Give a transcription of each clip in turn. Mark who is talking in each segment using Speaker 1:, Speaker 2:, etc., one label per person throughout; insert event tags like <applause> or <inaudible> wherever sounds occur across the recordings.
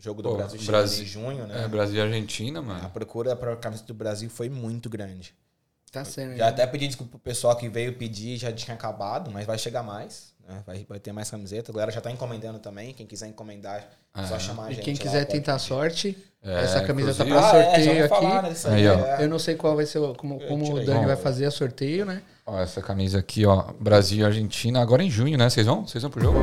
Speaker 1: jogo do
Speaker 2: Pô,
Speaker 1: Brasil chegando
Speaker 2: Brasil-
Speaker 1: em junho, né?
Speaker 2: É, Brasil e Argentina,
Speaker 1: A
Speaker 2: mano.
Speaker 1: procura pra camiseta do Brasil foi muito grande.
Speaker 3: Tá sendo.
Speaker 1: Já
Speaker 3: né?
Speaker 1: até pedi desculpa pro pessoal que veio pedir, já tinha acabado, mas vai chegar mais. né? Vai, vai ter mais camiseta. A galera já tá encomendando também. Quem quiser encomendar, é só
Speaker 2: É.
Speaker 1: chamar a
Speaker 3: E
Speaker 1: gente.
Speaker 3: quem
Speaker 1: lá,
Speaker 3: quiser
Speaker 1: pode
Speaker 3: tentar a
Speaker 1: pedir.
Speaker 3: sorte,
Speaker 2: É,
Speaker 3: essa camiseta
Speaker 2: inclusive-
Speaker 3: pra sorteio
Speaker 1: já
Speaker 3: aqui.
Speaker 1: falaram disso
Speaker 2: Aí, ó.
Speaker 1: é.
Speaker 3: eu não sei qual vai ser, o- como,
Speaker 1: Eu
Speaker 3: como o
Speaker 1: tirei.
Speaker 3: Dani
Speaker 2: Bom.
Speaker 3: vai fazer a sorteio, né?
Speaker 2: Ó, essa camisa aqui, ó. Brasil e Argentina, agora em junho, né? Vocês vão? Vocês vão pro jogo?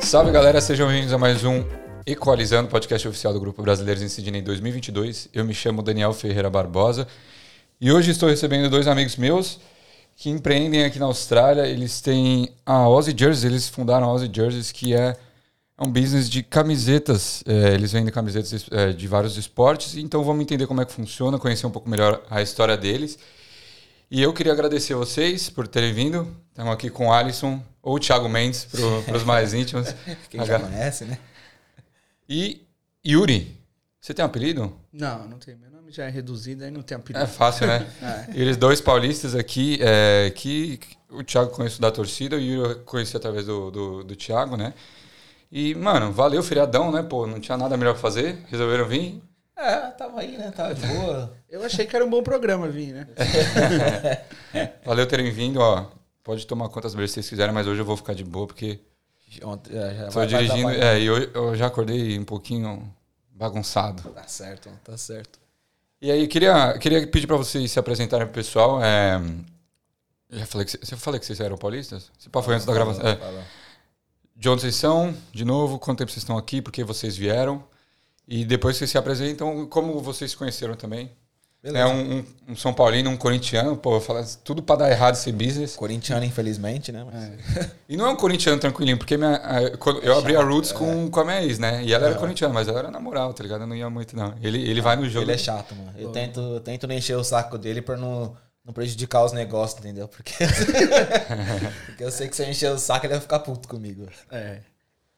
Speaker 2: Salve, galera. Sejam bem-vindos a mais um Equalizando, podcast oficial do Grupo Brasileiros em Sydney 2022. Eu me chamo Daniel Ferreira Barbosa e hoje estou recebendo dois amigos meus que empreendem aqui na Austrália. Eles têm a Ozzy Jerseys, eles fundaram a Ozzy Jerseys, que é é um business de camisetas. É, eles vendem camisetas é, de vários esportes, então vamos entender como é que funciona, conhecer um pouco melhor a história deles. E eu queria agradecer a vocês por terem vindo. Estamos aqui com o Alisson ou o Thiago Mendes para os mais íntimos.
Speaker 1: Quem já
Speaker 2: Agora-
Speaker 1: conhece, né?
Speaker 2: E Yuri, você tem um apelido?
Speaker 3: Não, não tem. Meu nome já é reduzido, aí não tem apelido.
Speaker 2: É fácil, né? E Eles dois paulistas aqui, é, que o Thiago conheço da torcida e eu conheci através do, do, do Thiago, né? E, mano, valeu o feriadão, né? Pô, não tinha nada melhor pra fazer, resolveram vir.
Speaker 1: É, tava aí, né? Tava de boa.
Speaker 3: <laughs> Eu achei que era um bom programa, Vim, né?
Speaker 2: Valeu terem vindo, ó. Pode tomar quantas vezes vocês quiserem, mas hoje eu vou ficar de boa, porque
Speaker 1: Ontem, é, já
Speaker 2: tô
Speaker 1: vai- vai
Speaker 2: dirigindo.
Speaker 1: trabalhar.
Speaker 2: É, e eu, eu já acordei um pouquinho bagunçado.
Speaker 1: Tá certo, tá certo.
Speaker 2: E aí, queria, queria pedir pra vocês se apresentarem pro pessoal. É... Já falei que, cê- eu falei que vocês eram paulistas? Se pá, foi antes da gravação. É.
Speaker 1: Falou.
Speaker 2: De onde vocês são, de novo, quanto tempo vocês estão aqui, por que vocês vieram. E depois vocês se apresentam, como vocês se conheceram também.
Speaker 1: Beleza.
Speaker 2: É um, um- um São Paulino, um corintiano, pô, eu falo tudo pra dar errado esse business.
Speaker 1: Corintiano, infelizmente, né? Mas...
Speaker 2: E não é um corintiano tranquilinho, porque minha, a- quando eu abri a Roots
Speaker 1: é.
Speaker 2: com, com a minha ex, né? E ela era corintiana, mas ela era na moral, tá ligado? Eu não ia muito, não. Ele, ele vai no jogo.
Speaker 1: Ele é chato, mano. Eu tento, eu tento não encher o saco dele pra não, não prejudicar os negócios, entendeu? Porque... <laughs> Porque eu sei que se eu encher o saco, ele vai ficar puto comigo.
Speaker 3: É.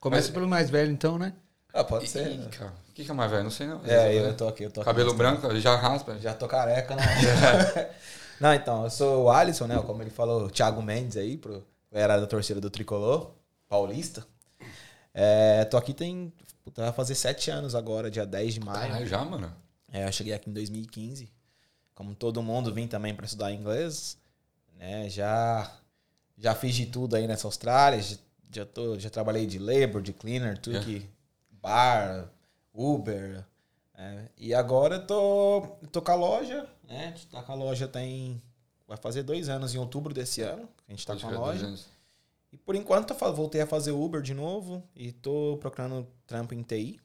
Speaker 3: Começa pelo mais velho, então, né?
Speaker 1: Ah, pode ser.
Speaker 2: Ih, cara, O que, que é mais velho? Não sei, não.
Speaker 1: É, eu tô aqui, eu tô aqui.
Speaker 2: né? Cabelo branco, já raspa.
Speaker 1: Já tô careca,
Speaker 2: <laughs>
Speaker 1: né? <laughs> Não, então, eu sou o Alisson, né? Como ele falou, o Thiago Mendes aí, pro, era da torcida do Tricolor, paulista. É, tô aqui tem. puta, Vai fazer sete anos agora, dia 10 de maio.
Speaker 2: Caralho, já, mano.
Speaker 1: É, eu cheguei aqui em 2015. Como todo mundo, vim também para estudar inglês. Né? Já, já fiz de tudo aí nessa Austrália. Já, já, tô, já trabalhei de labor, de cleaner, tudo
Speaker 2: É.
Speaker 1: que. Bar, Uber. é. E agora eu tô, tô com a loja. Né? A gente tá com a loja tem. Vai fazer dois anos em outubro desse ano. que A gente tá
Speaker 2: Pode
Speaker 1: com a
Speaker 2: ficar
Speaker 1: loja.
Speaker 2: dois anos. né.
Speaker 1: E por enquanto eu fa- voltei a fazer Uber de novo. E tô procurando trampo em TI.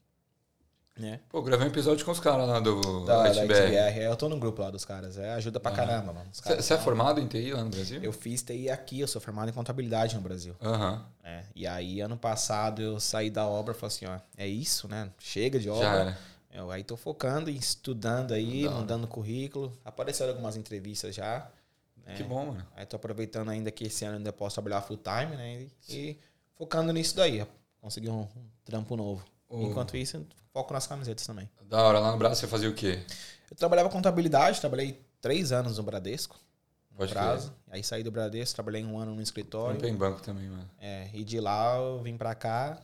Speaker 1: Né?
Speaker 2: Pô, gravei um episódio com os caras lá do
Speaker 1: Da, da
Speaker 2: Lightbag.
Speaker 1: ITBR. É, Eu tô no grupo lá dos caras. É, ajuda pra
Speaker 2: Ah.
Speaker 1: caramba, mano. Os caras-
Speaker 2: Você é formado em TI lá no Brasil?
Speaker 1: Eu fiz TI aqui, eu sou formado em contabilidade no Brasil.
Speaker 2: Aham.
Speaker 1: né? E aí, ano passado, eu saí da obra e falei assim, ó, é isso, né? Chega de
Speaker 2: Já
Speaker 1: obra.
Speaker 2: era.
Speaker 1: Eu, aí tô focando e estudando aí,
Speaker 2: Da hora.
Speaker 1: mandando currículo. Apareceram algumas entrevistas já. né?
Speaker 2: Que bom, mano.
Speaker 1: Aí tô aproveitando ainda que esse ano ainda posso trabalhar full time, né? E, e focando nisso daí, ó. Conseguir um, um trampo novo.
Speaker 2: O-
Speaker 1: Enquanto isso, eu foco nas camisetas também.
Speaker 2: Da hora, lá no Brasil você fazia o quê?
Speaker 1: Eu trabalhava com contabilidade, trabalhei três anos no Bradesco.
Speaker 2: Pode
Speaker 1: prazo. Aí saí do Bradesco, trabalhei um ano no escritório.
Speaker 2: Trampei em banco também, mano.
Speaker 1: É, e de lá eu vim pra cá.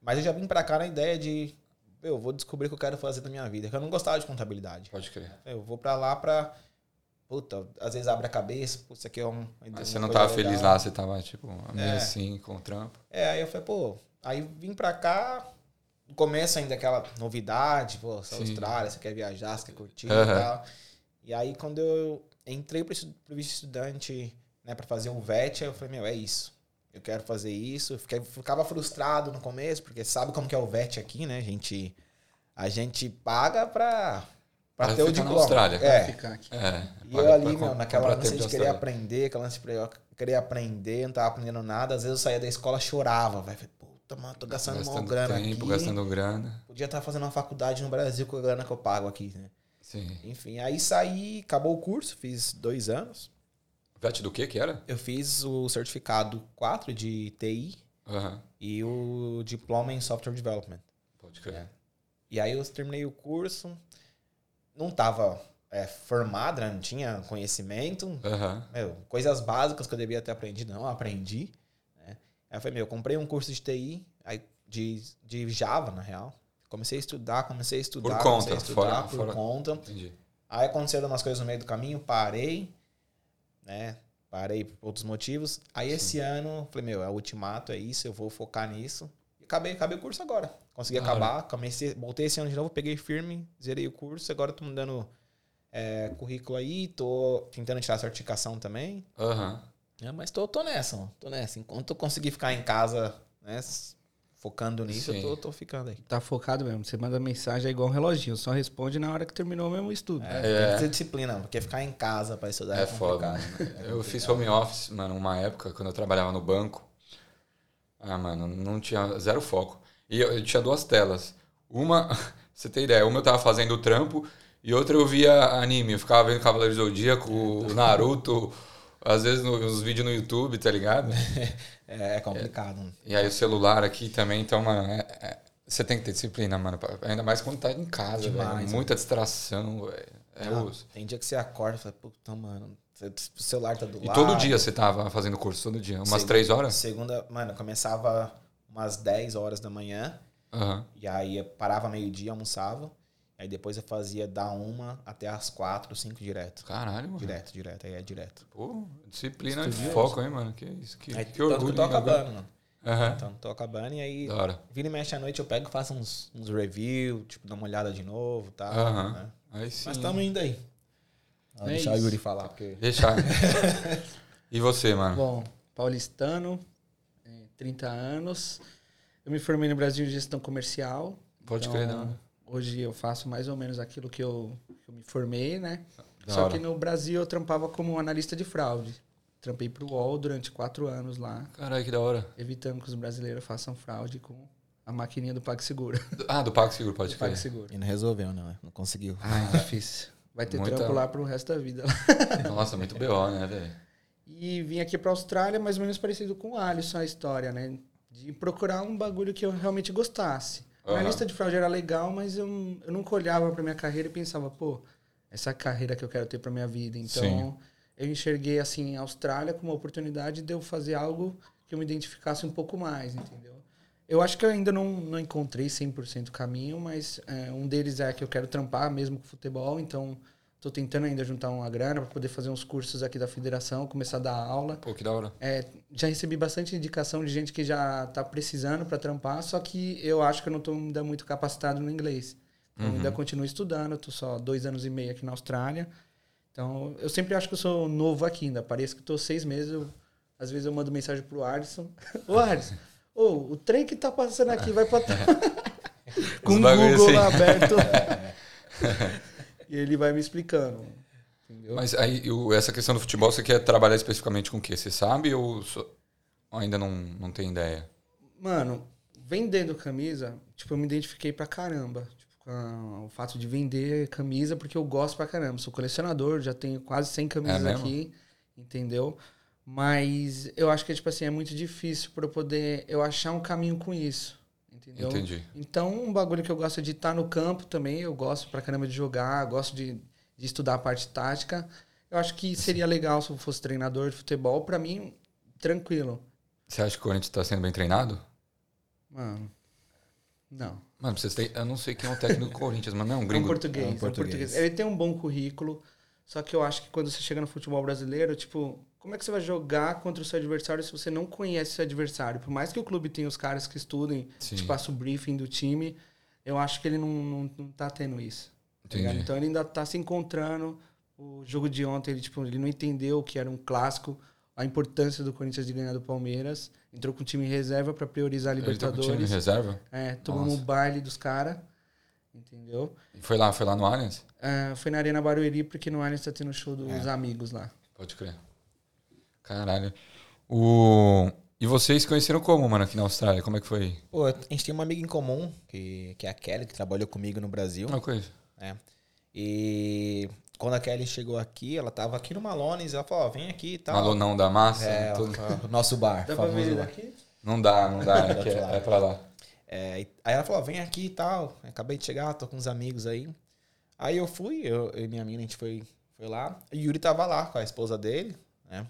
Speaker 1: Mas eu já vim pra cá na ideia de, meu, eu vou descobrir o que eu quero fazer da minha vida. Que eu não gostava de contabilidade.
Speaker 2: Pode crer.
Speaker 1: Eu vou pra lá pra. Puta, às vezes abre a cabeça, putz, isso aqui é um. uma
Speaker 2: Mas você não
Speaker 1: coisa
Speaker 2: tava
Speaker 1: legal.
Speaker 2: feliz lá, você tava, tipo, meio
Speaker 1: É.
Speaker 2: assim, com o trampo.
Speaker 1: É, aí eu falei, pô, aí vim pra cá, no começo ainda aquela novidade, pô, essa
Speaker 2: Sim.
Speaker 1: Austrália, você quer viajar, você quer curtir e
Speaker 2: Aham.
Speaker 1: tal. E aí quando eu entrei pro estu- pro visto estudante, né, pra fazer o VET, aí eu falei, meu, é isso. Eu quero fazer isso. Eu fiquei- ficava frustrado no começo, porque sabe como que é o VET aqui, né? A gente, a gente paga pra, pra,
Speaker 2: Pra
Speaker 1: ter o
Speaker 2: ficar tá na
Speaker 1: diploma.
Speaker 2: Austrália.
Speaker 1: É.
Speaker 3: Ficar aqui.
Speaker 2: É.
Speaker 1: E
Speaker 2: paga
Speaker 1: eu
Speaker 2: pra
Speaker 1: ali,
Speaker 2: com-
Speaker 1: meu, naquela
Speaker 2: comprar
Speaker 1: ânsia
Speaker 2: tempo
Speaker 1: de
Speaker 2: de
Speaker 1: querer
Speaker 2: Austrália.
Speaker 1: aprender, aquela ânsia de eu querer aprender, não tava aprendendo nada. Às vezes eu saía da escola, chorava, velho. Falei, Puta, mano, tô gastando, uma
Speaker 2: Gastando
Speaker 1: grana
Speaker 2: tempo,
Speaker 1: aqui.
Speaker 2: gastando grana.
Speaker 1: Podia estar fazendo uma faculdade no Brasil com a grana que eu pago aqui, né?
Speaker 2: Sim.
Speaker 1: Enfim, aí saí, acabou o curso, fiz dois anos.
Speaker 2: Vete do que que era?
Speaker 1: Eu fiz o certificado 4 de TI
Speaker 2: Aham.
Speaker 1: e o diploma em Software Development. né?
Speaker 2: Pode crer.
Speaker 1: É. E aí eu terminei o curso, não tava é, formada, né? não tinha conhecimento.
Speaker 2: Aham.
Speaker 1: Meu, coisas básicas que eu devia ter aprendido, não aprendi. Né? Aí eu falei, meu, eu comprei um curso de TI, aí, de, de Java, na real. Comecei a estudar, comecei a estudar,
Speaker 2: Por
Speaker 1: comecei
Speaker 2: conta,
Speaker 1: a estudar
Speaker 2: fora-
Speaker 1: por
Speaker 2: fora-
Speaker 1: conta.
Speaker 2: Entendi.
Speaker 1: Aí aconteceram umas coisas no meio do caminho, parei, né? Parei por outros motivos. Aí esse ano, falei, meu, é o ultimato, é isso, eu vou focar nisso. E acabei, acabei o curso agora. Consegui
Speaker 2: Da
Speaker 1: acabar, comecei, voltei esse ano de novo, peguei firme, zerei o curso, agora tô mudando é, currículo aí, tô tentando tirar certificação também.
Speaker 2: Aham.
Speaker 1: né, mas tô, tô nessa, mano, tô nessa. Enquanto eu conseguir ficar em casa, né, s- focando nisso,
Speaker 2: Sim.
Speaker 1: eu tô, tô ficando aí.
Speaker 3: Tá focado mesmo. Você manda mensagem é igual um reloginho, só responde na hora que terminou mesmo o estudo.
Speaker 1: É, Tem que ter disciplina, porque ficar em casa pra estudar é,
Speaker 2: É foda.
Speaker 1: complicado.
Speaker 2: mano. Eu fiz home office, mano, uma época, quando eu trabalhava no banco. Ah, mano, não tinha zero foco. E eu, eu tinha duas telas. Uma, <laughs> pra você tem ideia, uma eu tava fazendo o trampo e outra eu via anime. Eu ficava vendo Cavaleiro do Zodíaco, o Naruto, às vezes no- uns vídeos no YouTube, tá ligado?
Speaker 1: É, é complicado. né?
Speaker 2: E aí o celular aqui também, então, mano, é- é- você tem que ter disciplina, mano. pra- Ainda mais quando tá em casa,
Speaker 1: Demais,
Speaker 2: velho.
Speaker 1: né?
Speaker 2: Muita distração, velho. É
Speaker 1: Ah,
Speaker 2: osso.
Speaker 1: Tem dia que você acorda e fala, puta, mano, você- o celular tá do
Speaker 2: E
Speaker 1: lado.
Speaker 2: todo dia você tava fazendo curso, todo dia. Umas
Speaker 1: Segunda-
Speaker 2: três horas?
Speaker 1: Segunda, mano, eu começava umas 10 horas da manhã,
Speaker 2: Aham.
Speaker 1: e aí eu parava meio-dia, almoçava, aí depois eu fazia da uma até as quatro, cinco direto.
Speaker 2: Caralho, mano.
Speaker 1: Direto, direto, aí é direto.
Speaker 2: Pô, disciplina e
Speaker 3: Estudioso.
Speaker 2: foco, hein, mano? Que isso, que,
Speaker 1: Aí,
Speaker 2: que
Speaker 1: É, tanto que
Speaker 2: orgulho.
Speaker 1: eu tô
Speaker 2: hein, agora.
Speaker 1: acabando, mano.
Speaker 2: Aham.
Speaker 1: Então tô acabando, e aí
Speaker 2: Da hora.
Speaker 1: vira e mexe à noite eu pego e faço uns, uns review, tipo, dá uma olhada de novo e tal.
Speaker 2: Aham.
Speaker 1: né?
Speaker 2: Aí sim.
Speaker 1: Mas estamos indo aí. Ah,
Speaker 3: É
Speaker 1: deixa o
Speaker 3: isso.
Speaker 1: Yuri falar, porque.
Speaker 2: Deixar. e você, mano?
Speaker 3: Bom, paulistano, é, 30 anos. Eu me formei no Brasil em gestão comercial.
Speaker 2: Pode
Speaker 3: Então,
Speaker 2: crer, né, não.
Speaker 3: Hoje eu faço mais ou menos aquilo que eu, que eu me formei, né?
Speaker 2: Da
Speaker 3: Só
Speaker 2: hora.
Speaker 3: que no Brasil eu trampava como analista de fraude. Trampei pro UOL durante quatro anos lá,
Speaker 2: Caralho, que da hora.
Speaker 3: evitando que os brasileiros façam fraude com a maquininha do PagSeguro. <laughs>
Speaker 2: Do- Ah, do PagSeguro, pode
Speaker 3: Do
Speaker 2: crer.
Speaker 3: PagSeguro.
Speaker 1: E não resolveu, não, né? Não conseguiu.
Speaker 3: Ai, difícil. Vai ter
Speaker 2: Ah, é Muita-
Speaker 3: trampo lá pro resto da vida.
Speaker 2: Nossa, muito BO, né, velho?
Speaker 3: E vim aqui pra Austrália mais ou menos parecido com o Alisson, a história, né? De procurar um bagulho que eu realmente gostasse.
Speaker 2: Aham.
Speaker 3: A lista de fraude era legal, mas eu, eu nunca olhava pra minha carreira e pensava, pô, essa carreira que eu quero ter pra minha vida. Então,
Speaker 2: Sim.
Speaker 3: eu enxerguei, assim, a Austrália como uma oportunidade de eu fazer algo que eu me identificasse um pouco mais, entendeu? Eu acho que eu ainda não, não encontrei 100% o caminho, mas é, um deles é que eu quero trampar mesmo com futebol, então tô tentando ainda juntar uma grana pra poder fazer uns cursos aqui da federação, começar a dar aula.
Speaker 2: Pô, que da hora.
Speaker 3: É, já recebi bastante indicação de gente que já tá precisando pra trampar, só que eu acho que eu não tô ainda muito capacitado no inglês. Então, eu ainda continuo estudando, eu tô só dois anos e meio aqui na Austrália. Então, eu sempre acho que eu sou novo aqui ainda. Parece que eu tô seis meses. eu- às vezes eu mando mensagem pro Alisson. Ô, Alisson, ô, o trem que tá passando aqui vai pra... trás." Com
Speaker 2: Os
Speaker 3: o
Speaker 2: bagulho
Speaker 3: Google
Speaker 2: assim.
Speaker 3: aberto. e ele vai me explicando. Entendeu?
Speaker 2: Mas aí, eu- essa questão do futebol, você quer trabalhar especificamente com o quê? Você sabe ou só- ainda não, não tem ideia?
Speaker 3: Mano, vendendo camisa, tipo, eu me identifiquei pra caramba. Tipo, com o fato de vender camisa, porque eu gosto pra caramba. Sou colecionador, já tenho quase 100 camisas
Speaker 2: É mesmo?
Speaker 3: aqui, entendeu? Mas eu acho que, tipo assim, é muito difícil pra eu poder eu achar um caminho com isso. Entendeu?
Speaker 2: Entendi.
Speaker 3: Então, um bagulho que eu gosto é de estar no campo também. Eu gosto pra caramba de jogar, gosto de, de estudar a parte tática. Eu acho que seria legal se eu fosse treinador de futebol. Pra mim, tranquilo.
Speaker 2: Você acha que o Corinthians tá sendo bem treinado?
Speaker 3: Mano, não.
Speaker 2: Mano, vocês têm, eu não sei quem é o técnico do Corinthians, mas não é um
Speaker 3: É um
Speaker 2: gringo.
Speaker 3: português,
Speaker 1: É um
Speaker 3: é um português.
Speaker 1: português.
Speaker 3: Ele tem um bom currículo, só que eu acho que quando você chega no futebol brasileiro, tipo, como é que você vai jogar contra o seu adversário se você não conhece o seu adversário? Por mais que o clube tenha os caras que estudem,
Speaker 2: Sim.
Speaker 3: te passa o briefing do time, eu acho que ele não, não, não tá tendo isso. tá ligado?
Speaker 2: Entendi.
Speaker 3: então ele ainda tá se encontrando. O jogo de ontem, ele, tipo, ele não entendeu que era um clássico, a importância do Corinthians de ganhar do Palmeiras. Entrou com o time em reserva para priorizar a
Speaker 2: Ele tá com o time em
Speaker 3: Então, Libertadores.
Speaker 2: reserva?
Speaker 3: é, tomamos
Speaker 2: Nossa.
Speaker 3: um baile dos caras. Entendeu?
Speaker 2: Foi lá, foi lá no Allianz?
Speaker 3: Ah, foi na Arena Barueri, porque no Allianz tá tendo show dos
Speaker 2: É.
Speaker 3: amigos lá.
Speaker 2: Pode crer. Caralho. O... E vocês se conheceram como, mano, aqui na Austrália? Como é que foi?
Speaker 1: Pô, a gente tem uma amiga em comum, que, que é a Kelly, que trabalhou comigo no Brasil.
Speaker 2: Uma coisa.
Speaker 1: né? E quando a Kelly chegou aqui, ela tava aqui no Malones, ela falou, ó, vem aqui e tal.
Speaker 2: Malonão da massa?
Speaker 1: Tá É,
Speaker 2: tudo.
Speaker 1: o- o nosso bar,
Speaker 3: Dá pra
Speaker 1: famoso
Speaker 3: ver
Speaker 1: bar.
Speaker 3: daqui?
Speaker 2: Não dá, não dá. É, que
Speaker 1: Outro lado.
Speaker 2: é, é pra lá.
Speaker 1: É, e- aí ela falou, ó, vem aqui e tal. Acabei de chegar, tô com uns amigos aí. Aí eu fui, eu, eu e minha mina, a gente foi, foi lá. E o Yuri tava lá com a esposa dele, né?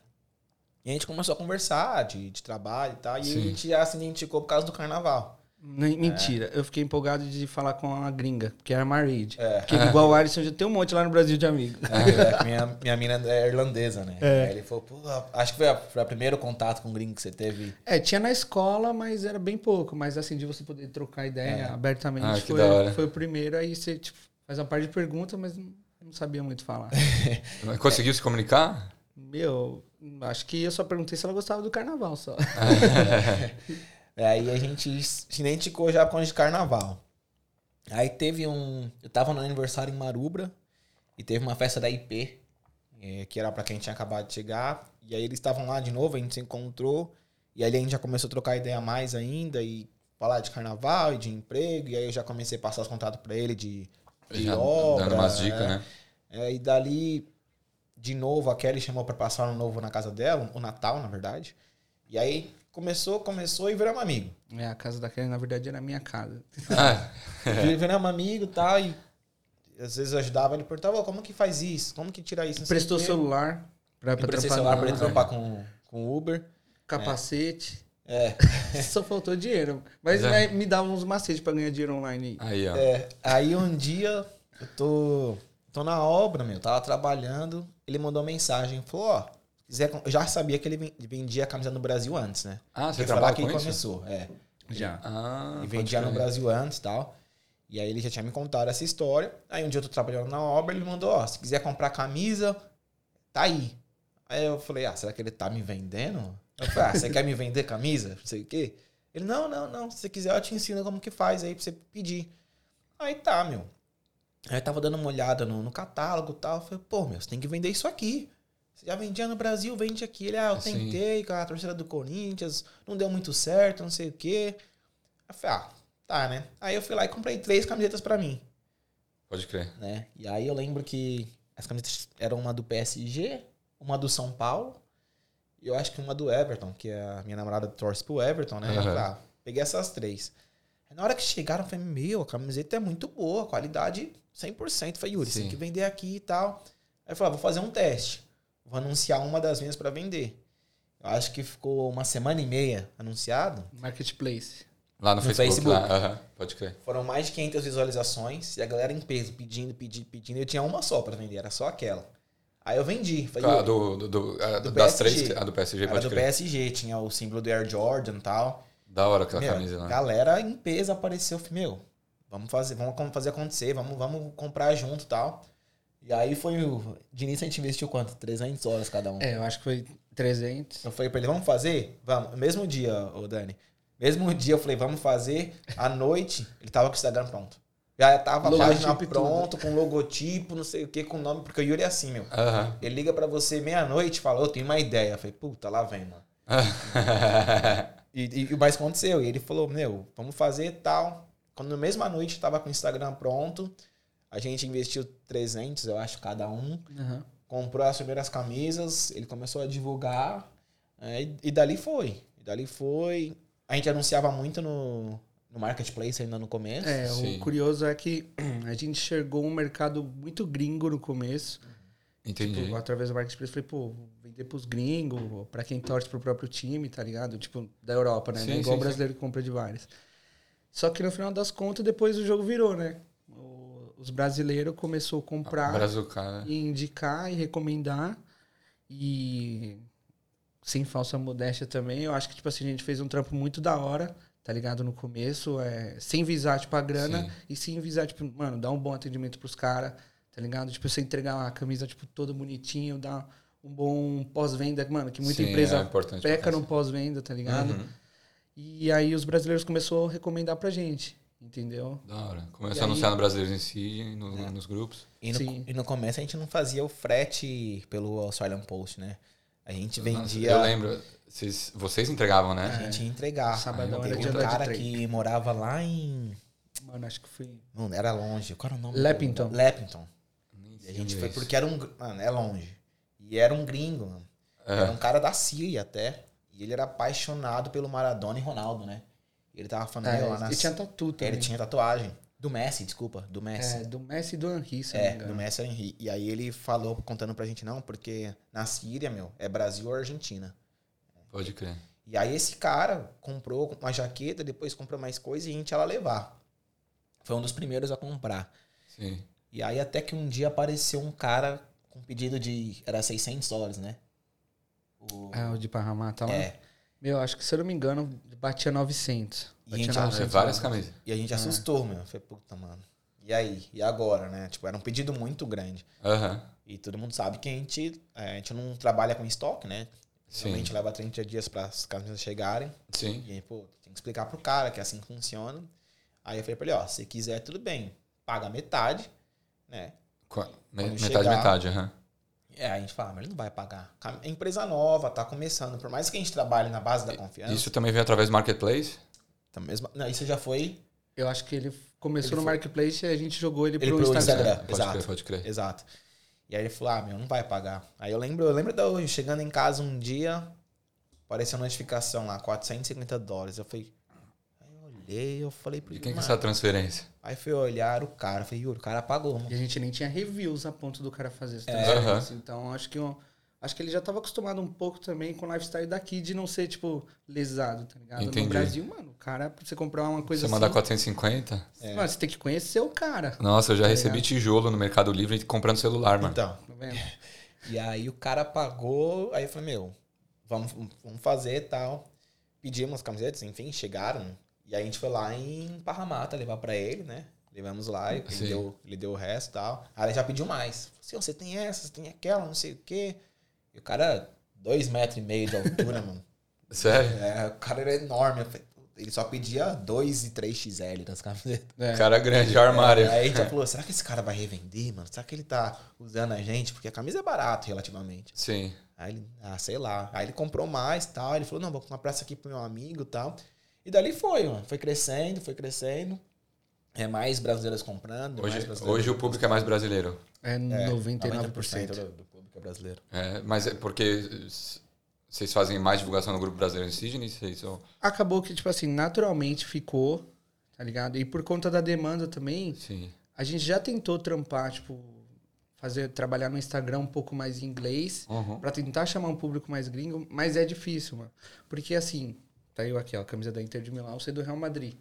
Speaker 1: E a gente começou a conversar de, de trabalho e tal. E
Speaker 2: Sim.
Speaker 1: a gente já se identificou por causa do carnaval.
Speaker 3: Nem- Mentira, eu fiquei empolgado de falar com a gringa, que era a Marid.
Speaker 1: É.
Speaker 3: Porque igual o Alisson já tem um monte lá no Brasil de amigo.
Speaker 1: É, <laughs> minha, minha mina é irlandesa, né?
Speaker 3: É.
Speaker 1: Aí ele falou, pô, acho que foi, a, foi o primeiro contato com o gringo que você teve.
Speaker 3: É, tinha na escola, mas era bem pouco. Mas assim, de você poder trocar ideia abertamente
Speaker 2: Ah, que
Speaker 3: foi,
Speaker 2: da hora.
Speaker 3: foi o primeiro. Aí você tipo, faz uma parte de pergunta, mas não, não sabia muito falar.
Speaker 2: Conseguiu se comunicar?
Speaker 3: <laughs> Meu, acho que eu só perguntei se ela gostava do carnaval só.
Speaker 1: É, Aí a gente se identificou já com de carnaval. Aí teve um. Eu tava no aniversário em Marubra e teve uma festa da IP, eh, que era pra quem tinha acabado de chegar. E aí eles estavam lá de novo, a gente se encontrou. E ali a gente já começou a trocar ideia mais ainda e falar de carnaval e de emprego. E aí eu já comecei a passar os contatos pra ele de, de
Speaker 2: Já
Speaker 1: obra.
Speaker 2: dando umas dicas, né?
Speaker 1: É, e dali, de novo, a Kelly chamou pra passar ano novo na casa dela, o Natal, na verdade. E aí começou, começou e viramos amigo.
Speaker 3: É, a casa da Kelly, na verdade, era a minha casa.
Speaker 1: né?
Speaker 2: Ah,
Speaker 1: Vir- Viramos né, um amigo e tal. E às vezes eu ajudava ele perguntava, "Ô, como que faz isso? Como que tira isso? Não sei
Speaker 3: Prestou
Speaker 1: o quê.
Speaker 3: celular pra,
Speaker 1: Eu
Speaker 3: pra
Speaker 1: Emprestei
Speaker 3: trampar
Speaker 1: celular
Speaker 3: no-
Speaker 1: pra ele trampar com, com o Uber.
Speaker 3: capacete.
Speaker 1: É.
Speaker 3: <laughs> Só faltou dinheiro. Mas
Speaker 2: É.
Speaker 3: né, me davam uns macetes pra ganhar dinheiro online.
Speaker 2: aí, ó.
Speaker 1: É, aí um dia eu tô, tô na obra, meu, tava trabalhando, ele mandou mensagem, falou, ó, se quiser, com- eu já sabia que ele ven- vendia camisa no Brasil antes, né?
Speaker 2: Ah, você
Speaker 1: Porque foi lá
Speaker 2: trabalha
Speaker 1: que
Speaker 2: com
Speaker 1: ele
Speaker 2: isso?
Speaker 1: começou, é.
Speaker 3: Já.
Speaker 2: Ah,
Speaker 1: e
Speaker 2: pode
Speaker 1: vendia no
Speaker 2: crer.
Speaker 1: Brasil antes e tal. E aí ele já tinha me contado essa história. Aí um dia eu tô trabalhando na obra, ele mandou, ó, se quiser comprar camisa, tá aí. Aí eu falei, ah, será que ele tá me vendendo? Eu falei, ah, você quer me vender camisa? Não sei o quê. Ele, não, não, não. Se você quiser, eu te ensino como que faz aí pra você pedir. Aí tá, meu. Aí eu tava dando uma olhada no, no catálogo e tal. Eu falei, pô, meu, você tem que vender isso aqui. Você já vendia no Brasil, vende aqui. Ele, ah, eu
Speaker 2: Sim.
Speaker 1: tentei com a torcida do Corinthians, não deu muito certo, não sei o quê. Aí eu falei, ah, tá, né? Aí eu fui lá e comprei três camisetas pra mim,
Speaker 2: Pode crer.
Speaker 1: né? E aí eu lembro que as camisetas eram uma do PSG, uma do São Paulo e eu acho que uma do Everton, que a minha namorada torce pro Everton, né? Eu
Speaker 2: Aham.
Speaker 1: falei, ah, peguei essas três. Aí Na hora que chegaram, eu falei, meu, a camiseta é muito boa, qualidade 100%. Eu Falei, Yuri, você
Speaker 2: Sim.
Speaker 1: tem que vender aqui e tal. Aí eu falei, ah, vou fazer um teste. Vou anunciar uma das minhas pra vender. Eu acho que ficou uma semana e meia anunciado.
Speaker 3: Marketplace.
Speaker 2: Lá
Speaker 1: No
Speaker 2: no, Facebook.
Speaker 1: Facebook.
Speaker 2: lá. Aham, Pode crer.
Speaker 1: Foram mais de 500 visualizações e a galera em peso pedindo, pedindo, pedindo. Eu tinha uma só pra vender, era só aquela. Aí eu vendi. Falei,
Speaker 2: Ah,
Speaker 1: "Ô,
Speaker 2: do, do, do- a-
Speaker 1: Do
Speaker 2: das
Speaker 1: PSG.
Speaker 2: três, a do PSG,
Speaker 1: era
Speaker 2: pode
Speaker 1: do
Speaker 2: crer.
Speaker 1: PSG, tinha o símbolo do Air Jordan e tal.
Speaker 2: Da hora aquela
Speaker 1: Meu,
Speaker 2: camisa né? lá.
Speaker 1: galera em peso apareceu. Falei, meu, vamos fazer, vamos com- fazer acontecer, vamos, vamos comprar junto e tal. E aí foi o. De início a gente investiu quanto? 300 horas cada um.
Speaker 3: É, eu acho que foi 300.
Speaker 1: Eu falei pra ele, vamos fazer? Vamos. Mesmo dia, ô Dani. Mesmo dia eu falei, vamos fazer. À noite, ele tava com o Instagram pronto. Já tava a
Speaker 3: Logotipo
Speaker 1: página
Speaker 3: e tudo.
Speaker 1: pronto, com logotipo, não sei o que, com nome, porque o Yuri é assim, meu.
Speaker 2: Aham. <laughs>
Speaker 1: Ele liga pra você meia-noite e fala, eu tenho uma ideia. Eu falei, puta, lá vem, mano. E, e, e mais aconteceu. E ele falou, meu, vamos fazer tal. Quando na mesma noite eu tava com o Instagram pronto, a gente investiu 300, eu acho, cada um
Speaker 3: Aham.
Speaker 1: comprou as primeiras camisas, ele começou a divulgar, é, e, e dali foi. E dali foi. A gente anunciava muito no, no marketplace ainda no começo.
Speaker 3: É,
Speaker 2: Sim.
Speaker 3: o curioso é que a gente enxergou um mercado muito gringo no começo.
Speaker 2: Entendi.
Speaker 3: Tipo, através do Marketplace, falei, pô, vou vender pros gringos, ou pra quem torce pro próprio time, tá ligado? Tipo, da Europa, né?
Speaker 2: Sim,
Speaker 3: Não é
Speaker 2: sim,
Speaker 3: igual o
Speaker 2: sim.
Speaker 3: brasileiro que compra de várias. Só que no final das contas, depois o jogo virou, né? O- os brasileiros começou a comprar
Speaker 2: Ah, Brazucada.
Speaker 3: e indicar e recomendar. E sem falsa modéstia também, eu acho que, tipo assim, a gente fez um trampo muito da hora, tá ligado? No começo, é, sem visar, tipo, a grana
Speaker 2: Sim.
Speaker 3: e sem visar, tipo, mano, dar um bom atendimento pros caras, tá ligado? Tipo, você entregar a camisa, tipo, todo bonitinho, dar um bom pós-venda, mano, que muita
Speaker 2: Sim, é
Speaker 3: empresa
Speaker 2: importante pra
Speaker 3: peca no
Speaker 2: pensar.
Speaker 3: pós-venda, tá ligado?
Speaker 2: Uhum.
Speaker 3: E aí os brasileiros começaram a recomendar pra gente, entendeu?
Speaker 2: Da hora. Começou
Speaker 3: E
Speaker 2: a
Speaker 3: aí-
Speaker 2: anunciar no Brasileiros em si, no-
Speaker 1: É.
Speaker 2: nos grupos.
Speaker 1: E, no,
Speaker 3: Sim.
Speaker 1: e no começo a gente não fazia o frete pelo Australian Post, né? A gente vendia. É.
Speaker 2: Eu lembro. Vocês, vocês entregavam, né?
Speaker 1: A
Speaker 3: É.
Speaker 1: gente ia entregar.
Speaker 3: Sabadão
Speaker 1: Teve
Speaker 3: era dia
Speaker 1: um
Speaker 3: de
Speaker 1: cara
Speaker 3: trem.
Speaker 1: que morava lá em.
Speaker 3: Mano, acho que foi...
Speaker 1: Mano, era longe. Qual era o nome?
Speaker 3: Lepington.
Speaker 1: Lepington.
Speaker 2: Nem
Speaker 1: E
Speaker 2: sei
Speaker 1: a gente
Speaker 2: onde
Speaker 1: foi
Speaker 2: é isso.
Speaker 1: porque era um. gr- Mano, é longe. E era um gringo, mano. Era
Speaker 2: É.
Speaker 1: um cara da Síria até. E ele era apaixonado pelo Maradona e Ronaldo, né? Ele tava falando,
Speaker 3: É,
Speaker 1: meu, lá na
Speaker 3: ele tinha tatu também.
Speaker 1: ele tinha tatuagem. Do Messi, desculpa, do Messi.
Speaker 3: É, do Messi e do Henry, se eu
Speaker 1: É,
Speaker 3: não me
Speaker 1: do
Speaker 3: engano.
Speaker 1: Messi era Henry. E aí ele falou, contando pra gente, não, porque na Síria, meu, é Brasil ou Argentina.
Speaker 2: Pode crer.
Speaker 1: E aí esse cara comprou uma jaqueta, depois comprou mais coisa e a gente ia lá levar. Foi um dos primeiros a comprar.
Speaker 2: Sim.
Speaker 1: E aí até que um dia apareceu um cara com pedido de... Era 600 dólares, né? O-
Speaker 3: Ah, o de Parramá tá lá?
Speaker 1: Tipo, é.
Speaker 3: Meu, acho que se eu não me engano, batia 900.
Speaker 1: E
Speaker 3: Batia
Speaker 1: a gente-
Speaker 2: Ah, é várias
Speaker 3: dólares.
Speaker 2: camisas.
Speaker 1: E a gente assustou, meu. Falei, puta, mano. E aí? E agora, né? Tipo, era um pedido muito grande.
Speaker 2: Aham.
Speaker 1: E todo mundo sabe que a gente, é, a gente não trabalha com estoque, né?
Speaker 2: Sim.
Speaker 1: A gente leva 30 dias para as camisas chegarem.
Speaker 2: Sim.
Speaker 1: E aí, pô, tem que explicar pro cara que é assim que funciona. Aí eu falei pra ele, ó, se quiser, tudo bem. Paga metade, né?
Speaker 2: Co- me-
Speaker 1: Quando
Speaker 2: Metade,
Speaker 1: chegar-
Speaker 2: metade, aham.
Speaker 1: É, a gente fala, mas ele não vai pagar. Cam- É empresa nova, tá começando. Por mais que a gente trabalhe na base da confiança.
Speaker 2: Isso também vem através do marketplace?
Speaker 1: tá mesmo- não, isso já foi
Speaker 3: Eu acho que ele começou
Speaker 1: Ele
Speaker 3: no
Speaker 1: foi-
Speaker 3: marketplace e a gente jogou ele,
Speaker 1: Ele
Speaker 3: pro,
Speaker 1: pro
Speaker 3: Instagram.
Speaker 1: Instagram. É,
Speaker 2: pode
Speaker 1: exato.
Speaker 2: crer, pode crer.
Speaker 1: Exato. E aí ele falou, ah, meu, não vai pagar. Aí eu lembro, eu lembro da hoje, chegando em casa um dia, apareceu uma notificação lá, 450 dólares. Eu falei, aí eu olhei, eu falei pro
Speaker 2: De quem que é
Speaker 1: mano.
Speaker 2: essa transferência?
Speaker 1: Aí fui olhar o cara, eu falei, Yuri, o cara pagou, mano.
Speaker 3: E a gente nem tinha reviews a ponto do cara fazer
Speaker 1: É.
Speaker 3: isso.
Speaker 2: Aham.
Speaker 3: Então, acho que, eu- acho que ele já tava acostumado um pouco também com o lifestyle daqui de não ser, tipo, lesado, tá ligado?
Speaker 2: Entendi.
Speaker 3: No Brasil, mano, o cara, pra você comprar uma coisa
Speaker 2: Você
Speaker 3: assim...
Speaker 2: mandar 450?
Speaker 3: Mano, você tem que conhecer o cara.
Speaker 2: Nossa, eu já
Speaker 3: Tá
Speaker 2: recebi tijolo no Mercado Livre comprando celular, mano.
Speaker 1: Então,
Speaker 3: Tá vendo?
Speaker 1: E aí o cara pagou, aí eu falei, meu, vamos, vamos fazer e tal. Pedimos as camisetas, enfim, chegaram. E aí a gente foi lá em Parramata levar pra ele, né? Levamos lá, e
Speaker 2: Sim.
Speaker 1: ele deu, ele deu o resto e tal. Aí ele já pediu mais. Falou assim, "Ó, você tem essa, você tem aquela, não sei o quê. E o cara, dois metros e meio de altura, <laughs> mano.
Speaker 2: Sério?
Speaker 1: É, o cara era enorme. Eu falei, "Puta", Ele só pedia 2 e 3 XL nas camisetas.
Speaker 3: É.
Speaker 2: Cara grande, armário.
Speaker 1: Aí a gente já falou, será que esse cara vai revender, mano? Será que ele tá usando a gente? Porque a camisa é barato relativamente.
Speaker 2: Sim.
Speaker 1: Aí ele, ah, sei lá. Aí ele comprou mais tal. Ele falou, não, vou comprar essa aqui pro meu amigo tal. E dali foi, mano. Foi crescendo, foi crescendo. É mais brasileiros comprando.
Speaker 2: Hoje,
Speaker 1: mais brasileiros
Speaker 2: hoje o público é mais brasileiro.
Speaker 3: É, 99%.
Speaker 1: do, do público é brasileiro.
Speaker 2: É, mas é porque s- vocês fazem mais divulgação no grupo brasileiro indígena? Vocês são...
Speaker 3: Acabou que, tipo assim, naturalmente ficou, tá ligado? E por conta da demanda também,
Speaker 2: Sim.
Speaker 3: a gente já tentou trampar, tipo, fazer, trabalhar no Instagram um pouco mais em inglês,
Speaker 2: Uhum.
Speaker 3: Pra tentar chamar um público mais gringo, mas é difícil, mano. Porque assim, tá eu aqui, ó, a camisa da Inter de Milão, você é do Real Madrid.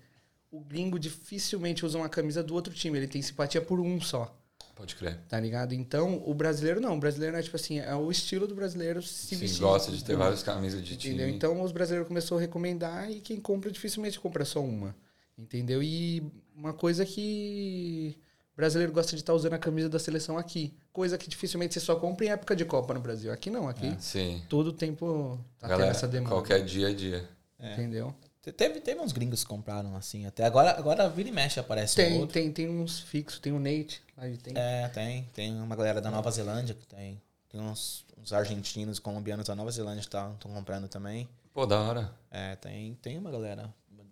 Speaker 3: O gringo dificilmente usa uma camisa do outro time, ele tem simpatia por um só,
Speaker 2: Pode crer.
Speaker 3: tá ligado? Então, o brasileiro não, o brasileiro é tipo assim, é o estilo do brasileiro se
Speaker 2: Sim,
Speaker 3: vestir.
Speaker 2: gosta de ter várias camisas de time.
Speaker 3: Entendeu? Então os brasileiros começaram a recomendar e quem compra dificilmente compra só uma. Entendeu? E uma coisa que o brasileiro gosta de estar usando a camisa da seleção aqui. Coisa que dificilmente você só compra em época de Copa no Brasil. Aqui não, aqui
Speaker 1: É.
Speaker 2: Sim.
Speaker 3: todo tempo tá
Speaker 2: Galera,
Speaker 3: tendo essa demanda.
Speaker 2: qualquer dia é dia.
Speaker 3: Entendeu?
Speaker 1: Te- Teve, teve uns gringos que compraram assim. Até agora, agora vira e mexe aparece um
Speaker 3: Tem,
Speaker 1: outro.
Speaker 3: tem, tem uns fixos, tem o Nate. Lá de tem.
Speaker 1: É, tem. Tem uma galera da Nova Zelândia que tem. Tem uns, uns argentinos, colombianos da Nova Zelândia que estão comprando também.
Speaker 2: Pô, da hora.
Speaker 1: É, tem, tem uma galera,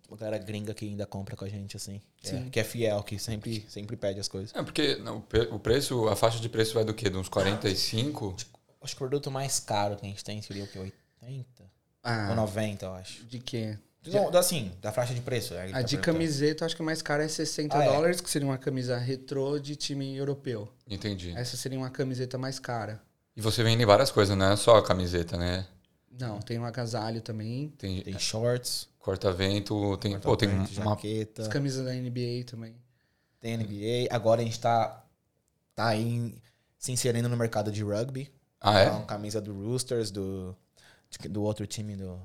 Speaker 1: uma galera gringa que ainda compra com a gente, assim. Que,
Speaker 3: Sim.
Speaker 1: É, que é fiel, que sempre, sempre pede as coisas.
Speaker 2: É, porque não, o pre- o preço, a faixa de preço vai do quê? De uns 45?
Speaker 1: Acho que o produto mais caro que a gente tem seria o que? 80? Ou
Speaker 3: Ah,
Speaker 1: 90, eu acho.
Speaker 3: de quê?
Speaker 1: Não, da- assim, da faixa de preço. é, ele
Speaker 3: A
Speaker 1: tá
Speaker 3: de
Speaker 1: perguntando.
Speaker 3: camiseta, eu acho que a mais cara é 60
Speaker 1: Ah, é.
Speaker 3: dólares, que seria uma camisa retrô de time europeu.
Speaker 2: Entendi.
Speaker 3: Essa seria uma camiseta mais cara.
Speaker 2: E você vende várias coisas, não é só a camiseta, né?
Speaker 3: Não, tem um agasalho também.
Speaker 2: Tem,
Speaker 1: Tem shorts,
Speaker 2: corta-vento, tem, pô, tem
Speaker 1: corta-vento,
Speaker 2: uma...
Speaker 3: As
Speaker 1: jaqueta,
Speaker 3: camisas da NBA também.
Speaker 1: tem NBA. Agora a gente tá, tá aí em- se inserindo no mercado de rugby.
Speaker 2: Ah, é?
Speaker 1: Então, camisa do Roosters, do, do outro time do...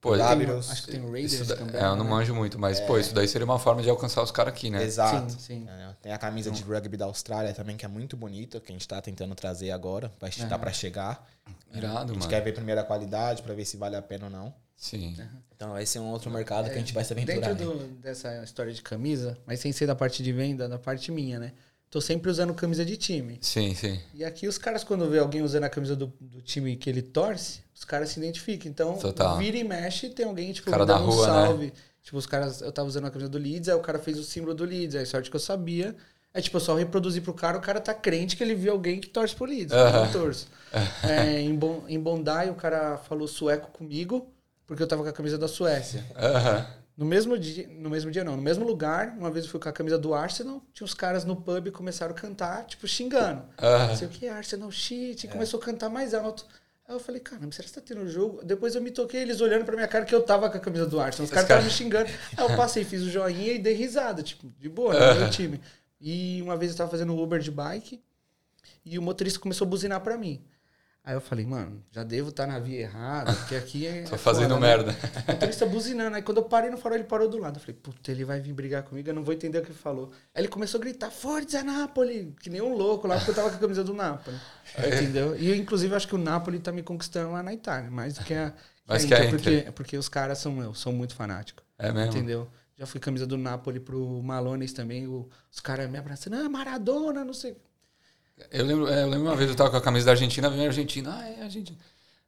Speaker 2: Pô,
Speaker 1: Lá,
Speaker 2: Ah, isso
Speaker 3: Tem,
Speaker 1: Virus.
Speaker 3: acho que tem o
Speaker 2: da-
Speaker 3: Raiders também.
Speaker 2: é, eu não
Speaker 3: né?
Speaker 2: manjo muito, mas, pô, isso daí seria uma forma de alcançar os caras aqui, né?
Speaker 1: Exato.
Speaker 3: Sim, sim.
Speaker 1: Entendeu? Tem a camisa de rugby da Austrália também, que é muito bonita, que a gente tá tentando trazer agora. Vai estar tá pra chegar.
Speaker 3: Tá
Speaker 1: A
Speaker 2: Irado,
Speaker 1: gente
Speaker 2: mano.
Speaker 1: quer ver primeiro a qualidade pra ver se vale a pena ou não.
Speaker 2: Sim.
Speaker 1: Então esse é um outro mercado que a gente vai se
Speaker 2: É,
Speaker 1: aventurar.
Speaker 3: Dentro
Speaker 1: né?
Speaker 3: do- dessa história de camisa, mas sem ser da parte de venda, da parte minha, né? Tô sempre usando camisa de time.
Speaker 2: Sim, sim.
Speaker 3: E aqui os caras, quando vê alguém usando a camisa do, do time que ele torce, os caras se identificam. Então,
Speaker 2: Total.
Speaker 3: vira e mexe, tem alguém, tipo,
Speaker 2: Cara
Speaker 3: me
Speaker 2: da
Speaker 3: dando
Speaker 2: rua, né?
Speaker 3: um salve. Tipo, os caras, eu tava usando a camisa do Leeds, aí o cara fez o símbolo do Leeds, aí sorte que eu sabia. Aí, tipo, eu só reproduzi pro cara, o cara tá crente que ele viu alguém que torce pro Leeds.
Speaker 2: Aham.
Speaker 3: Eu
Speaker 2: <laughs>
Speaker 3: não torço. É, em, Bon- em Bondai, o cara falou sueco comigo, porque eu tava com a camisa da Suécia.
Speaker 2: Aham.
Speaker 3: No mesmo dia, no mesmo dia não, no mesmo lugar, uma vez eu fui com a camisa do Arsenal, tinha uns caras no pub e começaram a cantar, tipo, xingando.
Speaker 2: Ah.
Speaker 3: Não sei o que, Arsenal,
Speaker 2: É.
Speaker 3: shit, e começou a cantar mais alto. Aí eu falei, caramba, será que tá tendo jogo? Depois eu me toquei, eles olhando pra minha cara que eu tava com a camisa do Arsenal. Os caras
Speaker 2: cara-
Speaker 3: estavam me xingando. Aí eu passei, fiz o joinha e dei risada, tipo, de boa, né, meu time. E uma vez eu tava fazendo Uber de bike e o motorista começou a buzinar pra mim. Aí eu falei, mano, já devo estar na via errada, porque aqui é.
Speaker 2: Tô
Speaker 3: é
Speaker 2: fazendo
Speaker 3: foda, né?
Speaker 2: merda. <laughs>
Speaker 3: O motorista buzinando. Aí quando eu parei no farol, ele parou do lado. Eu falei, puta, ele vai vir brigar comigo, eu não vou entender o que ele falou. Aí ele começou a gritar, Forza Napoli! Que nem um louco lá, porque eu tava com a camisa
Speaker 2: <laughs>
Speaker 3: do Napoli.
Speaker 2: É.
Speaker 3: Entendeu? E eu, inclusive, acho que o Napoli tá me conquistando lá na Itália, mais do que a,
Speaker 2: <laughs> Mais que a Inter.
Speaker 3: Porque, porque os caras são eu, são muito fanáticos.
Speaker 2: É mesmo?
Speaker 3: Entendeu? Já fui camisa do Napoli pro Malones também. o- os caras me abraçando, ah, Maradona, não sei.
Speaker 2: Eu lembro, é, eu lembro uma vez eu tava com a camisa da Argentina, veio a Argentina, ah, é Argentina.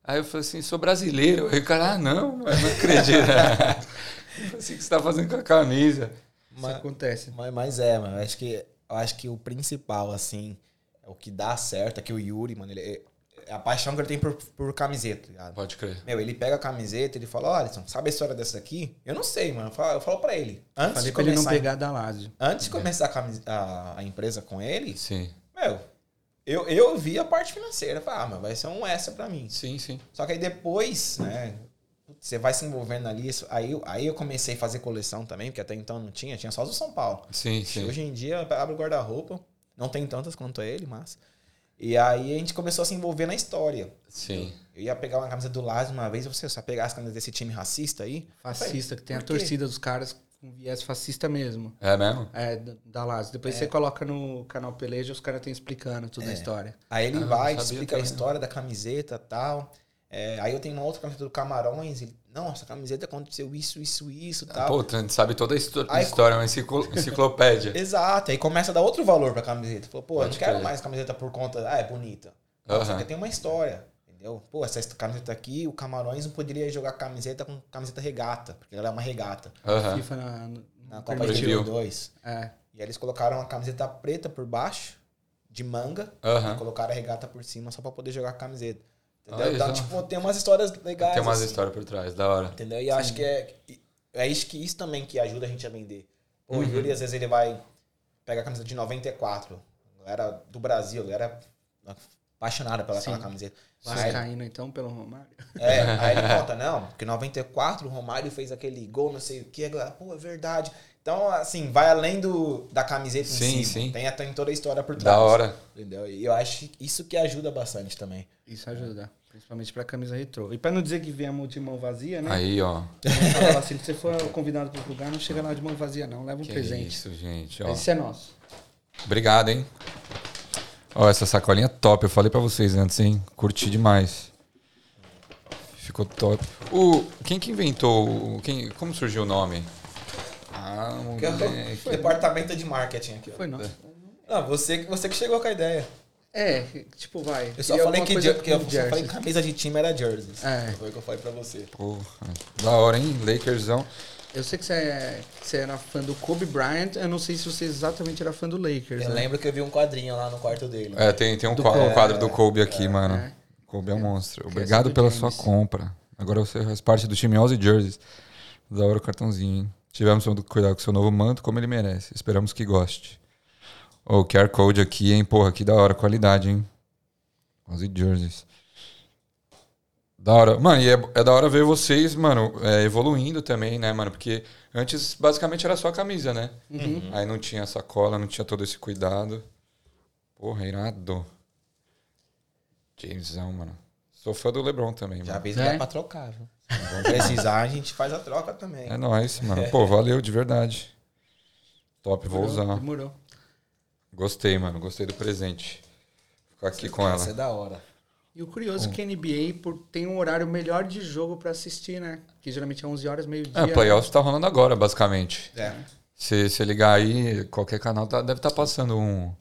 Speaker 2: Aí eu falei assim, sou brasileiro. Aí o cara, ah, não, não acredito. <laughs> eu falei assim, o que você tá fazendo com a camisa?
Speaker 3: Isso acontece.
Speaker 1: Mas, mas é, mano. eu Acho que, eu acho que o principal, assim, é o que dá certo é que o Yuri, mano, ele, é a paixão que ele tem por, por camiseta, tá ligado?
Speaker 2: Pode crer.
Speaker 1: Meu, ele pega a camiseta, ele fala, ó, Alisson, sabe a história dessa aqui? Eu não sei, mano. Eu falo, eu falo pra ele. Antes
Speaker 3: Falei
Speaker 1: de
Speaker 3: pra ele não
Speaker 1: começar,
Speaker 3: pegar É. da Lazio.
Speaker 1: Antes de começar a, camis- a- a empresa com ele,
Speaker 2: Sim.
Speaker 1: meu, eu, eu vi a parte financeira. Eu Falei, ah, mas vai ser um essa pra mim.
Speaker 2: Sim, sim.
Speaker 1: Só que aí depois, né? putz, Você vai se envolvendo ali. isso- Aí, eu- aí eu comecei a fazer coleção também, porque até então não tinha, tinha só os do São Paulo.
Speaker 2: Sim, sim.
Speaker 1: Hoje em dia, abre o guarda-roupa. Não tem tantas quanto ele, mas. E aí a gente começou a se envolver na história.
Speaker 2: Sim.
Speaker 1: Eu ia pegar uma camisa do Lazio uma vez, eu falei, se eu pegar as camisas desse time racista aí.
Speaker 3: Fascista, que tem a
Speaker 1: por quê?
Speaker 3: torcida dos caras com viés fascista mesmo.
Speaker 2: É mesmo?
Speaker 3: É, da- da Lazio. Depois você coloca no canal Peleja, os caras estão explicando
Speaker 1: É.
Speaker 3: toda a história.
Speaker 1: Aí ele
Speaker 2: Ah,
Speaker 1: vai,
Speaker 2: não sabia
Speaker 1: explica a
Speaker 2: também,
Speaker 1: história da camiseta e tal. É, aí eu tenho uma outra camiseta do Camarões. Ele, não, essa camiseta aconteceu isso, isso, isso e tal.
Speaker 2: Pô, a gente sabe toda a histo-
Speaker 1: Aí-
Speaker 2: história, é uma enciclo- <laughs> enciclopédia.
Speaker 1: Exato, aí começa a dar outro valor pra camiseta. Falou, pô, eu
Speaker 2: Pode
Speaker 1: não quero
Speaker 2: crer. Tá.
Speaker 1: mais camiseta por conta, ah, é bonita. Não, Só
Speaker 2: Aham.
Speaker 1: que tem uma história, entendeu? Pô, essa est- camiseta aqui, o Camarões não poderia jogar camiseta com camiseta regata, porque ela é uma regata.
Speaker 2: Aham.
Speaker 3: FIFA na, no-
Speaker 1: Na
Speaker 3: não
Speaker 1: Copa de
Speaker 2: Permitiu.
Speaker 1: 2002.
Speaker 3: É,
Speaker 1: E aí eles colocaram uma camiseta preta por baixo, de manga, e
Speaker 2: Aham.
Speaker 1: colocaram a regata por cima só pra poder jogar com a camiseta. Entendeu?
Speaker 2: Olha
Speaker 1: então,
Speaker 2: só.
Speaker 1: tipo, tem umas histórias legais.
Speaker 2: Tem umas
Speaker 1: assim,
Speaker 2: histórias por trás, da hora.
Speaker 1: Entendeu? E eu acho que é, é isso, que, isso também que ajuda a gente a vender.
Speaker 2: Uhum.
Speaker 1: O Yuri, às vezes, ele vai pegar a camiseta de 94. Era do Brasil, era apaixonada pela aquela
Speaker 3: Sim.
Speaker 1: camiseta. Aí,
Speaker 3: Vascaíno então pelo Romário.
Speaker 2: <laughs>
Speaker 1: é, aí ele conta, não, porque em 94 o Romário fez aquele gol, não sei o que, agora, pô, é verdade. Então, assim, vai além do, da camiseta
Speaker 2: Sim,
Speaker 1: em si.
Speaker 2: sim.
Speaker 1: Tem, tem toda a história por trás.
Speaker 2: Da hora.
Speaker 1: Entendeu? E eu acho que isso que ajuda bastante também.
Speaker 3: Isso ajuda. Principalmente pra camisa retrô. E pra não dizer que viemos de mão vazia, né?
Speaker 2: Aí, ó.
Speaker 3: Vamos falar assim, se você for convidado para lugar, não chega lá de mão vazia, não. Leva um
Speaker 2: Que
Speaker 3: presente.
Speaker 2: isso, gente. Ó.
Speaker 3: Esse é nosso.
Speaker 2: Obrigado, hein? Ó, essa sacolinha é top. Eu falei pra vocês antes, hein? Curti demais. Ficou top. O, quem que inventou? o- Quem, como surgiu o nome? Ah,
Speaker 1: <laughs>
Speaker 2: moleque.
Speaker 1: Departamento de marketing aqui. ó.
Speaker 3: Foi nosso.
Speaker 1: Não, você, você que chegou com a ideia.
Speaker 3: É, tipo, vai.
Speaker 1: Eu só
Speaker 3: Queria
Speaker 1: falei
Speaker 3: alguma
Speaker 1: que,
Speaker 3: coisa
Speaker 1: jer- que eu
Speaker 3: com
Speaker 1: só falei
Speaker 3: jersey.
Speaker 1: que camisa de time era jersey.
Speaker 3: É.
Speaker 1: Foi o que eu falei pra você.
Speaker 2: Porra. Da hora, hein? Lakersão.
Speaker 3: Eu sei que você, é- que você era fã do Kobe Bryant, eu não sei se você exatamente era fã do Lakers.
Speaker 1: Eu
Speaker 3: né?
Speaker 1: lembro que eu vi um quadrinho lá no quarto dele.
Speaker 2: É, tem, tem um,
Speaker 3: Do
Speaker 2: qua- um
Speaker 3: Kobe.
Speaker 2: quadro do Kobe aqui, mano.
Speaker 3: é.
Speaker 2: Kobe é um monstro.
Speaker 3: é
Speaker 2: Obrigado
Speaker 3: do
Speaker 2: pela
Speaker 3: James.
Speaker 2: sua compra. Agora você faz parte do time 11 Jerseys. Da hora o cartãozinho, hein? Tivemos que cuidar com seu novo manto como ele merece. Esperamos que goste. Ô, O QR Code aqui, hein? Porra, que da hora. Qualidade, hein? 11 Jerseys. Da hora. Mano, e é, é da hora ver vocês, mano, é, evoluindo também, né, mano? Porque antes, basicamente, era só a camisa, né? Aí não tinha sacola, não tinha todo esse cuidado. Porra, irado. Jamesão, mano. Sou fã do LeBron também,
Speaker 1: Já
Speaker 2: mano.
Speaker 1: vi que
Speaker 3: É?
Speaker 1: dá pra trocar, viu? Vamos precisar, a gente faz a troca também.
Speaker 2: É nóis, mano. Pô, valeu, de verdade. Top, vou usar.
Speaker 3: Demorou.
Speaker 2: Gostei, mano. Gostei do presente. Ficar aqui com
Speaker 1: Isso é
Speaker 2: ela.
Speaker 1: da hora.
Speaker 3: E o curioso é que a NBA por- tem um horário melhor de jogo pra assistir, né? Que geralmente é 11 horas, meio-dia.
Speaker 2: É, playoffs tá rolando agora, basicamente.
Speaker 1: É.
Speaker 2: Se você ligar aí, qualquer canal tá- deve estar passando um,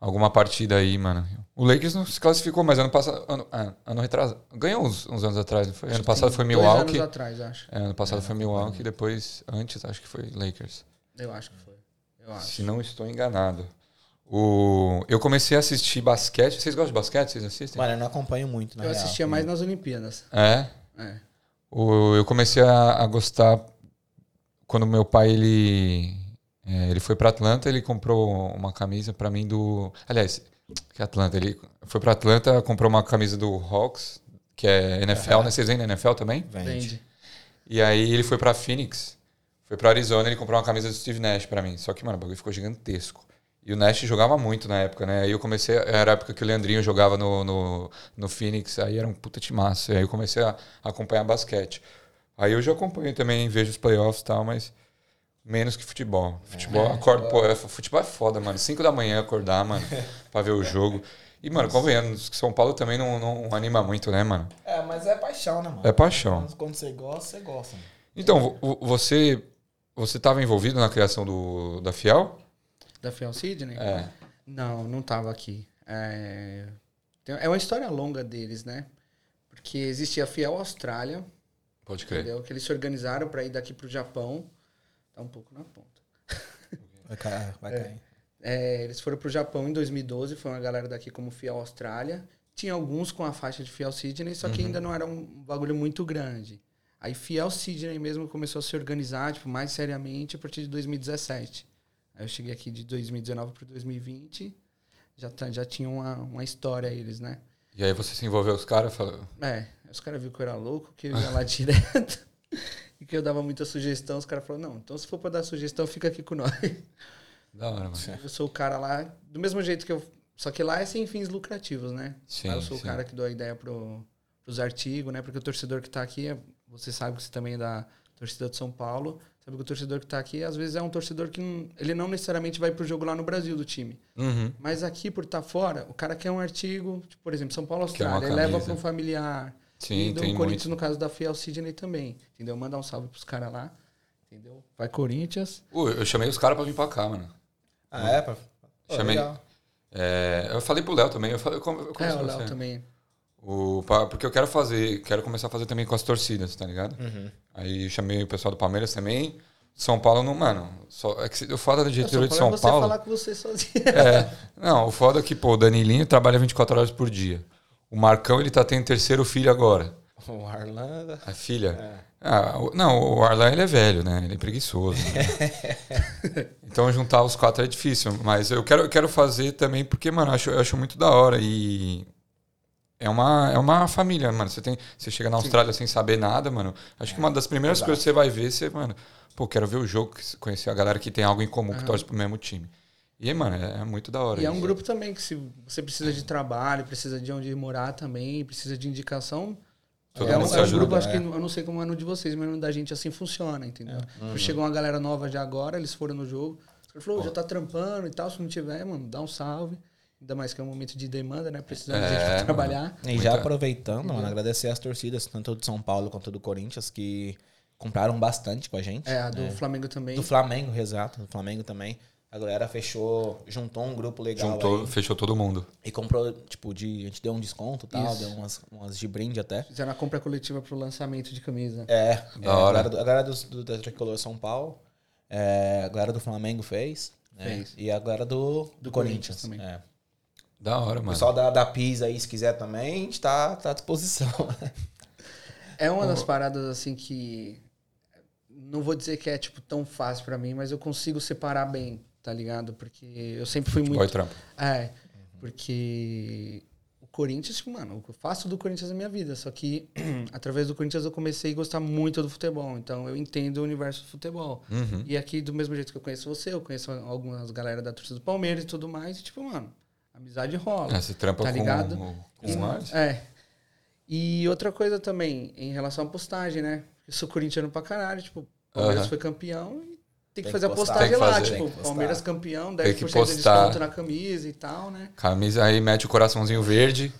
Speaker 2: alguma partida aí, mano. O Lakers não se classificou, mas ano passado. Ano, ah, ano retrasado. Ganhou uns, uns anos atrás, não foi? Ano passado foi
Speaker 3: Dois
Speaker 2: Milwaukee.
Speaker 3: anos atrás, acho.
Speaker 2: É, ano passado foi Milwaukee, depois, antes, acho que foi Lakers.
Speaker 3: Eu acho que foi. Eu acho.
Speaker 2: Se não estou enganado. O... Eu comecei a assistir basquete. Vocês gostam de basquete? Vocês assistem?
Speaker 1: Mano, eu não acompanho muito, na
Speaker 3: Eu
Speaker 1: real.
Speaker 3: assistia mais nas Olimpíadas.
Speaker 2: É.
Speaker 3: É.
Speaker 2: O... Eu comecei a, a gostar quando meu pai ele é, ele foi para Atlanta, ele comprou uma camisa para mim do, aliás, que Atlanta, ele foi para Atlanta, comprou uma camisa do Hawks, que é NFL, né? Vocês vendem NFL também?
Speaker 1: Vende.
Speaker 2: E aí ele foi pra Phoenix, foi pra Arizona, ele comprou uma camisa do Steve Nash pra mim. Só que, mano, o bagulho ficou gigantesco. E o Nash jogava muito na época, né? Aí eu comecei, era a época que o Leandrinho jogava no, no, no Phoenix, aí era um puta timaço. E aí eu comecei a acompanhar basquete. Aí eu já acompanho também, vejo os playoffs e tal, mas menos que futebol. Futebol, acordo, pô, é, futebol é foda, mano. 5 da manhã acordar, mano, pra ver o jogo. E, mano, convenhamos, que São Paulo também não, não anima muito, né, mano?
Speaker 1: É, mas é paixão, né, mano?
Speaker 2: É paixão.
Speaker 1: Quando você gosta, você gosta. Mano.
Speaker 2: Então, vo- vo- você você estava envolvido na criação do, da Fiel?
Speaker 3: Da Fiel Sidney?
Speaker 2: É.
Speaker 3: Não, não tava aqui. É... tem- é uma história longa deles, né? Porque existia a Fiel Austrália,
Speaker 2: Pode crer.
Speaker 3: entendeu? Que eles se organizaram para ir daqui pro Japão. Tá um pouco na ponta.
Speaker 1: Vai cair, vai cair.
Speaker 3: É, eles foram pro Japão em 2012, foi uma galera daqui como Fiel Austrália. Tinha alguns com a faixa de Fiel Sydney, só que ainda não era um bagulho muito grande. Aí Fiel Sydney mesmo começou a se organizar tipo, mais seriamente a partir de 2017. Aí eu cheguei aqui de 2019 para 2020, já, tá- já tinha uma, uma história eles, né?
Speaker 2: E aí você se envolveu com os caras falou.
Speaker 3: É, os caras viram que eu era louco, que eu ia lá direto <laughs> e que eu dava muita sugestão. Os caras falaram, não, então se for para dar sugestão, fica aqui com nós.
Speaker 2: Da hora, mano.
Speaker 3: Eu sou o cara lá, do mesmo jeito que eu. Só que lá é sem fins lucrativos, né?
Speaker 2: Sim,
Speaker 3: Lá eu sou
Speaker 2: sim.
Speaker 3: o cara que dou a ideia pro, pros artigos, né? Porque o torcedor que tá aqui, é- você sabe que você também é da torcida de São Paulo, sabe que o torcedor que tá aqui, às vezes é um torcedor que não- ele não necessariamente vai pro jogo lá no Brasil do time.
Speaker 2: Uhum.
Speaker 3: Mas aqui, por estar fora, o cara quer um artigo, tipo, por exemplo, São Paulo
Speaker 2: Quer uma
Speaker 3: Austrália, ele leva
Speaker 2: camisa.
Speaker 3: para um familiar.
Speaker 2: Sim,
Speaker 3: e do
Speaker 2: tem
Speaker 3: Corinthians,
Speaker 2: muito.
Speaker 3: no caso da Fiel Sidney também, entendeu? Mandar um salve pros caras lá, entendeu? Vai Corinthians.
Speaker 2: Uh, eu chamei os caras pra vir pra cá, mano.
Speaker 1: Ah, é, pô? Pô,
Speaker 2: Chamei.
Speaker 1: legal.
Speaker 2: É, eu falei pro Léo também. Eu falei, eu, com- eu
Speaker 3: É,
Speaker 2: conversei
Speaker 3: o
Speaker 2: com
Speaker 3: Léo
Speaker 2: você.
Speaker 3: também.
Speaker 2: O, pra- porque eu quero fazer, quero começar a fazer também com as torcidas, tá ligado?
Speaker 3: Uhum.
Speaker 2: Aí eu chamei o pessoal do Palmeiras também. São Paulo não, mano. Só, é que se- o foda da diretoria de São
Speaker 3: é você
Speaker 2: Paulo.
Speaker 3: falar com você sozinho.
Speaker 2: É. Não, o foda é que, pô, o Danilinho trabalha 24 horas por dia. O Marcão, ele tá tendo terceiro filho agora.
Speaker 1: O é Arlanda.
Speaker 2: A
Speaker 3: É.
Speaker 2: filha? Ah, o- não, o Arlan ele é velho, né? Ele é preguiçoso. né?
Speaker 3: <laughs>
Speaker 2: então juntar os quatro é difícil, mas eu quero, eu quero fazer também porque, mano, eu acho, eu acho muito da hora e é uma, é uma família, mano. Você, tem, você chega na Austrália sem saber nada, mano. Acho que uma das primeiras coisas que você vai ver, você, mano, pô, quero ver o jogo, conhecer a galera que tem algo em comum, que torce pro mesmo time. E, mano, é, é muito da hora.
Speaker 3: <laughs> E é um
Speaker 2: isso.
Speaker 3: grupo também que se você precisa de trabalho, precisa de onde morar também, precisa de indicação.
Speaker 2: Todo
Speaker 3: é um,
Speaker 2: mundo se
Speaker 3: é um
Speaker 2: ajuda,
Speaker 3: grupo, acho
Speaker 1: né?
Speaker 3: que eu não sei como é no de vocês, mas no da gente assim funciona, entendeu? Tipo, Chegou uma galera nova já agora, eles foram no jogo. Ele falou, "Ô, já tá trampando e tal, se não tiver, mano, dá um salve. Ainda mais que é um momento de demanda, né? Precisando de gente
Speaker 2: É,
Speaker 3: pra
Speaker 2: mano.
Speaker 3: trabalhar.
Speaker 1: E já
Speaker 2: Muita-
Speaker 1: aproveitando, mano, agradecer as torcidas, tanto do São Paulo quanto do Corinthians, que compraram bastante com a gente. né?
Speaker 3: É, a do Flamengo também.
Speaker 1: Do Flamengo, exato. Do Flamengo também. A galera fechou, juntou um grupo legal
Speaker 2: Juntou,
Speaker 1: aí
Speaker 2: fechou todo mundo.
Speaker 1: e comprou, tipo, de, a gente deu um desconto e tal,
Speaker 3: Isso.
Speaker 1: deu umas, umas de brinde até.
Speaker 3: Fizeram a compra coletiva pro lançamento de camisa.
Speaker 1: É, é,
Speaker 2: Da hora.
Speaker 1: a galera, do, a galera dos- do- da Tricolor São Paulo, é, a galera do Flamengo fez, né?
Speaker 3: Fez.
Speaker 1: E a galera do, do,
Speaker 3: Do
Speaker 1: Corinthians.
Speaker 3: Corinthians também.
Speaker 1: é.
Speaker 2: Da hora,
Speaker 1: O
Speaker 2: mano.
Speaker 1: pessoal da, da PIS aí, se quiser também, a gente tá, tá à disposição.
Speaker 3: É uma das paradas assim que não vou dizer que é tipo tão fácil pra mim, mas eu consigo separar bem, tá ligado? Porque eu sempre fui
Speaker 2: Boy
Speaker 3: tá muito
Speaker 2: trampo.
Speaker 3: é, porque o Corinthians, mano, eu faço do Corinthians a minha vida, só que <clears throat> através do Corinthians eu comecei a gostar muito do futebol, então eu entendo o universo do futebol.
Speaker 2: Uhum.
Speaker 3: E aqui, do mesmo jeito que eu conheço você, eu conheço algumas galera da torcida do Palmeiras e tudo mais, e tipo, mano, amizade rola.
Speaker 2: É, você trampa
Speaker 3: Tá
Speaker 2: com,
Speaker 3: ligado?
Speaker 2: com,
Speaker 3: E-
Speaker 2: nós?
Speaker 3: É. E outra coisa também, em relação à postagem, né? Eu sou corintiano pra caralho, tipo, o Palmeiras
Speaker 2: Aham.
Speaker 3: foi campeão e tem que
Speaker 1: que
Speaker 3: fazer a
Speaker 1: postar.
Speaker 3: postagem
Speaker 2: Tem que
Speaker 3: lá,
Speaker 2: fazer,
Speaker 1: tem
Speaker 3: tipo,
Speaker 1: que postar.
Speaker 3: Palmeiras campeão, 10%
Speaker 2: Tem que
Speaker 3: de
Speaker 2: postar.
Speaker 3: desconto na camisa e tal, né?
Speaker 2: Camisa aí mete o coraçãozinho verde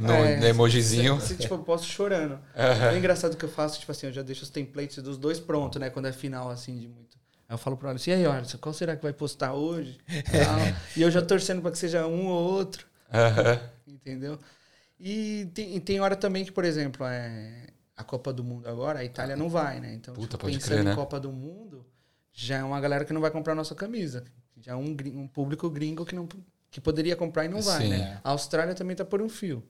Speaker 2: no
Speaker 3: É.
Speaker 2: no
Speaker 3: <laughs>
Speaker 2: emojizinho.
Speaker 3: Se, tipo, eu posto chorando. É engraçado que eu faço, tipo assim, eu já deixo os templates dos dois pronto, né? Quando é final, assim, de muito. Aí eu falo pro Alisson, e aí, Alisson, qual será que vai postar hoje? Tal. e eu já torcendo pra que seja um ou outro.
Speaker 2: Aham.
Speaker 3: Entendeu? E tem, e tem hora também que, por exemplo, é, a Copa do Mundo agora, a Itália não vai, né? Então,
Speaker 2: Puta,
Speaker 3: tipo,
Speaker 2: pode
Speaker 3: pensando
Speaker 2: crer,
Speaker 3: em
Speaker 2: né?
Speaker 3: Copa do Mundo, já é uma galera que não vai comprar nossa camisa. Já é um, grin- um público gringo que, não, que poderia comprar e não vai,
Speaker 2: Sim. é.
Speaker 3: né? A Austrália também tá por um fio.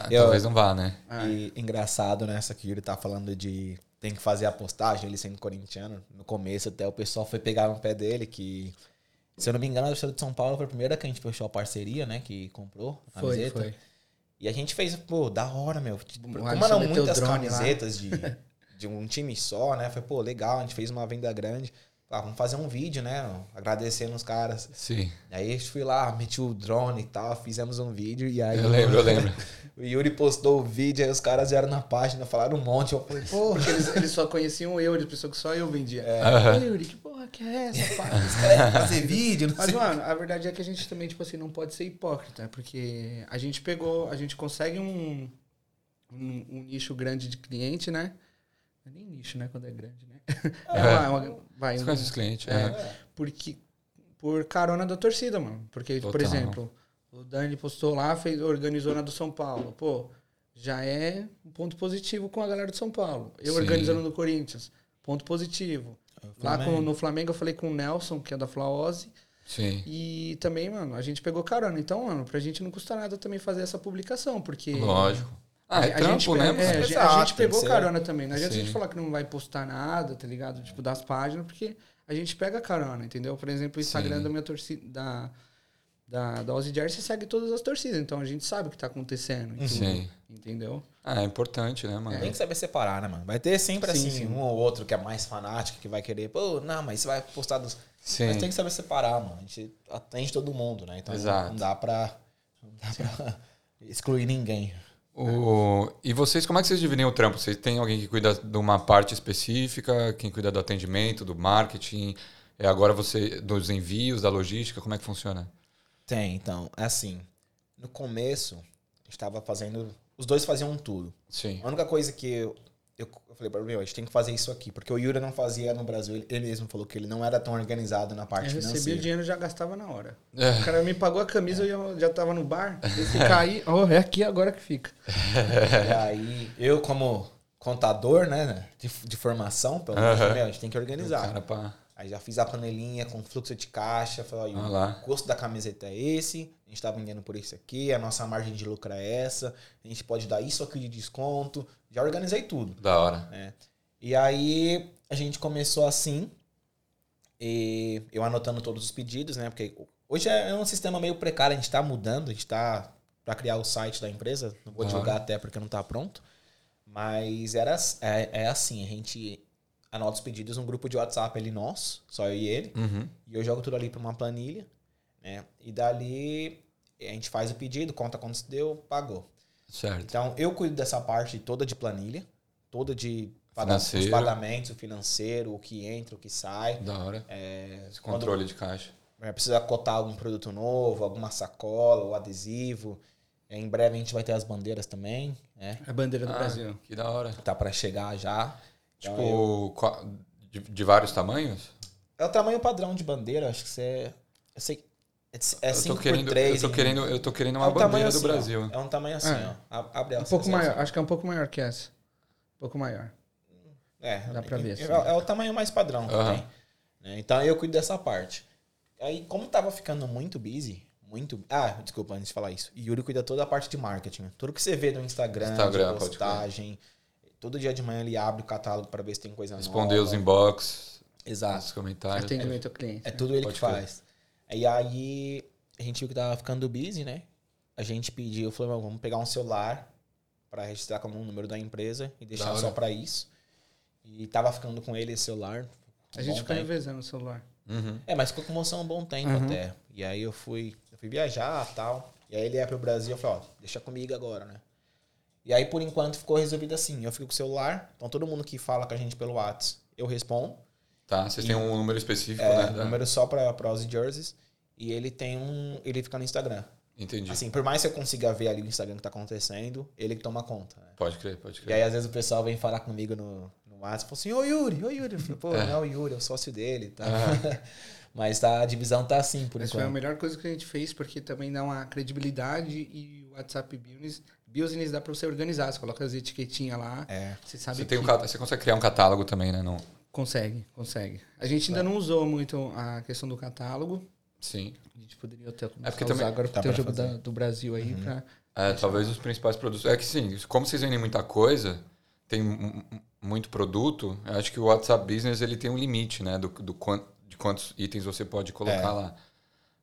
Speaker 2: Ah,
Speaker 1: Eu-
Speaker 2: Talvez não vá, né?
Speaker 3: Ah,
Speaker 1: E engraçado, né? Essa que ele tá falando de tem que fazer a postagem, ele sendo corintiano. No começo até o pessoal foi pegar no pé dele, que... Se eu não me engano, a torcida de São Paulo foi a primeira que a gente fechou a parceria, né? Que comprou a
Speaker 3: Foi,
Speaker 1: camiseta.
Speaker 3: foi.
Speaker 1: E a gente fez, pô, da hora, meu. Tipo,
Speaker 3: O
Speaker 1: Como
Speaker 3: Alisson
Speaker 1: eram
Speaker 3: meteu
Speaker 1: muitas
Speaker 3: o drone lá.
Speaker 1: camisetas
Speaker 3: <laughs>
Speaker 1: de, de um time só, né? Foi, pô, legal, a gente fez uma venda grande. Ah, vamos fazer um vídeo, né? Agradecendo os caras.
Speaker 2: Sim,
Speaker 1: Aí eu fui lá, meti o drone e tal, fizemos um vídeo e aí.
Speaker 2: eu lembro, eu lembro.
Speaker 1: O Yuri postou o vídeo, aí os caras vieram na página, falaram um monte. Eu falei, pô,
Speaker 3: Porque eles, eles só conheciam eu, de pessoa que só eu vendia.
Speaker 2: Aham.
Speaker 3: Ei, Yuri, que porra que é essa, pá?
Speaker 1: os caras querem fazer vídeo, não
Speaker 3: Mas,
Speaker 1: sei.
Speaker 3: mano, a verdade é que a gente também, tipo assim, não pode ser hipócrita, porque a gente pegou, a gente consegue um, um, um nicho grande de cliente, né? Não é nem nicho, né? Quando é grande, né? <laughs>
Speaker 2: É.
Speaker 3: uma- uma- vai,
Speaker 2: Você
Speaker 3: um-
Speaker 2: conhece os clientes?
Speaker 3: É.
Speaker 2: É.
Speaker 3: porque por carona da torcida, mano. Porque, por
Speaker 2: Total.
Speaker 3: exemplo, o Dani postou lá, fez, organizou na do São Paulo. Pô, já é um ponto positivo com a galera do São Paulo. Eu
Speaker 2: Sim.
Speaker 3: organizando no Corinthians, ponto positivo. Lá
Speaker 1: Flamengo.
Speaker 3: com- no Flamengo eu falei com o Nelson, que é da Flaose.
Speaker 2: Sim.
Speaker 3: E também, mano, a gente pegou carona. Então, mano, pra gente não custa nada também fazer essa publicação, porque.
Speaker 2: Lógico. Ah, é
Speaker 3: a gente,
Speaker 2: trampo,
Speaker 3: pe-
Speaker 2: né?
Speaker 3: é, a
Speaker 2: mano?
Speaker 3: gente-
Speaker 1: Exato,
Speaker 3: a
Speaker 1: tem
Speaker 3: gente
Speaker 1: que
Speaker 3: pegou
Speaker 1: ser.
Speaker 3: carona também. Não adianta a
Speaker 2: Sim.
Speaker 3: gente falar que não vai postar nada, tá ligado? Tipo, das páginas, porque a gente pega carona, entendeu? Por exemplo, o Instagram
Speaker 2: Sim.
Speaker 3: da minha torcida. Da, da, da Ozzy Jersey segue todas as torcidas, então a gente sabe o que tá acontecendo. e tudo,
Speaker 2: Sim.
Speaker 3: Entendeu?
Speaker 2: Ah, é importante, né, mano?
Speaker 1: Tem que saber separar, né, mano? Vai ter sempre
Speaker 3: Sim,
Speaker 1: assim,
Speaker 3: sim.
Speaker 1: um ou outro que é mais fanático, que vai querer, pô, não, mas você vai postar dos. Mas
Speaker 2: Sim.
Speaker 1: tem que saber separar, mano. A gente atende todo mundo, né? Então
Speaker 2: Exato.
Speaker 1: não dá pra. Não dá pra <laughs> excluir ninguém.
Speaker 2: O... E vocês, como é que vocês dividem o trampo? Vocês têm alguém que cuida de uma parte específica, quem cuida do atendimento, do marketing, é agora você dos envios, da logística, como é que funciona?
Speaker 1: Tem, então. é Assim, no começo, a gente tava fazendo. Os dois faziam um tudo.
Speaker 2: Sim.
Speaker 1: A única coisa que eu, eu, eu falei pra meu, a gente tem que fazer isso aqui. Porque o Yura não fazia no Brasil, ele, ele mesmo falou que ele não era tão organizado na parte
Speaker 3: eu recebi o
Speaker 1: financeira.
Speaker 3: dinheiro e já gastava na hora.
Speaker 2: É.
Speaker 3: O cara me pagou a camisa, eu já, já tava no bar. e
Speaker 2: <laughs>
Speaker 3: Se cair, ó, é aqui agora que fica.
Speaker 1: E aí, eu, como contador, né, de, de formação, pelo menos,
Speaker 2: Aham.
Speaker 1: meu, a gente tem que organizar.
Speaker 2: Cara, pá.
Speaker 1: Aí já fiz a panelinha com fluxo de caixa. Falei, ó,
Speaker 2: Ah
Speaker 1: o
Speaker 2: lá.
Speaker 1: custo da camiseta é esse, a gente tá vendendo por isso aqui, a nossa margem de lucro é essa, a gente pode dar isso aqui de desconto. Já organizei tudo.
Speaker 2: Da hora.
Speaker 1: É. E aí a gente começou assim, e eu anotando todos os pedidos, né? Porque hoje é um sistema meio precário, a gente tá mudando, a gente tá pra criar o site da empresa, não vou
Speaker 2: Claro.
Speaker 1: divulgar até porque não tá pronto. Mas era, ass- é, é assim, a gente anota os pedidos num grupo de WhatsApp ali nosso, só eu e ele.
Speaker 2: Uhum.
Speaker 1: E eu jogo tudo ali para uma planilha, né? E dali a gente faz o pedido, conta quanto se deu, pagou.
Speaker 2: Certo.
Speaker 1: Então eu cuido dessa parte toda de planilha, toda de paga- os
Speaker 2: Financeiro.
Speaker 1: pagamentos, o financeiro, o que entra, o que sai.
Speaker 2: Da hora. Esse controle de caixa.
Speaker 1: É, Precisa cotar algum produto novo, alguma sacola, ou adesivo. É, Em breve a gente vai ter as bandeiras também, né?
Speaker 3: A É. bandeira do
Speaker 2: Ah,
Speaker 3: Brasil.
Speaker 2: Que da hora.
Speaker 1: Tá para chegar já. Então,
Speaker 2: tipo,
Speaker 1: eu-
Speaker 2: qua- de, de vários tamanhos?
Speaker 1: é o tamanho padrão de bandeira, acho que você eu sei é
Speaker 2: eu
Speaker 1: 5
Speaker 2: tô querendo,
Speaker 1: por 3
Speaker 2: eu tô querendo, eu tô querendo uma
Speaker 1: um tamanho
Speaker 2: bandeira do
Speaker 1: assim, ó.
Speaker 2: Brasil.
Speaker 1: É um tamanho assim,
Speaker 3: É.
Speaker 1: ó. A- Abre
Speaker 3: um
Speaker 1: essa,
Speaker 3: pouco
Speaker 1: essa,
Speaker 3: maior,
Speaker 1: essa.
Speaker 3: acho que é um pouco maior que essa. Um pouco maior.
Speaker 1: É,
Speaker 3: Dá pra ver,
Speaker 1: é-
Speaker 3: assim.
Speaker 1: É, o tamanho mais padrão que
Speaker 2: Aham.
Speaker 1: tem. né? Então eu cuido dessa parte. Aí, como tava ficando muito busy, muito. Ah, desculpa, antes de falar isso. Yuri cuida toda a parte de marketing. Tudo que você vê no Instagram,
Speaker 2: Instagram,
Speaker 1: de
Speaker 2: pode crer.
Speaker 1: postagem. Todo dia de manhã ele abre o catálogo pra ver se tem coisa nova.
Speaker 2: Responder os inbox,
Speaker 1: Exato.
Speaker 2: os comentários.
Speaker 3: Atendimento ao cliente.
Speaker 1: É tudo ele
Speaker 2: Pode
Speaker 1: que
Speaker 2: crer.
Speaker 1: faz. E aí, a gente viu que tava ficando busy, né? A gente pediu, falou, "Mano, vamos pegar um celular pra registrar como um número da empresa e
Speaker 2: Da
Speaker 1: deixar
Speaker 2: hora.
Speaker 1: só pra isso. E tava ficando com ele esse celular. um
Speaker 3: A gente
Speaker 1: bom
Speaker 3: fica
Speaker 1: tempo.
Speaker 3: revezando o celular.
Speaker 2: Uhum.
Speaker 1: É, mas ficou com moção um bom tempo
Speaker 3: Uhum.
Speaker 1: até. E aí eu fui, eu fui viajar e tal. E aí ele ia pro Brasil, eu falei, ó, deixa comigo agora, né? E aí, por enquanto, ficou resolvido assim. Eu fico com o celular, então todo mundo que fala com a gente pelo WhatsApp, eu respondo.
Speaker 2: Tá, vocês têm um número específico,
Speaker 1: É,
Speaker 2: né? Da-
Speaker 1: número só pra, pra os jerseys. E ele tem um. Ele fica no Instagram.
Speaker 2: Entendi.
Speaker 1: Assim, por mais que eu consiga ver ali o Instagram que tá acontecendo, ele que toma conta. né?
Speaker 2: Pode crer, pode
Speaker 1: E
Speaker 2: crer.
Speaker 1: aí, às vezes, o pessoal vem falar comigo no, no WhatsApp e fala assim: Ô Yuri, ô Yuri. Eu falo, Pô, não é o Yuri, é o sócio dele. Tá? <laughs> Mas tá, a divisão tá assim, por
Speaker 3: Mas foi a
Speaker 1: enquanto.
Speaker 3: melhor coisa que a gente fez, porque também dá uma credibilidade e o WhatsApp Business, business dá pra você organizar. Você coloca as etiquetinhas lá,
Speaker 1: É.
Speaker 3: você sabe
Speaker 2: Você,
Speaker 3: que
Speaker 2: tem um cata- você consegue criar um catálogo também, né? Não.
Speaker 3: consegue, consegue. A gente ainda não usou muito a questão do catálogo.
Speaker 2: Sim.
Speaker 3: A gente poderia até começar
Speaker 2: É porque
Speaker 3: a usar
Speaker 2: também-
Speaker 3: agora
Speaker 1: dá
Speaker 3: porque tem o
Speaker 1: pra
Speaker 3: jogo
Speaker 1: fazer. Uhum.
Speaker 3: da- do Brasil aí pra...
Speaker 2: É, talvez os principais produtos. É que sim, como vocês vendem muita coisa, tem um- um- muito produto, eu acho que o WhatsApp Business ele tem um limite, né? Do, do quant, de quantos itens você pode colocar
Speaker 1: É.
Speaker 2: lá.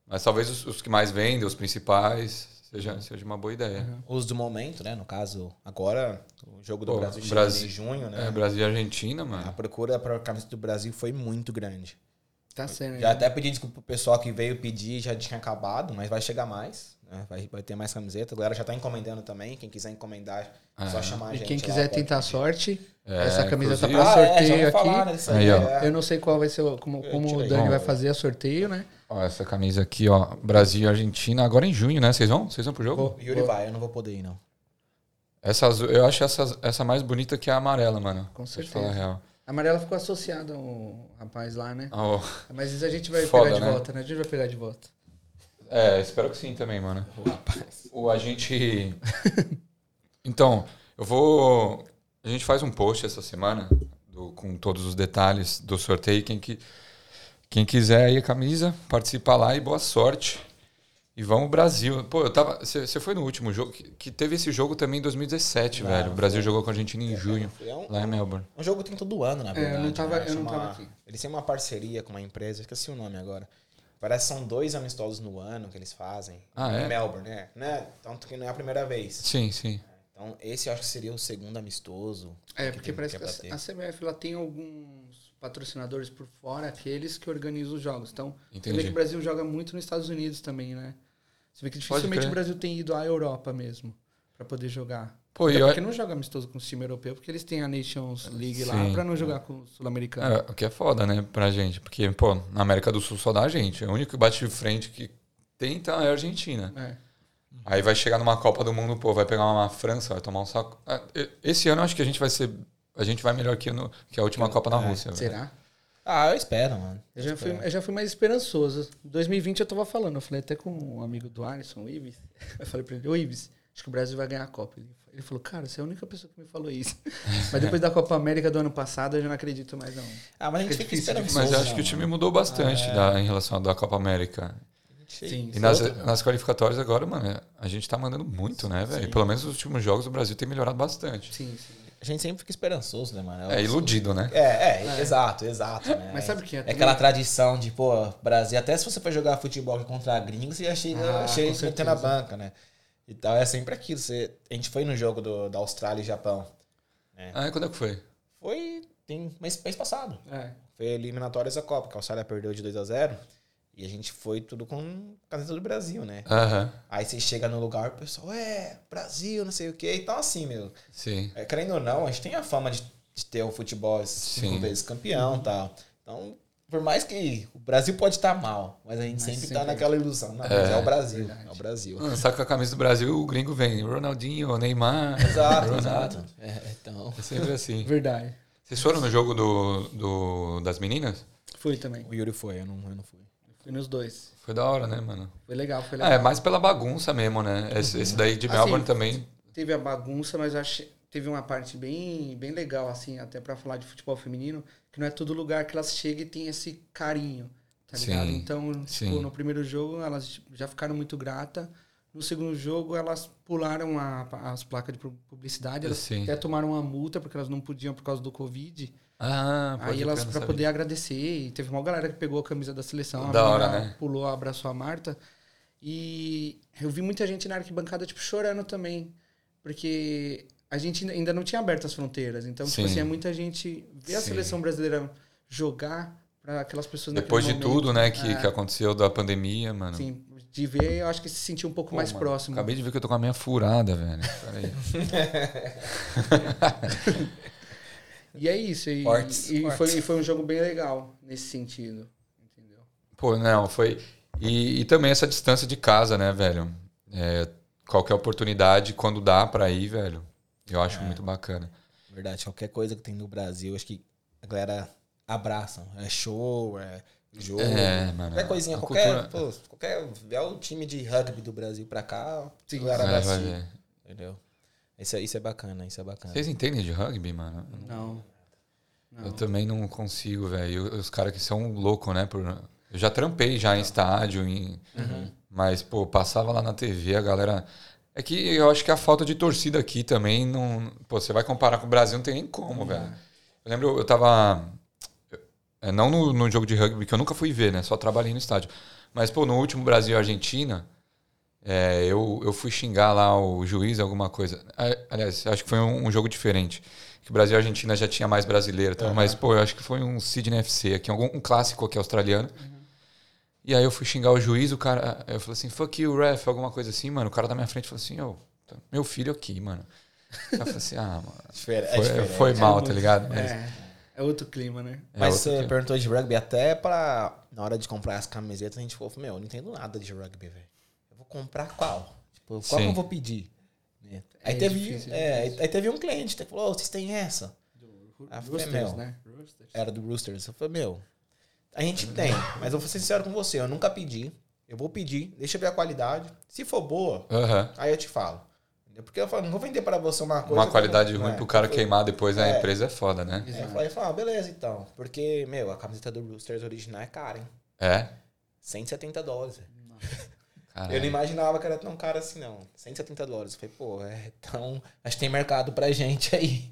Speaker 2: Mas talvez os, os que mais vendem, os principais, seja, seja uma boa ideia.
Speaker 1: Os do momento, né? No caso, agora, o jogo do
Speaker 2: Pô,
Speaker 1: Brasil chega
Speaker 2: Brasil-
Speaker 1: em junho, né?
Speaker 2: É, Brasil e Argentina, mano.
Speaker 1: A procura para a camisa do Brasil foi muito grande.
Speaker 3: Tá sendo.
Speaker 1: Já até pedi desculpa pro pessoal que veio pedir, já tinha acabado, mas vai chegar mais. né? Vai, vai ter mais camiseta. A galera já tá encomendando também. Quem quiser encomendar, é só chamar a
Speaker 3: E
Speaker 1: gente.
Speaker 3: quem
Speaker 1: lá,
Speaker 3: quiser
Speaker 1: pode
Speaker 3: tentar a
Speaker 1: pedir.
Speaker 3: sorte,
Speaker 2: É,
Speaker 3: essa camisa tá
Speaker 2: inclusive-
Speaker 3: pra
Speaker 1: Ah, é, já
Speaker 3: sorteio
Speaker 1: ouvi falar
Speaker 3: aqui.
Speaker 1: nisso aí.
Speaker 2: Aí, ó.
Speaker 1: é.
Speaker 3: Eu não sei qual vai ser, o- como,
Speaker 2: É
Speaker 1: Eu
Speaker 3: como o
Speaker 1: tirei.
Speaker 3: Dani
Speaker 2: Bom.
Speaker 3: vai fazer a sorteio, né?
Speaker 2: Ó, essa camisa aqui, ó. Brasil e Argentina, agora em junho, né? Vocês vão? Vocês vão pro jogo?
Speaker 3: Vou.
Speaker 1: Yuri vai, eu não vou poder ir, não.
Speaker 2: Essa azul, eu acho essa, essa mais bonita que a amarela, mano.
Speaker 3: Com
Speaker 2: Pra te
Speaker 3: certeza.
Speaker 2: falar a real.
Speaker 3: A amarela ficou associada ao rapaz lá, né?
Speaker 2: Ah, ó.
Speaker 3: Mas isso a gente vai
Speaker 2: Foda,
Speaker 3: pegar de
Speaker 2: né?
Speaker 3: volta, né? A gente vai pegar de volta.
Speaker 2: É, espero que sim também, mano. Rapaz. O a gente. <laughs> então, eu vou. A gente faz um post essa semana do- com todos os detalhes do sorteio. Quem, que, quem quiser aí a camisa, participa lá e boa sorte. E vamos Brasil. Pô, eu tava. Você foi no último jogo. Que, que teve esse jogo também em 2017,
Speaker 1: Não,
Speaker 2: velho. O Brasil jogou com a Argentina em junho,
Speaker 1: É um,
Speaker 2: lá em Melbourne.
Speaker 1: um jogo que tem todo ano, na
Speaker 3: É, eu não
Speaker 1: verdade.
Speaker 3: tava-
Speaker 1: né?
Speaker 3: eu não
Speaker 1: Chama-
Speaker 3: tava aqui.
Speaker 1: Eles têm uma parceria com uma empresa, esqueci o nome agora. Parece que são dois amistosos no ano que eles fazem.
Speaker 2: Ah,
Speaker 1: em
Speaker 2: é?
Speaker 1: Melbourne, né? né? Tanto que não é a primeira vez.
Speaker 2: Sim, sim.
Speaker 1: Então, esse eu acho que seria o segundo amistoso.
Speaker 3: É,
Speaker 1: Que
Speaker 3: porque
Speaker 1: tem-
Speaker 3: parece
Speaker 1: que
Speaker 3: que
Speaker 1: é
Speaker 3: a a CBF ela tem alguns patrocinadores por fora, aqueles que organizam os jogos. Então, você vê que
Speaker 2: Entendi.
Speaker 3: o Brasil joga muito nos Estados Unidos também, né? Você vê que
Speaker 2: Pode
Speaker 3: dificilmente
Speaker 2: crer.
Speaker 3: o Brasil tem ido à Europa mesmo pra poder jogar.
Speaker 2: Pô, e
Speaker 3: Até
Speaker 2: eu,
Speaker 3: porque não joga amistoso com o time europeu, porque eles têm a Nations League lá
Speaker 2: Sim.
Speaker 3: pra não jogar com o sul-americano.
Speaker 2: É, o que é foda, né, pra gente. Porque, pô, na América do Sul só dá a gente. O único que bate de frente que tem então, é a Argentina.
Speaker 3: É.
Speaker 2: Aí vai chegar numa Copa do Mundo, pô, vai pegar uma França, vai tomar um saco. Ah, e- Esse ano eu acho que a gente vai ser. A gente vai melhor que, no- que a última Copa na
Speaker 1: É,
Speaker 2: Rússia. velho.
Speaker 3: Será?
Speaker 1: Ah, eu espero, mano.
Speaker 3: Eu já, fui,
Speaker 1: espero.
Speaker 3: eu já fui mais esperançoso. 2020 eu tava falando, eu falei até com um amigo do Alisson, o Ives. Eu falei pra ele, ô Ives, acho que o Brasil vai ganhar a Copa. Ele, ele falou, cara, você é a única pessoa que me falou isso. Mas depois da Copa América do ano passado, eu já não acredito mais, não.
Speaker 1: Ah, mas a gente
Speaker 3: Fica
Speaker 1: fica
Speaker 3: É
Speaker 1: né,
Speaker 3: difícil,
Speaker 1: esperando.
Speaker 2: Mas eu acho que o time mudou bastante da- em relação à da Copa América.
Speaker 3: Sim.
Speaker 1: é
Speaker 2: E é- nas,
Speaker 1: né?
Speaker 2: nas qualificatórias agora, mano, a gente tá mandando muito, né, velho? Pelo menos nos últimos jogos o Brasil tem melhorado bastante.
Speaker 3: Sim, sim.
Speaker 1: A gente sempre fica esperançoso, né, mano?
Speaker 2: É iludido, né?
Speaker 1: É, é, exato, exato. Né?
Speaker 3: Mas sabe o que é
Speaker 1: É aquela tradição de, pô, Brasil, até se você for jogar futebol contra gringos, você já chega,
Speaker 3: Ah,
Speaker 1: chega
Speaker 3: com
Speaker 1: de meter na
Speaker 3: certeza.
Speaker 1: banca, né? Então é sempre aquilo. Você, a gente foi no jogo do, da Austrália e Japão.
Speaker 2: Ah, quando é que foi?
Speaker 1: Foi tem mês, mês passado.
Speaker 3: É.
Speaker 1: Foi eliminatórias da Copa, que a Austrália perdeu de 2 a 0 E a gente foi tudo com caseta do Brasil, né?
Speaker 2: Aham,
Speaker 1: Aí você chega no lugar, o pessoal, é, Brasil, não sei o quê. Então assim, meu,
Speaker 2: sim.
Speaker 1: É, querendo ou não, a gente tem a fama de, de ter o futebol cinco
Speaker 2: Sim.
Speaker 1: vezes campeão e tal. Então, por mais que o Brasil pode estar mal, mas a gente
Speaker 3: Mas
Speaker 1: sempre, tá
Speaker 3: sempre-
Speaker 1: naquela ilusão. Não, mas é o Brasil, é o Brasil.
Speaker 2: Mano, Saca a camisa do Brasil, o gringo vem. Ronaldinho, Neymar.
Speaker 1: Exato,
Speaker 2: Ronaldo.
Speaker 1: exato. É, então...
Speaker 2: É sempre assim.
Speaker 3: Verdade.
Speaker 2: Vocês foram no jogo do, do- das meninas?
Speaker 3: Fui também.
Speaker 1: O Yuri foi, eu não, eu não fui.
Speaker 3: Fui nos dois.
Speaker 2: Foi da hora, né, mano?
Speaker 3: Foi legal, foi
Speaker 2: Ah,
Speaker 3: legal.
Speaker 2: é mais pela bagunça mesmo, né? Esse, esse daí de
Speaker 3: Assim,
Speaker 2: Melbourne também.
Speaker 3: Teve a bagunça, mas eu achei, teve uma parte bem, bem legal, assim, até pra falar de futebol feminino, que não é todo lugar que elas chegam e tem esse carinho, tá
Speaker 2: Sim,
Speaker 3: ligado? Então, tipo,
Speaker 2: sim.
Speaker 3: no primeiro jogo elas tipo, já ficaram muito grata. No segundo jogo elas pularam a- as placas de pu- publicidade, elas
Speaker 2: Sim.
Speaker 3: até tomaram uma multa porque elas não podiam por causa do Covid.
Speaker 2: Ah, pode
Speaker 3: Aí
Speaker 2: crer,
Speaker 3: elas,
Speaker 2: não
Speaker 3: pra
Speaker 2: sabia.
Speaker 3: poder agradecer, e teve uma galera que pegou a camisa da seleção, a
Speaker 2: Da
Speaker 3: menina
Speaker 2: hora, né?
Speaker 3: pulou, abraçou a Marta. E eu vi muita gente na arquibancada, tipo, chorando também. Porque a gente ainda não tinha aberto as fronteiras. Então,
Speaker 2: Sim.
Speaker 3: tipo assim, é muita gente ver a
Speaker 2: Sim.
Speaker 3: seleção brasileira jogar pra aquelas pessoas naquele
Speaker 2: Depois de
Speaker 3: momento.
Speaker 2: tudo, né, que,
Speaker 3: É.
Speaker 2: que aconteceu da pandemia, mano.
Speaker 3: Assim, de ver, eu acho que se sentir um pouco
Speaker 2: Pô,
Speaker 3: mais
Speaker 2: mano,
Speaker 3: próximo.
Speaker 2: Acabei de ver que eu tô com a minha furada, velho. Pera aí.
Speaker 3: E é isso. E,
Speaker 1: Cortes,
Speaker 3: e
Speaker 1: cortes.
Speaker 3: Foi, e foi um jogo bem legal nesse sentido. Entendeu?
Speaker 2: Pô, não, foi. E, e também essa distância de casa, né, velho? É, qualquer oportunidade, quando dá pra ir, velho. Eu
Speaker 3: É.
Speaker 2: acho muito bacana.
Speaker 1: Verdade, qualquer coisa que tem no Brasil, acho que a galera abraça. É show, é jogo.
Speaker 2: É, mano.
Speaker 1: Qualquer coisinha,
Speaker 2: A
Speaker 1: qualquer,
Speaker 2: cultura-
Speaker 1: pô, qualquer. É o time de rugby do Brasil pra cá, a
Speaker 3: Sim.
Speaker 1: galera
Speaker 2: É, vai
Speaker 1: abraça.
Speaker 2: ver.
Speaker 1: Entendeu? Isso é, isso é bacana, isso é bacana.
Speaker 2: Vocês entendem de rugby, mano?
Speaker 3: Não. Não.
Speaker 2: Eu também não consigo, velho. E Os caras que são loucos, né? por- Eu já trampei já em estádio, em... mas, pô, passava lá na TV, a galera. É que eu acho que a falta de torcida aqui também não. Pô, você vai comparar com o Brasil, não tem nem como, velho. Eu lembro, eu tava. é, não no, no jogo de rugby, que eu nunca fui ver, né? Só trabalhei no estádio. Mas, pô, no último Brasil e Argentina, é, eu, eu fui xingar lá o juiz, alguma coisa. Ah, Aliás, acho que foi um, um jogo diferente. Que o Brasil e Argentina já tinha mais brasileiro, e tal, mas, pô, eu acho que foi um Sydney FC aqui, algum, um clássico aqui australiano.
Speaker 1: Uhum.
Speaker 2: E aí eu fui xingar o juiz, o cara. Eu falei assim, fuck you, ref, alguma coisa assim, mano. O cara da minha frente falou assim, ô, tá meu filho aqui, mano. Eu falei assim, ah, mano.
Speaker 1: Diferente, <laughs> é
Speaker 2: Foi,
Speaker 1: diferente.
Speaker 2: foi mal, tá
Speaker 3: muito-
Speaker 2: ligado? Mas é,
Speaker 3: É, é outro clima, né?
Speaker 1: Mas
Speaker 2: outro
Speaker 1: você
Speaker 2: clima.
Speaker 1: perguntou de rugby até pra. Na hora de comprar as camisetas, a gente falou, meu, eu não entendo nada de rugby, velho. Eu vou comprar qual? Tipo, qual
Speaker 2: Sim.
Speaker 1: que eu vou pedir? Né?
Speaker 3: É
Speaker 1: Aí, teve,
Speaker 3: difícil,
Speaker 1: é,
Speaker 3: é
Speaker 1: aí, aí teve um cliente que falou, "Ô, vocês têm essa? Ah, foi meu.
Speaker 3: né? Roosters.
Speaker 2: É,
Speaker 1: Era do Roosters. Eu falei, meu, a gente tem, mas eu vou ser sincero com você, eu nunca pedi. Eu vou pedir, deixa eu ver a qualidade. Se for boa,
Speaker 2: Aham.
Speaker 1: aí eu te falo. Entendeu? Porque eu falo, não vou vender pra você uma coisa.
Speaker 2: Uma
Speaker 1: que
Speaker 2: qualidade
Speaker 1: não-
Speaker 2: ruim
Speaker 1: é.
Speaker 2: pro cara
Speaker 1: Eu falei,
Speaker 2: queimar depois na
Speaker 1: É.
Speaker 2: empresa é foda, né?
Speaker 1: É, eu falei, eu falei, ah, beleza então. Porque, meu, a camiseta do Roosters original é cara, hein?
Speaker 2: É.
Speaker 1: 170 dólares. Eu não
Speaker 2: Caralho.
Speaker 1: imaginava que era tão cara assim, não. 170 dólares. Eu falei, pô, é, então acho que tem mercado pra gente aí.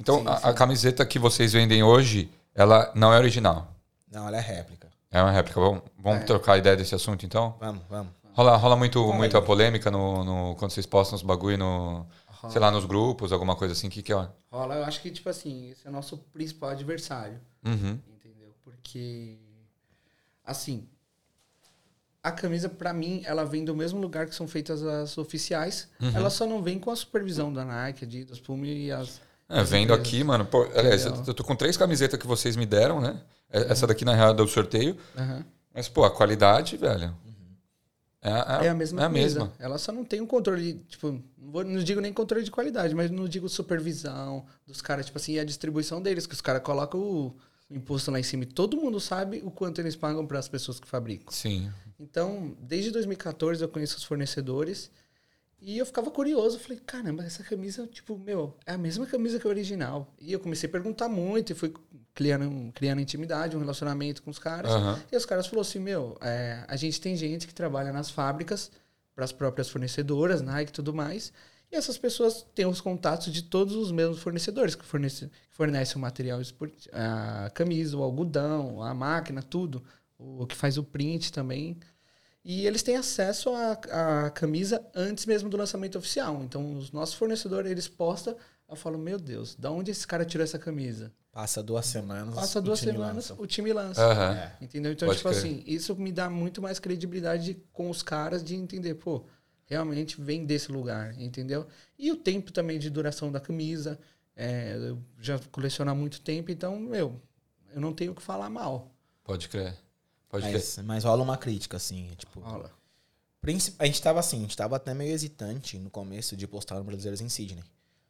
Speaker 2: Então, a, a camiseta que vocês vendem hoje, ela não é original.
Speaker 1: Não, olha a réplica.
Speaker 2: É uma réplica. Vamos, vamos
Speaker 3: É.
Speaker 2: trocar ideia desse assunto, então?
Speaker 1: Vamos, vamos.
Speaker 2: Rola, rola muito,
Speaker 1: Fala
Speaker 2: muito
Speaker 1: aí.
Speaker 2: a polêmica no, no- quando vocês postam os bagulho no. Sei lá, nos grupos, alguma coisa assim. que, que é?
Speaker 3: Rola, eu acho que, tipo assim, esse é o nosso principal adversário.
Speaker 2: Uhum.
Speaker 3: Entendeu? Porque, assim, a camisa, pra mim, ela vem do mesmo lugar que são feitas as oficiais.
Speaker 2: Uhum.
Speaker 3: Ela só não vem com a supervisão da Nike, Adidas, Pume e as...
Speaker 2: É, vendo aqui, mano. Pô, aliás, eu
Speaker 3: Legal.
Speaker 2: eu tô com três camisetas que vocês me deram, né? É- Essa daqui, na real, é do sorteio.
Speaker 3: Aham.
Speaker 2: Mas, pô, a qualidade, velho. É,
Speaker 3: É a mesma
Speaker 2: É a
Speaker 3: camisa.
Speaker 2: mesma.
Speaker 3: Ela só não tem um controle, tipo, não, vou- não digo nem controle de qualidade, mas não digo supervisão dos caras, tipo assim, e a distribuição deles, que os caras colocam o imposto lá em cima e todo mundo sabe o quanto eles pagam para as pessoas que fabricam.
Speaker 2: Sim.
Speaker 3: Então, desde 2014 eu conheço os fornecedores e eu ficava curioso. Falei, caramba, essa camisa, tipo, meu, é a mesma camisa que a original. E eu comecei a perguntar muito e fui criando, criando intimidade, um relacionamento com os caras.
Speaker 2: Aham.
Speaker 3: E os caras falaram assim, meu, é, a gente tem gente que trabalha nas fábricas, para as próprias fornecedoras, Nike e tudo mais. E essas pessoas têm os contatos de todos os mesmos fornecedores, que fornecem fornece o material esportivo, a camisa, o algodão, a máquina, tudo. O que faz o print também. E eles têm acesso à, à camisa antes mesmo do lançamento oficial. Então, os nossos fornecedores, eles postam, eu falo, meu Deus, da onde esse cara tirou essa camisa?
Speaker 1: Passa duas semanas.
Speaker 3: Passa
Speaker 1: o
Speaker 3: duas
Speaker 1: time
Speaker 3: semanas,
Speaker 1: lança.
Speaker 3: o time lança.
Speaker 2: Aham.
Speaker 1: É.
Speaker 3: Entendeu? Então,
Speaker 2: Pode
Speaker 3: tipo
Speaker 2: crer.
Speaker 3: assim, isso me dá muito mais credibilidade com os caras de entender, pô, realmente vem desse lugar, entendeu? E o tempo também de duração da camisa. é, eu já coleciono há muito tempo, então, meu, eu não tenho o que falar mal.
Speaker 2: Pode crer. Pode crer.
Speaker 1: Mas, mas rola uma crítica, assim. Tipo,
Speaker 3: Fala.
Speaker 1: princip- a gente tava assim, a gente tava até meio hesitante no começo de postar no Brasileiros em Sydney.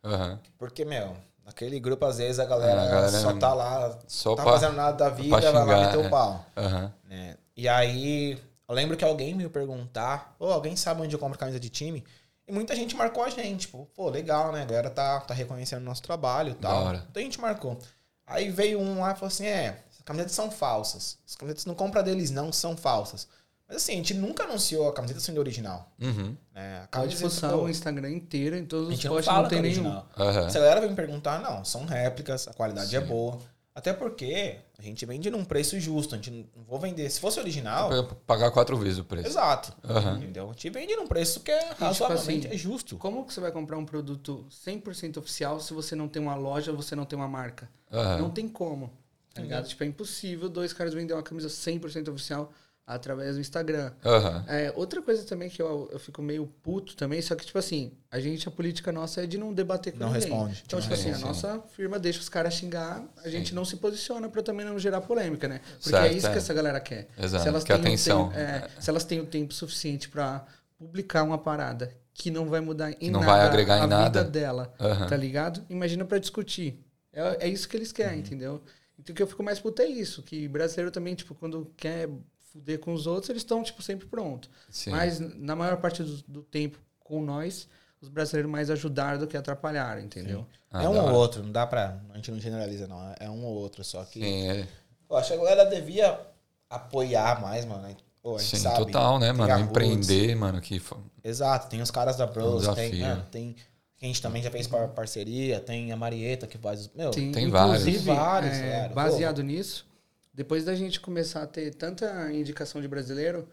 Speaker 2: Aham.
Speaker 1: Porque, meu, naquele grupo, às vezes, a galera,
Speaker 2: É, a galera
Speaker 1: só tá lá,
Speaker 2: Só
Speaker 1: não tá
Speaker 2: pra.
Speaker 1: fazendo nada da vida, vai lá
Speaker 2: xingar,
Speaker 1: meter
Speaker 2: é.
Speaker 1: o pau.
Speaker 2: Aham.
Speaker 1: né? E aí, eu lembro que alguém me perguntar, ou alguém sabe onde eu compro camisa de time? E muita gente marcou a gente, tipo, pô, legal, né? A galera tá, tá reconhecendo o nosso trabalho e
Speaker 2: Da
Speaker 1: tal.
Speaker 2: hora.
Speaker 1: Então a gente marcou. Aí veio um lá e falou assim, é, as camisetas são falsas. As camisetas não compra deles não, são falsas. Mas assim, a gente nunca anunciou a camiseta sendo original,
Speaker 2: Uhum.
Speaker 1: né? A
Speaker 3: Pode
Speaker 1: camiseta,
Speaker 3: fuçar
Speaker 1: pô,
Speaker 3: o Instagram inteiro, em todos
Speaker 1: a
Speaker 3: os
Speaker 1: gente não
Speaker 3: posts não,
Speaker 1: fala que é
Speaker 3: tem nenhum.
Speaker 1: original.
Speaker 2: Aham.
Speaker 1: Se a galera vem me perguntar, não, são réplicas, a qualidade é
Speaker 2: Sim.
Speaker 1: boa. Até porque a gente vende num preço justo, a gente não- não vou vender. Se fosse original,
Speaker 2: Pra eu Pagar quatro vezes o preço.
Speaker 1: é Exato.
Speaker 2: É Aham.
Speaker 1: Entendeu? Te vende num preço que é razoavelmente
Speaker 3: assim,
Speaker 1: é justo.
Speaker 3: Como que você vai comprar um produto 100% oficial se você não tem uma loja, você não tem uma marca?
Speaker 2: Aham.
Speaker 3: Não tem como. Tá ligado? Tipo, é impossível dois caras vender uma camisa 100% oficial através do Instagram.
Speaker 2: Aham.
Speaker 3: É, outra coisa também que eu, eu fico meio puto também, só que, tipo assim, a gente, a política nossa é de não debater com
Speaker 1: Não
Speaker 3: ninguém.
Speaker 1: responde.
Speaker 3: Então,
Speaker 1: Não
Speaker 3: tipo assim, a
Speaker 2: responde.
Speaker 3: nossa firma deixa os caras xingar, a gente não se posiciona pra também não gerar polêmica, né? Porque é
Speaker 2: Certo,
Speaker 3: isso
Speaker 2: é.
Speaker 3: que essa galera quer.
Speaker 2: Exato,
Speaker 3: Se elas,
Speaker 2: quer
Speaker 3: têm o
Speaker 2: atenção.
Speaker 3: tempo- é, se elas têm o tempo suficiente pra publicar uma parada que não vai mudar em
Speaker 2: Que não
Speaker 3: nada
Speaker 2: vai agregar em
Speaker 3: a
Speaker 2: nada.
Speaker 3: vida dela,
Speaker 2: Aham.
Speaker 3: tá ligado? Imagina pra discutir. É, é isso que eles
Speaker 2: Uhum.
Speaker 3: querem, entendeu? Então o que eu fico mais puto é isso, que brasileiro também, tipo, quando quer fuder com os outros, eles estão, tipo, sempre pronto.
Speaker 2: Sim.
Speaker 3: Mas é na maior parte do, do tempo com nós, os brasileiros mais ajudaram do que atrapalharam, entendeu?
Speaker 2: Ah,
Speaker 1: é um
Speaker 2: da hora.
Speaker 1: ou outro, não dá pra. A gente não generaliza, não. É um ou outro, só que.
Speaker 2: Sim, é.
Speaker 1: Eu acho que a galera devia apoiar mais, mano. né? Pô, a gente
Speaker 2: Sim,
Speaker 1: sabe,
Speaker 2: total, né, mano?
Speaker 1: criar
Speaker 2: Empreender, mano, que fo-
Speaker 1: roots. Exato, tem os caras da Bros,
Speaker 2: Um
Speaker 1: tem,
Speaker 2: desafio.
Speaker 1: né, tem. que A gente também já fez par- parceria, tem a Marieta que faz os. Meu,
Speaker 2: tem
Speaker 1: vários. Vários,
Speaker 3: é,
Speaker 1: vários.
Speaker 3: baseado nisso, depois da gente começar a ter tanta indicação de brasileiro,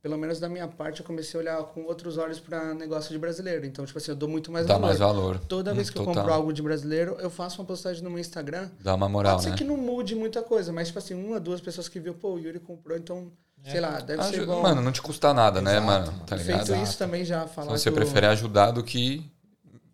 Speaker 3: pelo menos da minha parte, eu comecei a olhar com outros olhos para negócio de brasileiro. Então, tipo assim, eu dou muito mais
Speaker 2: dá
Speaker 3: valor.
Speaker 2: mais valor.
Speaker 3: Toda
Speaker 2: Hum,
Speaker 3: vez que eu
Speaker 2: total.
Speaker 3: compro algo de brasileiro, eu faço uma postagem no meu Instagram.
Speaker 2: Dá uma moral,
Speaker 3: Pode ser
Speaker 2: né?
Speaker 3: que não mude muita coisa, mas, tipo assim, uma, duas pessoas que viu, pô, o Yuri comprou, então,
Speaker 1: É.
Speaker 3: sei lá, deve ser
Speaker 2: Aju-
Speaker 3: bom.
Speaker 2: Ah, Mano, não te custa nada, né,
Speaker 1: Exato,
Speaker 2: mano? Tá
Speaker 3: Feito
Speaker 2: ligado?
Speaker 3: isso também já falar
Speaker 2: Então você
Speaker 3: que eu-
Speaker 2: prefere ajudar do que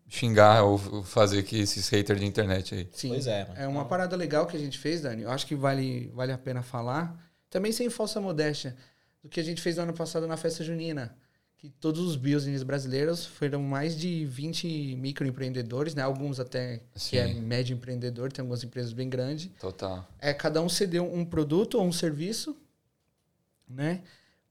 Speaker 2: xingar ou fazer que esses haters de internet aí.
Speaker 3: Sim.
Speaker 1: Pois é, mano.
Speaker 3: É uma parada legal que a gente fez, Dani. Eu acho que vale, vale a pena falar. Também sem falsa modéstia. Do que a gente fez no ano passado na festa junina. Que todos os business brasileiros foram mais de 20 microempreendedores, né? Alguns até que é
Speaker 2: Sim.
Speaker 3: médio empreendedor, tem algumas empresas bem grandes.
Speaker 2: Total.
Speaker 3: É, cada um cedeu um produto ou um serviço, né?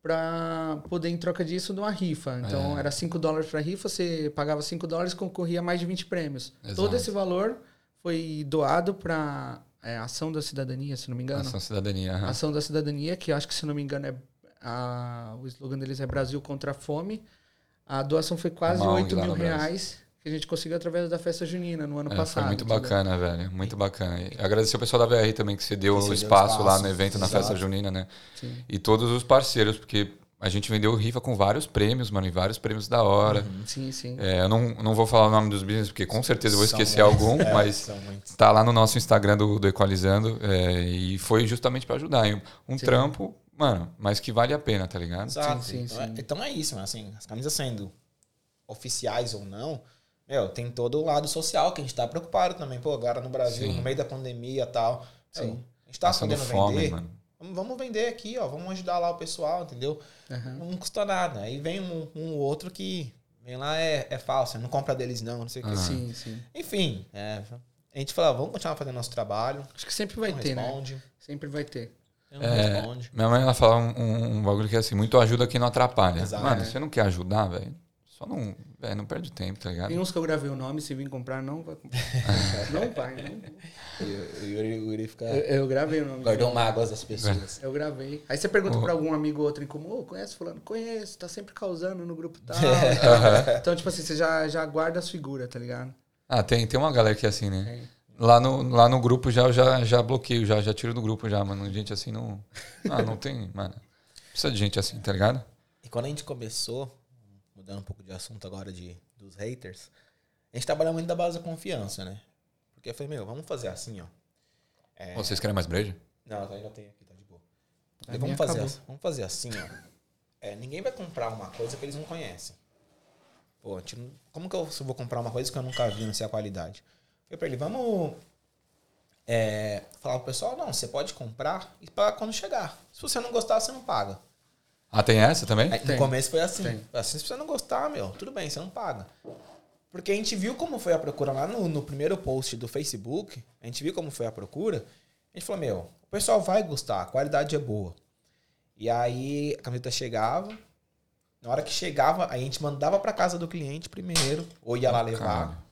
Speaker 3: Pra poder, em troca disso, dar uma rifa. Então,
Speaker 2: É.
Speaker 3: era 5 dólares pra rifa, você pagava 5 dólares e concorria a mais de 20 prêmios.
Speaker 2: Exato.
Speaker 3: Todo esse valor foi doado pra é, Ação da Cidadania, se não me engano.
Speaker 2: Ação é. cidadania. aham.
Speaker 3: Ação da Cidadania, que eu acho que, se não me engano, é a- o slogan deles é Brasil contra a Fome. A doação foi quase
Speaker 2: Uma
Speaker 3: 8
Speaker 2: ONG É lá
Speaker 3: mil
Speaker 2: no Brasil.
Speaker 3: reais, que a gente conseguiu através da festa junina no ano
Speaker 2: É, foi
Speaker 3: passado.
Speaker 2: muito
Speaker 3: entendeu?
Speaker 2: bacana, velho. Muito bacana. E agradecer o pessoal da VR também que você deu
Speaker 1: Que
Speaker 2: o
Speaker 1: cedeu
Speaker 2: espaço lá
Speaker 1: espaço,
Speaker 2: no evento, na
Speaker 1: exato.
Speaker 2: festa junina, né?
Speaker 3: Sim.
Speaker 2: E todos os parceiros, porque a gente vendeu rifa com vários prêmios, mano, e vários prêmios da hora.
Speaker 3: Sim, sim.
Speaker 2: É, eu não, não vou falar o nome dos business, porque com certeza eu vou
Speaker 1: São
Speaker 2: esquecer
Speaker 1: muitos,
Speaker 2: algum,
Speaker 1: é,
Speaker 2: mas
Speaker 1: São muitos.
Speaker 2: tá lá no nosso Instagram do, do Equalizando. é, e foi justamente pra ajudar. hein? Um
Speaker 3: Sim.
Speaker 2: trampo, mano, mas que vale a pena, tá ligado?
Speaker 1: Exato.
Speaker 3: Sim, sim,
Speaker 1: então,
Speaker 3: sim.
Speaker 1: É, então é isso, mano. Assim, as camisas sendo oficiais ou não, meu, tem todo o lado social que a gente tá preocupado também. Pô, agora no Brasil,
Speaker 2: Sim.
Speaker 1: no meio da pandemia e tal. meu,
Speaker 3: Sim.
Speaker 1: A gente tá
Speaker 2: Passando
Speaker 1: podendo
Speaker 2: fome,
Speaker 1: vender.
Speaker 2: mano.
Speaker 1: Vamos- Vamos vender aqui, ó. Vamos ajudar lá o pessoal, entendeu?
Speaker 3: Aham.
Speaker 1: Não custa nada. Aí vem um, um outro que vem lá, é, é falso, não compra deles não, não sei o
Speaker 2: Ah.
Speaker 1: que.
Speaker 3: Sim, sim.
Speaker 1: Enfim, é, a gente fala, vamos continuar fazendo nosso trabalho.
Speaker 3: Acho que sempre
Speaker 1: Não
Speaker 3: vai ter, né?
Speaker 1: responde,
Speaker 3: Sempre vai ter.
Speaker 1: não
Speaker 2: É.
Speaker 1: responde.
Speaker 2: Minha mãe, ela fala um, um- um bagulho que é assim, muito ajuda quem não atrapalha.
Speaker 1: Exato.
Speaker 2: Mano,
Speaker 3: É.
Speaker 2: você não quer ajudar, velho? Só não, velho, não perde tempo, tá ligado?
Speaker 3: Tem uns que eu gravei o nome, se vir comprar, não vai comprar. não vai, não.
Speaker 1: E o- e o Yuri- o Yuri fica.
Speaker 3: Eu, eu gravei o nome.
Speaker 1: É. Guardou um? mágoas das pessoas.
Speaker 3: Eu gravei. Aí você pergunta
Speaker 2: Oh.
Speaker 3: pra algum amigo ou outro em comum, ô, conhece fulano? Conheço, tá sempre causando no grupo tal. Então, tipo assim, você já, já guarda as figuras, tá ligado?
Speaker 2: Ah, tem, tem uma galera que é assim, né?
Speaker 3: Tem.
Speaker 2: Lá no, lá no grupo já, eu já, já bloqueio, já, já tiro do grupo já, mano. Gente
Speaker 1: <laughs>
Speaker 2: assim não. Ah, não tem, mano. Precisa de gente assim, tá ligado?
Speaker 1: E quando a gente começou, mudando um pouco de assunto agora de, dos haters, a gente trabalha muito da base da confiança, né? Porque eu falei, meu, vamos fazer assim, ó. É.
Speaker 2: Ô, Vocês querem mais breja?
Speaker 1: Não, ainda tem aqui, tá de boa.
Speaker 3: A
Speaker 1: Falei,
Speaker 3: minha
Speaker 1: vamos, fazer
Speaker 3: acabou.
Speaker 1: assim, vamos fazer assim, ó. É, ninguém vai comprar uma coisa que eles não conhecem. Pô, a gente não- como que eu se eu vou comprar uma coisa que eu nunca vi, não sei a qualidade? Falei pra ele, vamos é, falar pro pessoal, não, você pode comprar e pagar quando chegar. Se você não gostar, você não paga.
Speaker 2: Ah, tem essa também?
Speaker 1: Aí,
Speaker 3: Tem.
Speaker 1: No começo foi assim.
Speaker 3: Tem.
Speaker 1: assim. Se você não gostar, meu, tudo bem, você não paga. Porque a gente viu como foi a procura lá no, no primeiro post do Facebook. A gente viu como foi a procura. A gente falou, meu, o pessoal vai gostar, a qualidade é boa. E aí a camiseta chegava. Na hora que chegava, aí a gente mandava pra casa do cliente primeiro, ou ia lá levar.
Speaker 2: Caralho.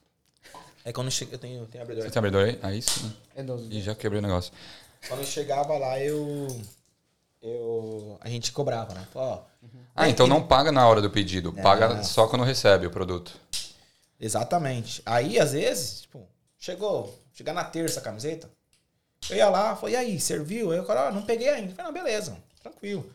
Speaker 1: Aí quando chega, eu tenho, eu tenho abridor
Speaker 2: Você tem abridor aí? Aí sim.
Speaker 3: É doze.
Speaker 2: Ih, já quebrei o negócio.
Speaker 1: Quando eu chegava lá, eu. Eu. A gente cobrava, né? Ó,
Speaker 2: Ah, então não paga na hora do pedido, paga
Speaker 1: Não.
Speaker 2: só quando recebe o produto.
Speaker 1: Exatamente. Aí, às vezes, tipo, chegou, chegar na terça a camiseta, eu ia lá, falei, e aí, serviu? Aí o cara, ó, não peguei ainda. Eu Falei, não, beleza, tranquilo.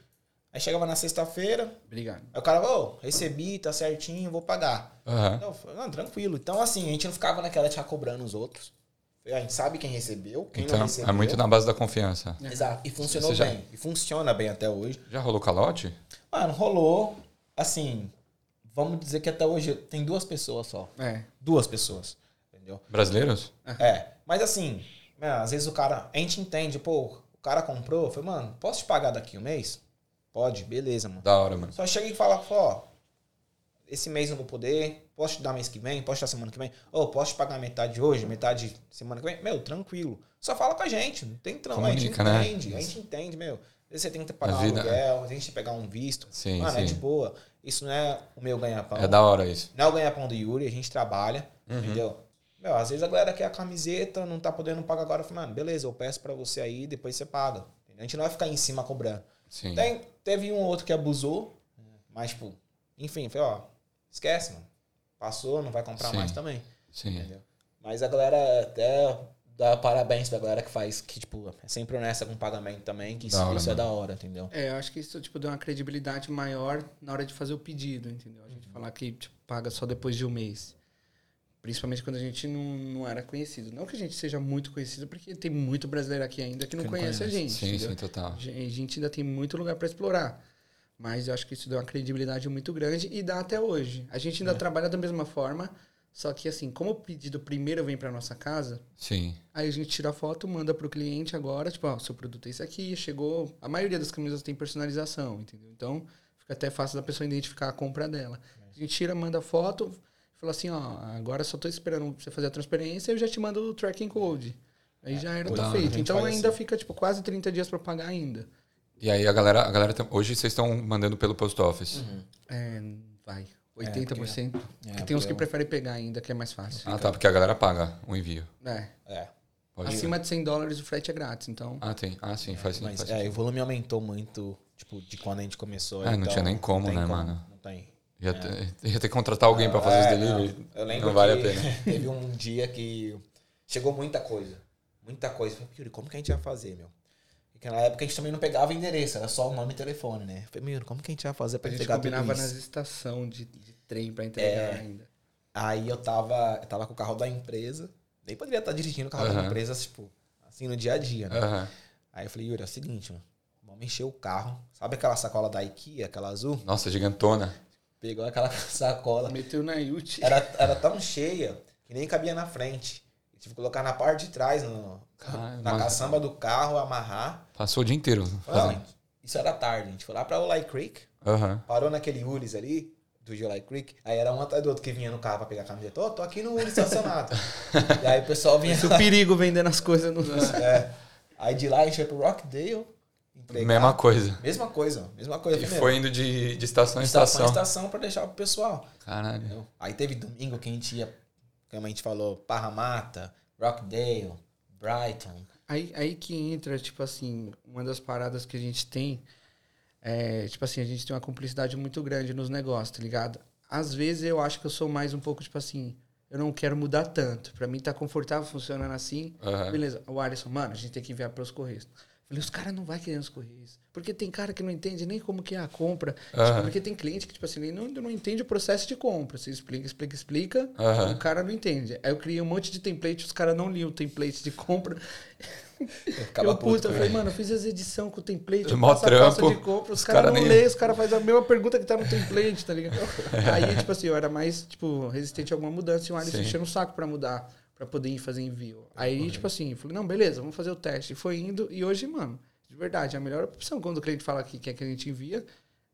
Speaker 1: Aí chegava na sexta-feira,
Speaker 3: Obrigado.
Speaker 1: aí o cara, ô, recebi, tá certinho, vou pagar.
Speaker 2: Aham.
Speaker 1: Eu falei, não, tranquilo. Então, assim, a gente não ficava naquela de ficar cobrando os outros. A gente sabe quem recebeu, quem
Speaker 2: Então,
Speaker 1: não recebeu.
Speaker 2: é muito na base da confiança.
Speaker 1: Exato. E funcionou
Speaker 2: Você já-
Speaker 1: bem. E funciona bem até hoje.
Speaker 2: Já rolou calote?
Speaker 1: Mano, rolou, assim, vamos dizer que até hoje tem duas pessoas só.
Speaker 3: É.
Speaker 1: Duas pessoas, entendeu?
Speaker 2: Brasileiros?
Speaker 1: É, mas assim, né, às vezes o cara, a gente entende, pô, o cara comprou, eu falei, mano, posso te pagar daqui um mês? Pode, beleza, mano.
Speaker 2: Da hora, mano.
Speaker 1: Só chega e fala, ó, esse mês não vou poder, posso te dar mês que vem, posso te dar semana que vem, ou posso te pagar metade hoje, metade semana que vem, meu, tranquilo. Só fala com a gente, não tem trampo, a gente
Speaker 2: Comunica, né?
Speaker 1: entende, a gente entende, meu. Às vezes você tem que pagar
Speaker 2: A
Speaker 1: um
Speaker 2: vida-
Speaker 1: aluguel, às vezes a gente tem que pegar um visto.
Speaker 2: Sim,
Speaker 1: mano, é de
Speaker 2: sim.
Speaker 1: boa. Isso não é o meu ganha-pão.
Speaker 2: É da hora isso.
Speaker 1: Não é o ganha-pão do Yuri, a gente trabalha,
Speaker 2: Uhum.
Speaker 1: entendeu? Meu, às vezes a galera quer a camiseta, não tá podendo pagar agora. Eu falo, mano, beleza, eu peço pra você aí, depois você paga. A gente não vai ficar em cima cobrando.
Speaker 2: Sim.
Speaker 1: Tem, teve um ou outro que abusou, mas, tipo, enfim, foi, ó, esquece, mano. Passou, não vai comprar
Speaker 2: Sim.
Speaker 1: mais também.
Speaker 2: Sim.
Speaker 1: Entendeu? Mas a galera até dá parabéns pra galera que faz, que, tipo, é sempre honesta com o pagamento também, que
Speaker 2: Da
Speaker 1: isso,
Speaker 2: hora,
Speaker 1: isso é
Speaker 2: mano.
Speaker 1: da hora, entendeu?
Speaker 3: É, eu acho que isso, tipo, deu uma credibilidade maior na hora de fazer o pedido, entendeu? A gente falar que, tipo, paga só depois de um mês. Principalmente quando a gente não, não era conhecido. Não que a gente seja muito conhecido, porque tem muito brasileiro aqui ainda que não,
Speaker 1: Que não
Speaker 3: conhece, a
Speaker 1: conhece.
Speaker 3: gente.
Speaker 2: Sim,
Speaker 3: entendeu?
Speaker 2: sim, total.
Speaker 3: Gen- A gente ainda tem muito lugar para explorar. Mas eu acho que isso deu uma credibilidade muito grande e dá até hoje. A gente ainda trabalha da mesma forma, só que assim, como o pedido primeiro vem para nossa casa,
Speaker 2: Sim.
Speaker 3: aí a gente tira a foto, manda pro cliente agora, tipo, ó, seu produto é esse aqui, chegou. A maioria das camisas tem personalização, entendeu? Então, fica até fácil da pessoa identificar a compra dela. A gente tira, manda a foto, fala assim, ó, agora só tô esperando você fazer a transferência, eu já te mando o tracking code. Aí já
Speaker 1: É,
Speaker 3: era
Speaker 2: Tá,
Speaker 3: tudo
Speaker 2: a
Speaker 1: gente
Speaker 3: feito. Então
Speaker 1: faz
Speaker 3: ainda
Speaker 1: assim.
Speaker 3: fica tipo quase 30 dias para pagar ainda.
Speaker 2: E aí a galera, a galera tam- hoje vocês estão mandando pelo post office.
Speaker 1: Uhum.
Speaker 3: É, vai.
Speaker 1: É,
Speaker 3: 80%. porque,
Speaker 1: É,
Speaker 3: tem uns que
Speaker 1: porque
Speaker 3: preferem pegar ainda, que é mais fácil.
Speaker 2: Ah, tá, porque a galera paga o envio.
Speaker 3: É.
Speaker 1: eu- É,
Speaker 2: Pode
Speaker 3: Acima de 100 dólares o frete é grátis, então.
Speaker 2: Ah, tem. Ah, sim, faz sim.
Speaker 1: mas
Speaker 2: faz
Speaker 1: é,
Speaker 2: sim.
Speaker 1: o volume aumentou muito, tipo, de quando a gente começou. então
Speaker 2: Ah, não tinha nem como,
Speaker 1: não tem
Speaker 2: né, mano?
Speaker 1: Não tem.
Speaker 2: Ia, ter, <laughs> ia ter que contratar alguém pra fazer
Speaker 1: É,
Speaker 2: os delivery.
Speaker 1: não. Eu lembro
Speaker 2: Não vale a
Speaker 1: que
Speaker 2: pena.
Speaker 1: <laughs> teve um dia que chegou muita coisa. Muita coisa. Eu falei, Yuri, como que a gente vai fazer, meu? Porque na época a gente também não pegava endereço, era só o nome e telefone, né? Eu falei, Yuri, como que a gente vai fazer
Speaker 3: A
Speaker 1: pra
Speaker 3: gente
Speaker 1: entregar tudo
Speaker 3: combinava
Speaker 1: isso? É,
Speaker 3: nas estações de, de trem pra entregar ainda.
Speaker 1: Aí eu tava, eu tava com o carro da empresa, nem poderia estar dirigindo o carro da
Speaker 2: Aham. É.
Speaker 1: empresa, tipo, assim, no dia a dia, né?
Speaker 2: Aham.
Speaker 1: Aí eu falei, Yuri, é o seguinte, mano, vamos encher o carro. Sabe aquela sacola da IKEA, aquela azul?
Speaker 2: Nossa, gigantona.
Speaker 1: Pegou aquela <laughs> sacola,
Speaker 3: Meteu na Yut.
Speaker 1: era, era tão cheia que nem cabia na frente. Eu tive que colocar na parte de trás, no-
Speaker 2: Caralho,
Speaker 1: na
Speaker 2: mas-
Speaker 1: caçamba do carro, amarrar.
Speaker 2: Passou o dia inteiro fazendo.
Speaker 1: Mano, isso era tarde, a gente foi lá pra Olay Creek,
Speaker 2: Aham.
Speaker 1: parou naquele Ulis ali, do de Olay Creek, aí era um atrás do outro que vinha no carro pra pegar a camiseta, ó, tô aqui no Ulis
Speaker 2: <laughs>
Speaker 1: estacionado. e aí o pessoal vinha
Speaker 3: Esse é o perigo vendendo as coisas no.
Speaker 1: É. Aí de lá a gente foi pro Rockdale, entregar.
Speaker 2: Mesma coisa.
Speaker 1: Mesma coisa, mesma coisa.
Speaker 2: E
Speaker 1: primeiro.
Speaker 2: foi indo de, de estação em
Speaker 1: estação
Speaker 2: estação.
Speaker 1: em estação pra deixar pro pessoal.
Speaker 2: Caralho.
Speaker 1: entendeu? Aí teve domingo que a gente ia, como a gente falou, Parra Mata, Rockdale, Brighton.
Speaker 3: Aí, aí que entra, tipo assim, uma das paradas que a gente tem. É, tipo assim, a gente tem uma cumplicidade muito grande nos negócios, tá ligado? Às vezes eu acho que eu sou mais um pouco, tipo assim, eu não quero mudar tanto. Pra mim tá confortável funcionando assim.
Speaker 2: Aham.
Speaker 3: Beleza, o Alisson, mano, a gente tem que enviar para os Correios. Falei, os caras não vai querer os Correios. Porque tem cara que não entende nem como que é a compra. Tipo,
Speaker 2: Aham.
Speaker 3: porque tem cliente que, tipo assim, ele não, não entende o processo de compra. Você explica, explica, explica,
Speaker 2: Aham.
Speaker 3: o cara não entende. Aí eu criei um monte de template, os caras não liam o template de compra.
Speaker 1: Eu
Speaker 3: eu puta, eu
Speaker 1: com
Speaker 3: falei,
Speaker 1: ele.
Speaker 3: mano, eu fiz as edições com o template,
Speaker 2: É
Speaker 3: eu
Speaker 2: mó
Speaker 3: passo a passo
Speaker 2: trampo,
Speaker 3: de compra, os
Speaker 2: os
Speaker 3: caras
Speaker 2: cara
Speaker 3: não
Speaker 2: nem-
Speaker 3: lêem, os caras fazem a mesma pergunta que tá no template,
Speaker 2: <laughs>
Speaker 3: tá ligado? Aí, tipo assim, eu era mais, tipo, resistente a alguma mudança e o Alisson
Speaker 2: Sim.
Speaker 3: enchendo o saco pra mudar, pra poder ir fazer envio. Aí, tipo assim, eu falei, não, beleza, vamos fazer o teste. E foi indo, e hoje, mano, de verdade, a melhor opção, quando o cliente fala que quer que a gente envia,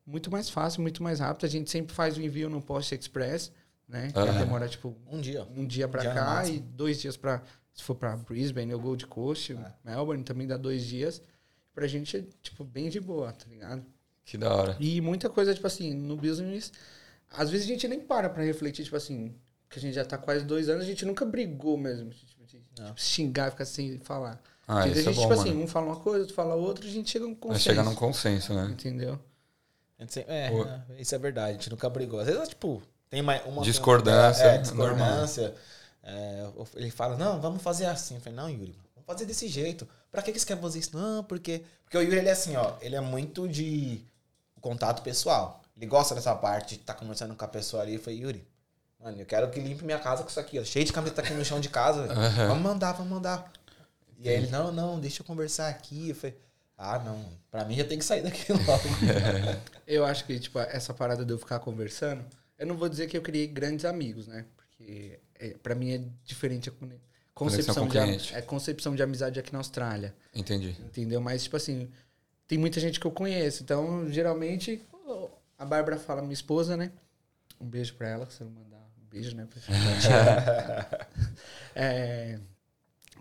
Speaker 3: muito mais fácil, muito mais rápido. A gente sempre faz o envio no Post Express, né? Que
Speaker 2: Aham.
Speaker 3: demora, tipo,
Speaker 1: Um dia.
Speaker 3: um dia pra
Speaker 1: dia no
Speaker 3: cá
Speaker 1: máximo.
Speaker 3: e dois dias pra se for pra Brisbane ou Gold Coast,
Speaker 2: É.
Speaker 3: Melbourne também dá dois dias. Pra gente é, tipo, bem de boa, tá ligado?
Speaker 2: Que da hora.
Speaker 3: E muita coisa, tipo assim, no business, às vezes a gente nem para pra refletir, tipo assim, que a gente já tá quase dois anos, a gente nunca brigou mesmo. Tipo, de,
Speaker 1: Não.
Speaker 3: tipo, xingar, ficar sem falar.
Speaker 2: É. Ah,
Speaker 3: Às vezes
Speaker 2: isso
Speaker 3: a
Speaker 2: é
Speaker 3: gente,
Speaker 2: bom,
Speaker 3: tipo
Speaker 2: mano.
Speaker 3: assim, um fala uma coisa, outro fala outra, a gente chega a um
Speaker 2: Vai
Speaker 3: consenso.
Speaker 2: chegar num consenso, né?
Speaker 3: Entendeu?
Speaker 1: A gente sempre- É,
Speaker 2: Pô.
Speaker 1: né, isso é verdade, a gente nunca brigou. Às vezes, tipo, tem uma. uma
Speaker 2: Discordância,
Speaker 1: É,
Speaker 2: é
Speaker 1: discordância. É, ele fala, não, vamos fazer assim. Eu falei, não, Yuri, vamos fazer desse jeito. Pra que que você quer fazer isso? Não, porque. Porque o Yuri, ele é assim, ó, ele é muito de contato pessoal. Ele gosta dessa parte, de tá conversando com a pessoa ali. Eu falei, Yuri, mano, eu quero que limpe minha casa com isso aqui, ó. Cheio de camiseta aqui no chão de casa. velho.
Speaker 2: <laughs> Aham.
Speaker 1: Vamos mandar, vamos mandar. E aí ele, não, não, deixa eu conversar aqui. Eu falei, ah, não, pra mim já tem que sair daqui <laughs> logo.
Speaker 2: <laughs>
Speaker 3: Eu acho que, tipo, essa parada de eu ficar conversando, eu não vou dizer que eu criei grandes amigos, né? Porque é, para mim é diferente a con-
Speaker 2: Conexão
Speaker 3: concepção
Speaker 2: com
Speaker 3: de, am-
Speaker 2: cliente.
Speaker 3: é concepção de amizade aqui na Austrália,
Speaker 2: Entendi.
Speaker 3: entendeu? Mas, tipo assim, tem muita gente que eu conheço, então, geralmente, pô, a Bárbara fala, minha esposa, né? Um beijo pra ela, que você não mandar um beijo, né? pra- É,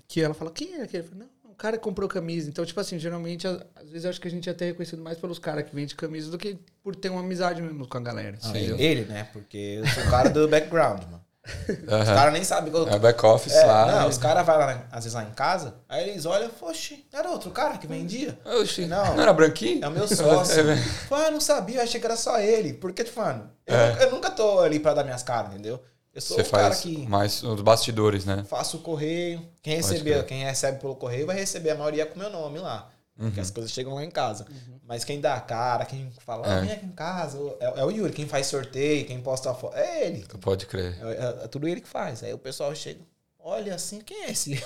Speaker 3: que ela fala, quem é aquele? Eu falo, Não, o cara que comprou camisa. Então, tipo assim, geralmente, a- às vezes eu acho que a gente é até reconhecido mais pelos caras que vendem camisa do que por ter uma amizade mesmo com a galera.
Speaker 2: Ah,
Speaker 3: entendeu?
Speaker 1: ele, né? Porque eu sou o cara do background, mano. Os
Speaker 2: Aham.
Speaker 1: caras nem sabem que eu
Speaker 2: É back office
Speaker 1: É,
Speaker 2: lá.
Speaker 1: não, os caras vão lá, né, às vezes lá em casa, aí eles olham, oxi, não era outro cara que vendia?
Speaker 2: Oxi, não.
Speaker 1: Não.
Speaker 2: era branquinho?
Speaker 1: É o meu
Speaker 2: <laughs> É,
Speaker 1: sócio.
Speaker 2: velho.
Speaker 1: Pô, eu não sabia, eu achei que era só ele. Porque, tipo, mano, eu,
Speaker 2: É.
Speaker 1: nunca, eu nunca tô ali pra dar minhas caras, entendeu? Eu sou
Speaker 2: Você
Speaker 1: o cara
Speaker 2: faz
Speaker 1: que
Speaker 2: mais os bastidores, né?
Speaker 1: faço o correio. Quem
Speaker 2: Pode
Speaker 1: receber,
Speaker 2: crer.
Speaker 1: quem recebe pelo correio vai receber a maioria com meu nome lá.
Speaker 2: Uhum.
Speaker 1: Porque as coisas chegam lá em casa. Mas quem dá a cara, quem fala,
Speaker 2: É.
Speaker 1: ah, vem aqui em casa, é, é o Yuri, quem faz sorteio, quem posta a foto. É ele.
Speaker 2: Pode crer.
Speaker 1: É, é- é tudo ele que faz. Aí o pessoal chega, olha assim, quem é
Speaker 2: <laughs>
Speaker 1: esse?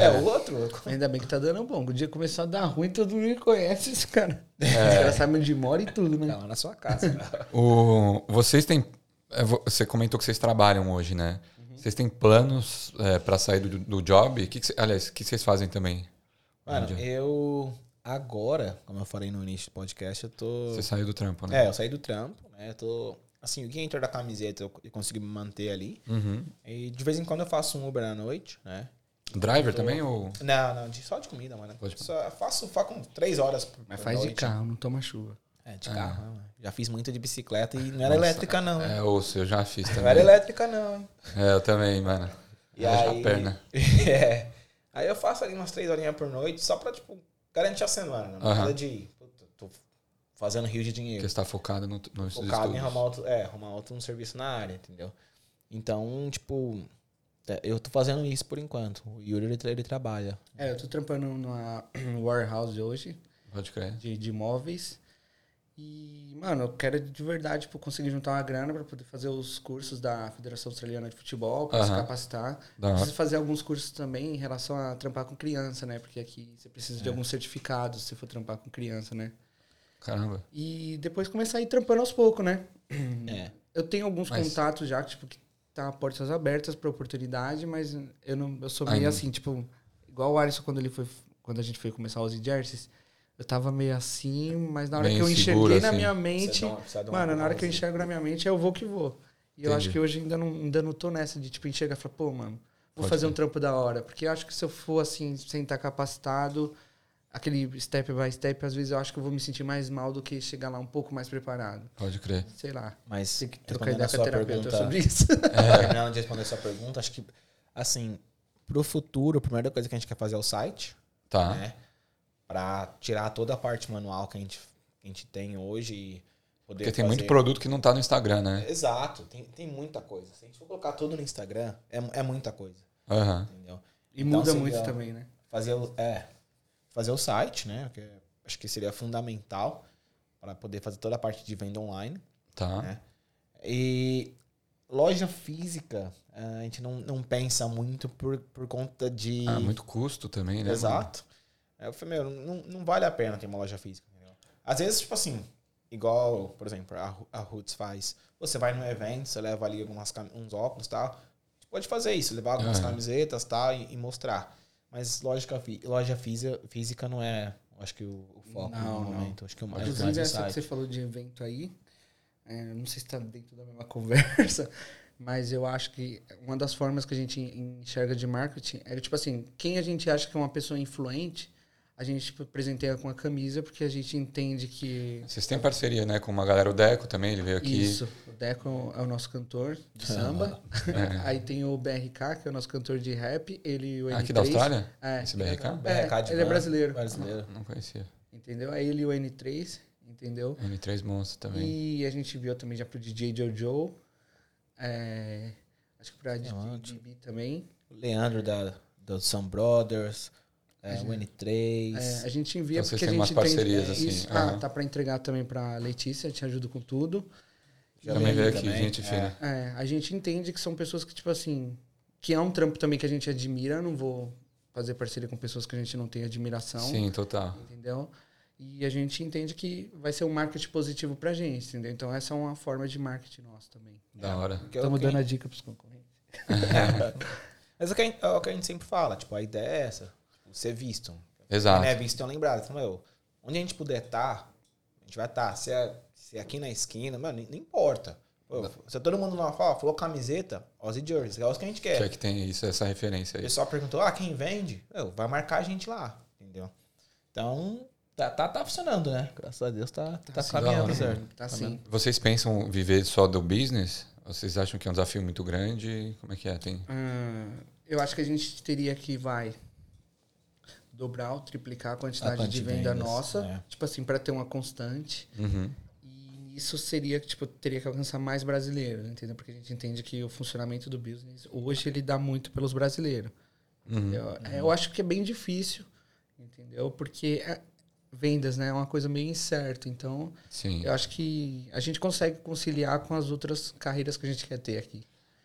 Speaker 1: é o outro?
Speaker 3: Ainda bem que tá dando bom. O dia que começar a dar ruim, todo mundo conhece esse cara. Os caras sabem onde mora e tudo,
Speaker 1: É
Speaker 2: Hum.
Speaker 3: né?
Speaker 1: lá na sua
Speaker 2: <laughs>
Speaker 1: casa.
Speaker 2: O, vocês têm. é, vo- Você comentou que vocês trabalham hoje, né?
Speaker 1: Uhum.
Speaker 2: Vocês têm planos é, para sair do, do job? Que que cê- aliás, o que vocês fazem também?
Speaker 1: Mano,
Speaker 2: Onde?
Speaker 1: eu agora, como eu falei no início do podcast, eu tô.
Speaker 2: Você saiu do trampo, né?
Speaker 1: É, eu saí do trampo, né? Eu tô. Assim, o que entra da camiseta eu consegui me manter ali.
Speaker 2: Uhum.
Speaker 1: E de vez em quando eu faço um Uber à noite, né?
Speaker 2: Driver também? Ou...
Speaker 1: Não, não, de- só de comida, mano.
Speaker 2: Pode-
Speaker 1: Só faço, faço com três horas. por-
Speaker 3: Mas
Speaker 1: por
Speaker 3: faz de
Speaker 1: noite.
Speaker 3: carro, não é toma chuva.
Speaker 1: É, de carro, né, mano? Já fiz muito de bicicleta e não era
Speaker 2: Ah. Nossa,
Speaker 1: elétrica, não. hein?
Speaker 2: É, ou se eu já fiz
Speaker 1: Não era
Speaker 2: também.
Speaker 1: elétrica, não, hein?
Speaker 2: É, eu também, mano.
Speaker 1: E
Speaker 2: Já
Speaker 1: aí-
Speaker 2: a perna.
Speaker 1: <laughs> é. Aí eu faço ali umas três horinhas por noite só pra, tipo, garantir a semana. Né?
Speaker 2: Aham.
Speaker 1: Nada de. Puta, tô fazendo rio de
Speaker 2: Porque
Speaker 1: dinheiro.
Speaker 2: você tá focado no, nos
Speaker 1: Focado em
Speaker 2: estudos.
Speaker 1: arrumar outro, é, arrumar outro um serviço na área, entendeu? Então, tipo. é, Eu tô fazendo isso por enquanto. O Yuri, ele, tra- ele trabalha.
Speaker 3: É, eu tô trampando numa <clears throat> warehouse hoje,
Speaker 2: Pode crer.
Speaker 3: de, de imóveis. E, mano, eu quero de verdade tipo, conseguir juntar uma grana pra poder fazer os cursos da Federação Australiana de Futebol, pra se
Speaker 2: Aham.
Speaker 3: capacitar.
Speaker 2: Da hora.
Speaker 3: Preciso fazer alguns cursos também em relação a trampar com criança, né? Porque aqui você precisa
Speaker 2: É.
Speaker 3: de alguns certificados se for trampar com criança, né?
Speaker 2: Caramba.
Speaker 3: E depois começar a ir trampando aos poucos, né?
Speaker 1: É.
Speaker 3: Eu tenho alguns
Speaker 2: Mas-
Speaker 3: contatos já, tipo, que tá portas abertas pra oportunidade, mas eu não eu sou meio
Speaker 2: Ainda.
Speaker 3: assim, tipo, igual o Alisson quando ele foi quando a gente foi começar os jerseys, eu tava meio assim, mas na hora
Speaker 2: Meio
Speaker 3: que eu
Speaker 2: inseguro,
Speaker 3: enxerguei na
Speaker 2: assim.
Speaker 3: minha
Speaker 1: Precisa
Speaker 3: mente,
Speaker 1: dar uma- precisa dar uma assim.
Speaker 3: mano, na hora que eu
Speaker 1: pausa.
Speaker 3: enxergo na minha mente, eu vou que vou. E eu acho
Speaker 2: Entendi.
Speaker 3: que hoje ainda não ainda não tô nessa de tipo enxergar e falar, pô, mano, vou
Speaker 2: Pode
Speaker 3: fazer um
Speaker 2: crer.
Speaker 3: trampo da hora, porque eu acho que se eu for assim sem estar capacitado, aquele step by step, às vezes eu acho que eu vou me sentir mais mal do que chegar lá um pouco mais preparado.
Speaker 2: Pode crer.
Speaker 3: Sei lá.
Speaker 1: Mas
Speaker 3: Tem que trocar
Speaker 1: respondendo a
Speaker 3: ideia
Speaker 1: sua
Speaker 3: com a terapeuta
Speaker 1: pergunta,
Speaker 3: sobre isso.
Speaker 1: <laughs> terminando de responder a sua pergunta, acho que, assim, pro futuro, a primeira coisa que a gente quer fazer é o site.
Speaker 2: Tá.
Speaker 1: né? Pra tirar toda a parte manual que a gente, que a gente tem hoje e poder
Speaker 2: Porque tem
Speaker 1: fazer- É.
Speaker 2: muito produto que não tá no Instagram, né?
Speaker 1: Exato, tem, tem muita coisa. Se a gente for colocar tudo no Instagram, é, mu- é muita coisa,
Speaker 2: Aham.
Speaker 1: entendeu?
Speaker 2: um
Speaker 3: E
Speaker 1: Então,
Speaker 3: muda
Speaker 1: assim,
Speaker 3: muito
Speaker 1: é-
Speaker 3: também, né?
Speaker 1: Fazer o, é, fazer o site, né? Que acho que seria fundamental para poder fazer toda a parte de venda online.
Speaker 2: Tá.
Speaker 1: É. E loja física, a gente não, não pensa muito por, por conta de...
Speaker 2: Ah, muito custo também, né? mano?
Speaker 1: Exato. Aí Eu falei, meu, não, não vale a pena ter uma loja física. entendeu? Às vezes, tipo assim, igual, por exemplo, a, Ru- a Roots faz. Você vai num evento, você leva ali algumas, cam- uns óculos e tal. Você pode fazer isso, levar algumas
Speaker 2: Aham.
Speaker 1: camisetas tal, e, e mostrar. Mas lógica, fi- loja física, física não é, acho que, o, o foco
Speaker 3: Não,
Speaker 1: no
Speaker 3: não.
Speaker 1: momento. Acho que o mais, mais
Speaker 3: Inclusive,
Speaker 1: o
Speaker 3: essa que
Speaker 1: site.
Speaker 3: você falou de evento aí, é, não sei se está dentro da mesma <laughs> conversa, mas eu acho que uma das formas que a gente enxerga de marketing é tipo assim, quem a gente acha que é uma pessoa influente, a gente tipo, presenteia com a camisa porque a gente entende que
Speaker 2: Vocês têm parceria, né? Com uma galera, o Deco também, ele veio aqui. Ah,
Speaker 3: Isso. O Deco é o nosso cantor de samba. <laughs> Aí tem o BRK, que é o nosso cantor de rap. Ele e o
Speaker 2: é. Ah,
Speaker 3: N3.
Speaker 2: Aqui da Austrália?
Speaker 3: É.
Speaker 2: Esse BRK?
Speaker 1: BRK de
Speaker 3: ele é
Speaker 1: van,
Speaker 3: brasileiro.
Speaker 1: brasileiro.
Speaker 2: Não conhecia.
Speaker 3: Entendeu? Aí ele e o N3, entendeu?
Speaker 2: M3 Monstro também.
Speaker 3: E a gente viu também já pro DJ Jojo. é, acho que pra DJ
Speaker 1: ótimo.
Speaker 3: DB também.
Speaker 1: O Leandro da, do Sun Brothers, é, o N3.
Speaker 3: É, a gente envia
Speaker 2: Então, vocês
Speaker 3: porque a
Speaker 2: têm
Speaker 3: gente
Speaker 2: umas parcerias,
Speaker 3: tem,
Speaker 2: assim,
Speaker 3: Isso,
Speaker 2: aham.
Speaker 3: ah, tá pra entregar também pra Letícia, te ajudo com tudo.
Speaker 1: Já
Speaker 2: também veio
Speaker 1: veio
Speaker 2: aqui,
Speaker 1: também,
Speaker 2: gente
Speaker 1: é.
Speaker 2: fina.
Speaker 3: É, a gente entende que são pessoas que, tipo assim, que é um trampo também que a gente admira. Não vou fazer parceria com pessoas que a gente não tem admiração,
Speaker 1: Então,
Speaker 2: Sim, total.
Speaker 3: entendeu? E a gente entende que vai ser um marketing positivo pra gente, entendeu? Então essa é uma forma de marketing nosso também.
Speaker 2: Da hora.
Speaker 1: Porque eu-
Speaker 3: Estamos
Speaker 1: quem-
Speaker 3: dando Tá a dica pros concorrentes.
Speaker 1: É. Mas é o, que a gente, é o que a gente sempre fala, tipo, a ideia é essa. Tipo, ser visto. Quem não é
Speaker 2: Exato.
Speaker 1: visto, tem um lembrado. Então, meu, onde a gente puder estar, a gente vai estar. Se, é, se é aqui na esquina, mano, nem- não importa. Pô, se todo mundo lá fala, falou camiseta, Ozzy Jersey, é os que a gente quer.
Speaker 2: Já que tem isso, essa referência
Speaker 1: O
Speaker 2: aí.
Speaker 1: pessoal perguntou, ah, quem vende? Meu, vai marcar a gente lá, entendeu? Então, tá, tá, tá funcionando, né? Graças a Deus tá, tá,
Speaker 3: sim.
Speaker 1: caminhando
Speaker 2: Da hora,
Speaker 1: certo.
Speaker 3: Tá sim.
Speaker 2: Vocês pensam viver só do business? Vocês acham que é um desafio muito grande? Como é que é? Tem...
Speaker 3: Hum, eu acho que a gente teria que, vai, dobrar ou triplicar a quantidade
Speaker 1: Tá quantidade
Speaker 3: de
Speaker 1: de
Speaker 3: venda
Speaker 1: vendas,
Speaker 3: nossa.
Speaker 1: é.
Speaker 3: Tipo assim, para ter uma constante.
Speaker 2: Uhum.
Speaker 3: E isso seria, tipo, teria que alcançar mais brasileiros, entendeu? Porque a gente entende que o funcionamento do business, hoje, ele dá muito pelos brasileiros.
Speaker 2: Uhum.
Speaker 3: Eu, eu acho que é bem difícil, entendeu? Porque é, vendas, né? É uma coisa meio incerta. Então,
Speaker 2: Sim.
Speaker 3: eu acho que a gente consegue conciliar com as outras carreiras que a gente quer ter aqui.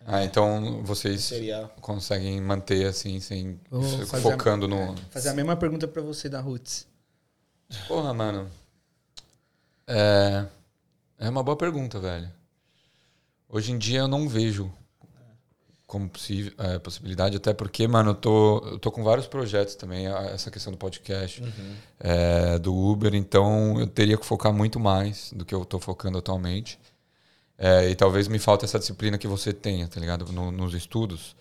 Speaker 2: Ah, então vocês
Speaker 1: Seria.
Speaker 2: conseguem manter assim, sem
Speaker 3: Vou
Speaker 2: f-
Speaker 3: fazer
Speaker 2: focando
Speaker 3: a- é,
Speaker 2: no.
Speaker 3: Fazer a mesma pergunta para você da Roots.
Speaker 2: Porra, mano. É. É uma boa pergunta, velho. Hoje em dia eu não vejo como possível, é, possibilidade, até porque, mano, eu tô, eu tô com vários projetos também, a- essa questão do podcast, é, do Uber, então eu teria que focar muito mais do que eu tô focando atualmente. É, e talvez me falta essa disciplina que você tenha, tá ligado? No- nos estudos.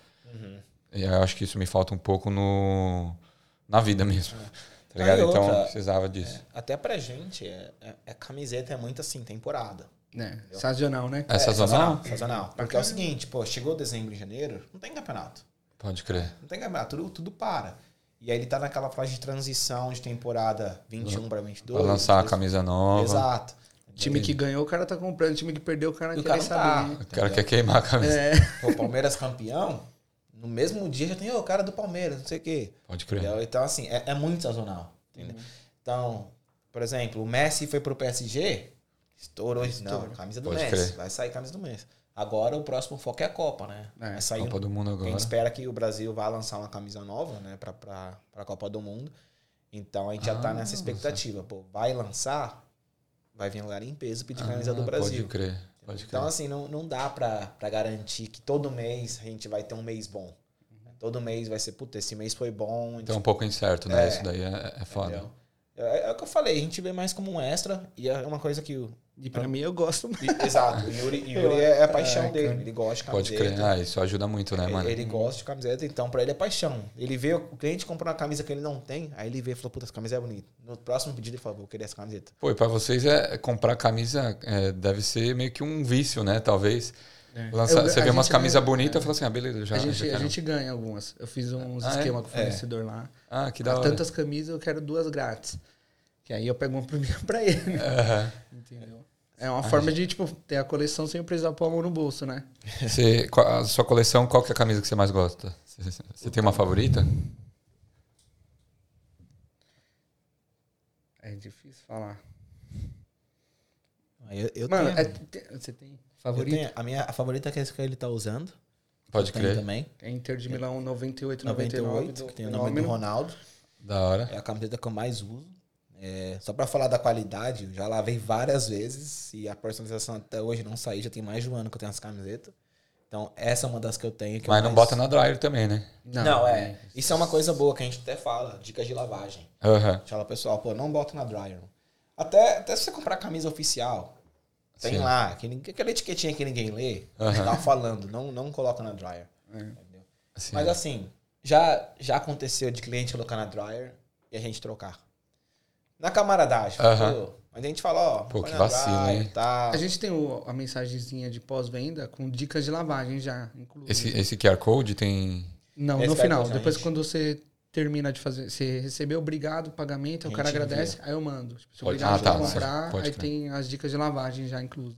Speaker 2: E eu acho que isso me falta um pouco no, na vida mesmo.
Speaker 1: Ah,
Speaker 2: Tá ligado?
Speaker 1: e
Speaker 2: então
Speaker 1: outra-
Speaker 2: eu precisava disso.
Speaker 1: Até pra gente, é, é- é camiseta é muito assim, temporada.
Speaker 3: Né? Sazonal, né?
Speaker 2: É, sazonal?
Speaker 1: Sazonal. Sazonal. Porque é o seguinte, pô, chegou dezembro e janeiro, não tem campeonato.
Speaker 2: Pode crer.
Speaker 1: Não tem campeonato, tudo, tudo para. E aí ele tá naquela fase de transição de temporada 21 pra 22.
Speaker 2: Pra lançar a
Speaker 1: 23.
Speaker 2: camisa nova.
Speaker 1: Exato.
Speaker 2: É,
Speaker 3: Time que ganhou, o cara tá comprando. Time que perdeu, o cara
Speaker 1: E o
Speaker 3: quer
Speaker 1: cara não
Speaker 3: saber.
Speaker 1: tá.
Speaker 2: O cara quer queimar a camisa.
Speaker 3: É.
Speaker 1: Pô, Palmeiras campeão, no mesmo dia já tem "Ô, o cara do Palmeiras, não sei o quê.
Speaker 2: Pode crer.
Speaker 1: Entendeu? Então, assim, é, é muito sazonal. entendeu? Então, por exemplo, o Messi foi pro PSG, estourou. Não, camisa do
Speaker 2: Pode
Speaker 1: Messi.
Speaker 2: crer.
Speaker 1: Vai sair camisa do Messi. Agora o próximo foco é a Copa, né?
Speaker 3: É,
Speaker 1: Vai sair
Speaker 2: Copa do Mundo
Speaker 1: a
Speaker 2: agora.
Speaker 1: gente espera que o Brasil vá lançar uma camisa nova, né, pra, pra, pra Copa do Mundo. Então a gente já
Speaker 2: Ah,
Speaker 1: tá nessa expectativa. Pô, vai lançar, vai vir um lugar em peso pedir camisa do
Speaker 2: Ah,
Speaker 1: Brasil.
Speaker 2: Pode crer. Pode crer.
Speaker 1: Então, assim, não, não dá pra, pra garantir que todo mês a gente vai ter um mês bom. Todo mês vai ser, puta, esse mês foi bom. a gente
Speaker 2: Então é um pouco incerto, né?
Speaker 1: É.
Speaker 2: Isso daí é, é foda.
Speaker 1: Entendeu? É, é o que eu falei, a gente vê mais como um extra e é uma coisa que o.
Speaker 3: E pra mim, eu gosto.
Speaker 1: e- exato, o Yuri, Yuri é a paixão
Speaker 3: É,
Speaker 1: dele.
Speaker 3: cara.
Speaker 1: Ele gosta de
Speaker 2: Pode
Speaker 1: camiseta.
Speaker 2: crer. Ah, isso ajuda muito, né,
Speaker 1: ele-
Speaker 2: mano?
Speaker 1: Tá É, Ele gosta de camiseta, então pra ele é paixão. Ele vê o cliente comprou uma camisa que ele não tem, aí ele vê e falou: Puta, essa camisa é bonita. No próximo pedido ele falou: Vou querer essa camiseta.
Speaker 2: Pô, e pra vocês é, comprar camisa é, deve ser meio que um vício, né? Talvez.
Speaker 1: É.
Speaker 2: Lançar-
Speaker 3: Eu-
Speaker 2: você
Speaker 3: a
Speaker 2: vê umas
Speaker 3: gente
Speaker 2: camisas
Speaker 3: ganha-
Speaker 2: bonitas e fala assim, ah, beleza, já.
Speaker 3: a,
Speaker 2: já
Speaker 3: gente, a
Speaker 2: quero.
Speaker 3: gente ganha algumas. Eu fiz uns
Speaker 2: Ah, é?
Speaker 3: esquema com o fornecedor lá.
Speaker 2: Ah,
Speaker 1: tá
Speaker 2: que
Speaker 3: Que
Speaker 2: da hora.
Speaker 3: tantas camisas, eu quero duas grátis. Que aí eu pego uma pra mim e <laughs> pra
Speaker 1: assim.
Speaker 3: ele. né?
Speaker 2: Aham.
Speaker 3: Entendeu? É
Speaker 2: Ah,
Speaker 3: uma forma de, tipo, ter a coleção sem precisar pôr a mão no bolso, né?
Speaker 2: Você, qual- a sua coleção, qual que é a camisa que você mais gosta? Você, você tem uma favorita?
Speaker 3: É difícil falar.
Speaker 1: Aí eu, eu
Speaker 3: Mano,
Speaker 1: tenho,
Speaker 3: é-
Speaker 1: eu
Speaker 3: te- você tem
Speaker 1: tenho-
Speaker 3: favorito?
Speaker 1: a minha a favorita que é essa que ele tá usando.
Speaker 2: Pode
Speaker 1: Tem
Speaker 2: crer.
Speaker 1: também.
Speaker 3: É Inter de Milão 98, 99.
Speaker 1: 98,
Speaker 3: do
Speaker 1: que tem o nome do
Speaker 3: Fenômeno.
Speaker 1: Ronaldo.
Speaker 2: Da hora.
Speaker 1: É a camiseta que eu mais uso. É, só pra falar da qualidade, eu já lavei várias vezes e a personalização até hoje não saiu. Já tem mais de um ano que eu tenho essa camiseta. Então, essa é uma das que eu tenho. Que eu
Speaker 2: Mas não
Speaker 1: mais-
Speaker 2: bota na dryer também, né?
Speaker 1: Não, é. Isso é uma coisa boa que a gente até fala. Dicas de lavagem.
Speaker 2: Aham.
Speaker 1: A gente fala, pessoal, pô, não bota na dryer. Até, até se você comprar camisa oficial, tem
Speaker 2: Sim.
Speaker 1: lá, que, ninguém- aquela etiquetinha que ninguém lê,
Speaker 2: Aham.
Speaker 1: tá falando, não, não coloca na dryer. Entendeu?
Speaker 2: Sim.
Speaker 1: Mas assim, já, já aconteceu de cliente colocar na dryer e a gente trocar. Na camaradagem.
Speaker 2: Aham.
Speaker 1: pô, mas a gente fala, ó,
Speaker 2: Pô,
Speaker 1: põe
Speaker 2: que
Speaker 1: na
Speaker 2: vacilo,
Speaker 1: dryer,
Speaker 2: hein?
Speaker 1: Tá.
Speaker 3: A gente tem o- a mensagenzinha de pós-venda com dicas de lavagem já, inclusive.
Speaker 2: Esse, esse QR Code tem.
Speaker 3: Não,
Speaker 1: Esse
Speaker 3: no
Speaker 1: vai
Speaker 3: final.
Speaker 1: pra gente.
Speaker 3: Depois, quando você termina de fazer, você recebeu obrigado, pagamento,
Speaker 1: A
Speaker 3: o cara
Speaker 1: gente
Speaker 3: agradece, aí eu mando. Tipo, se
Speaker 2: Pode-
Speaker 3: obrigado
Speaker 2: Ah, tá,
Speaker 3: por comprar,
Speaker 2: pode
Speaker 3: aí
Speaker 2: crer.
Speaker 3: tem as dicas de lavagem já inclusa.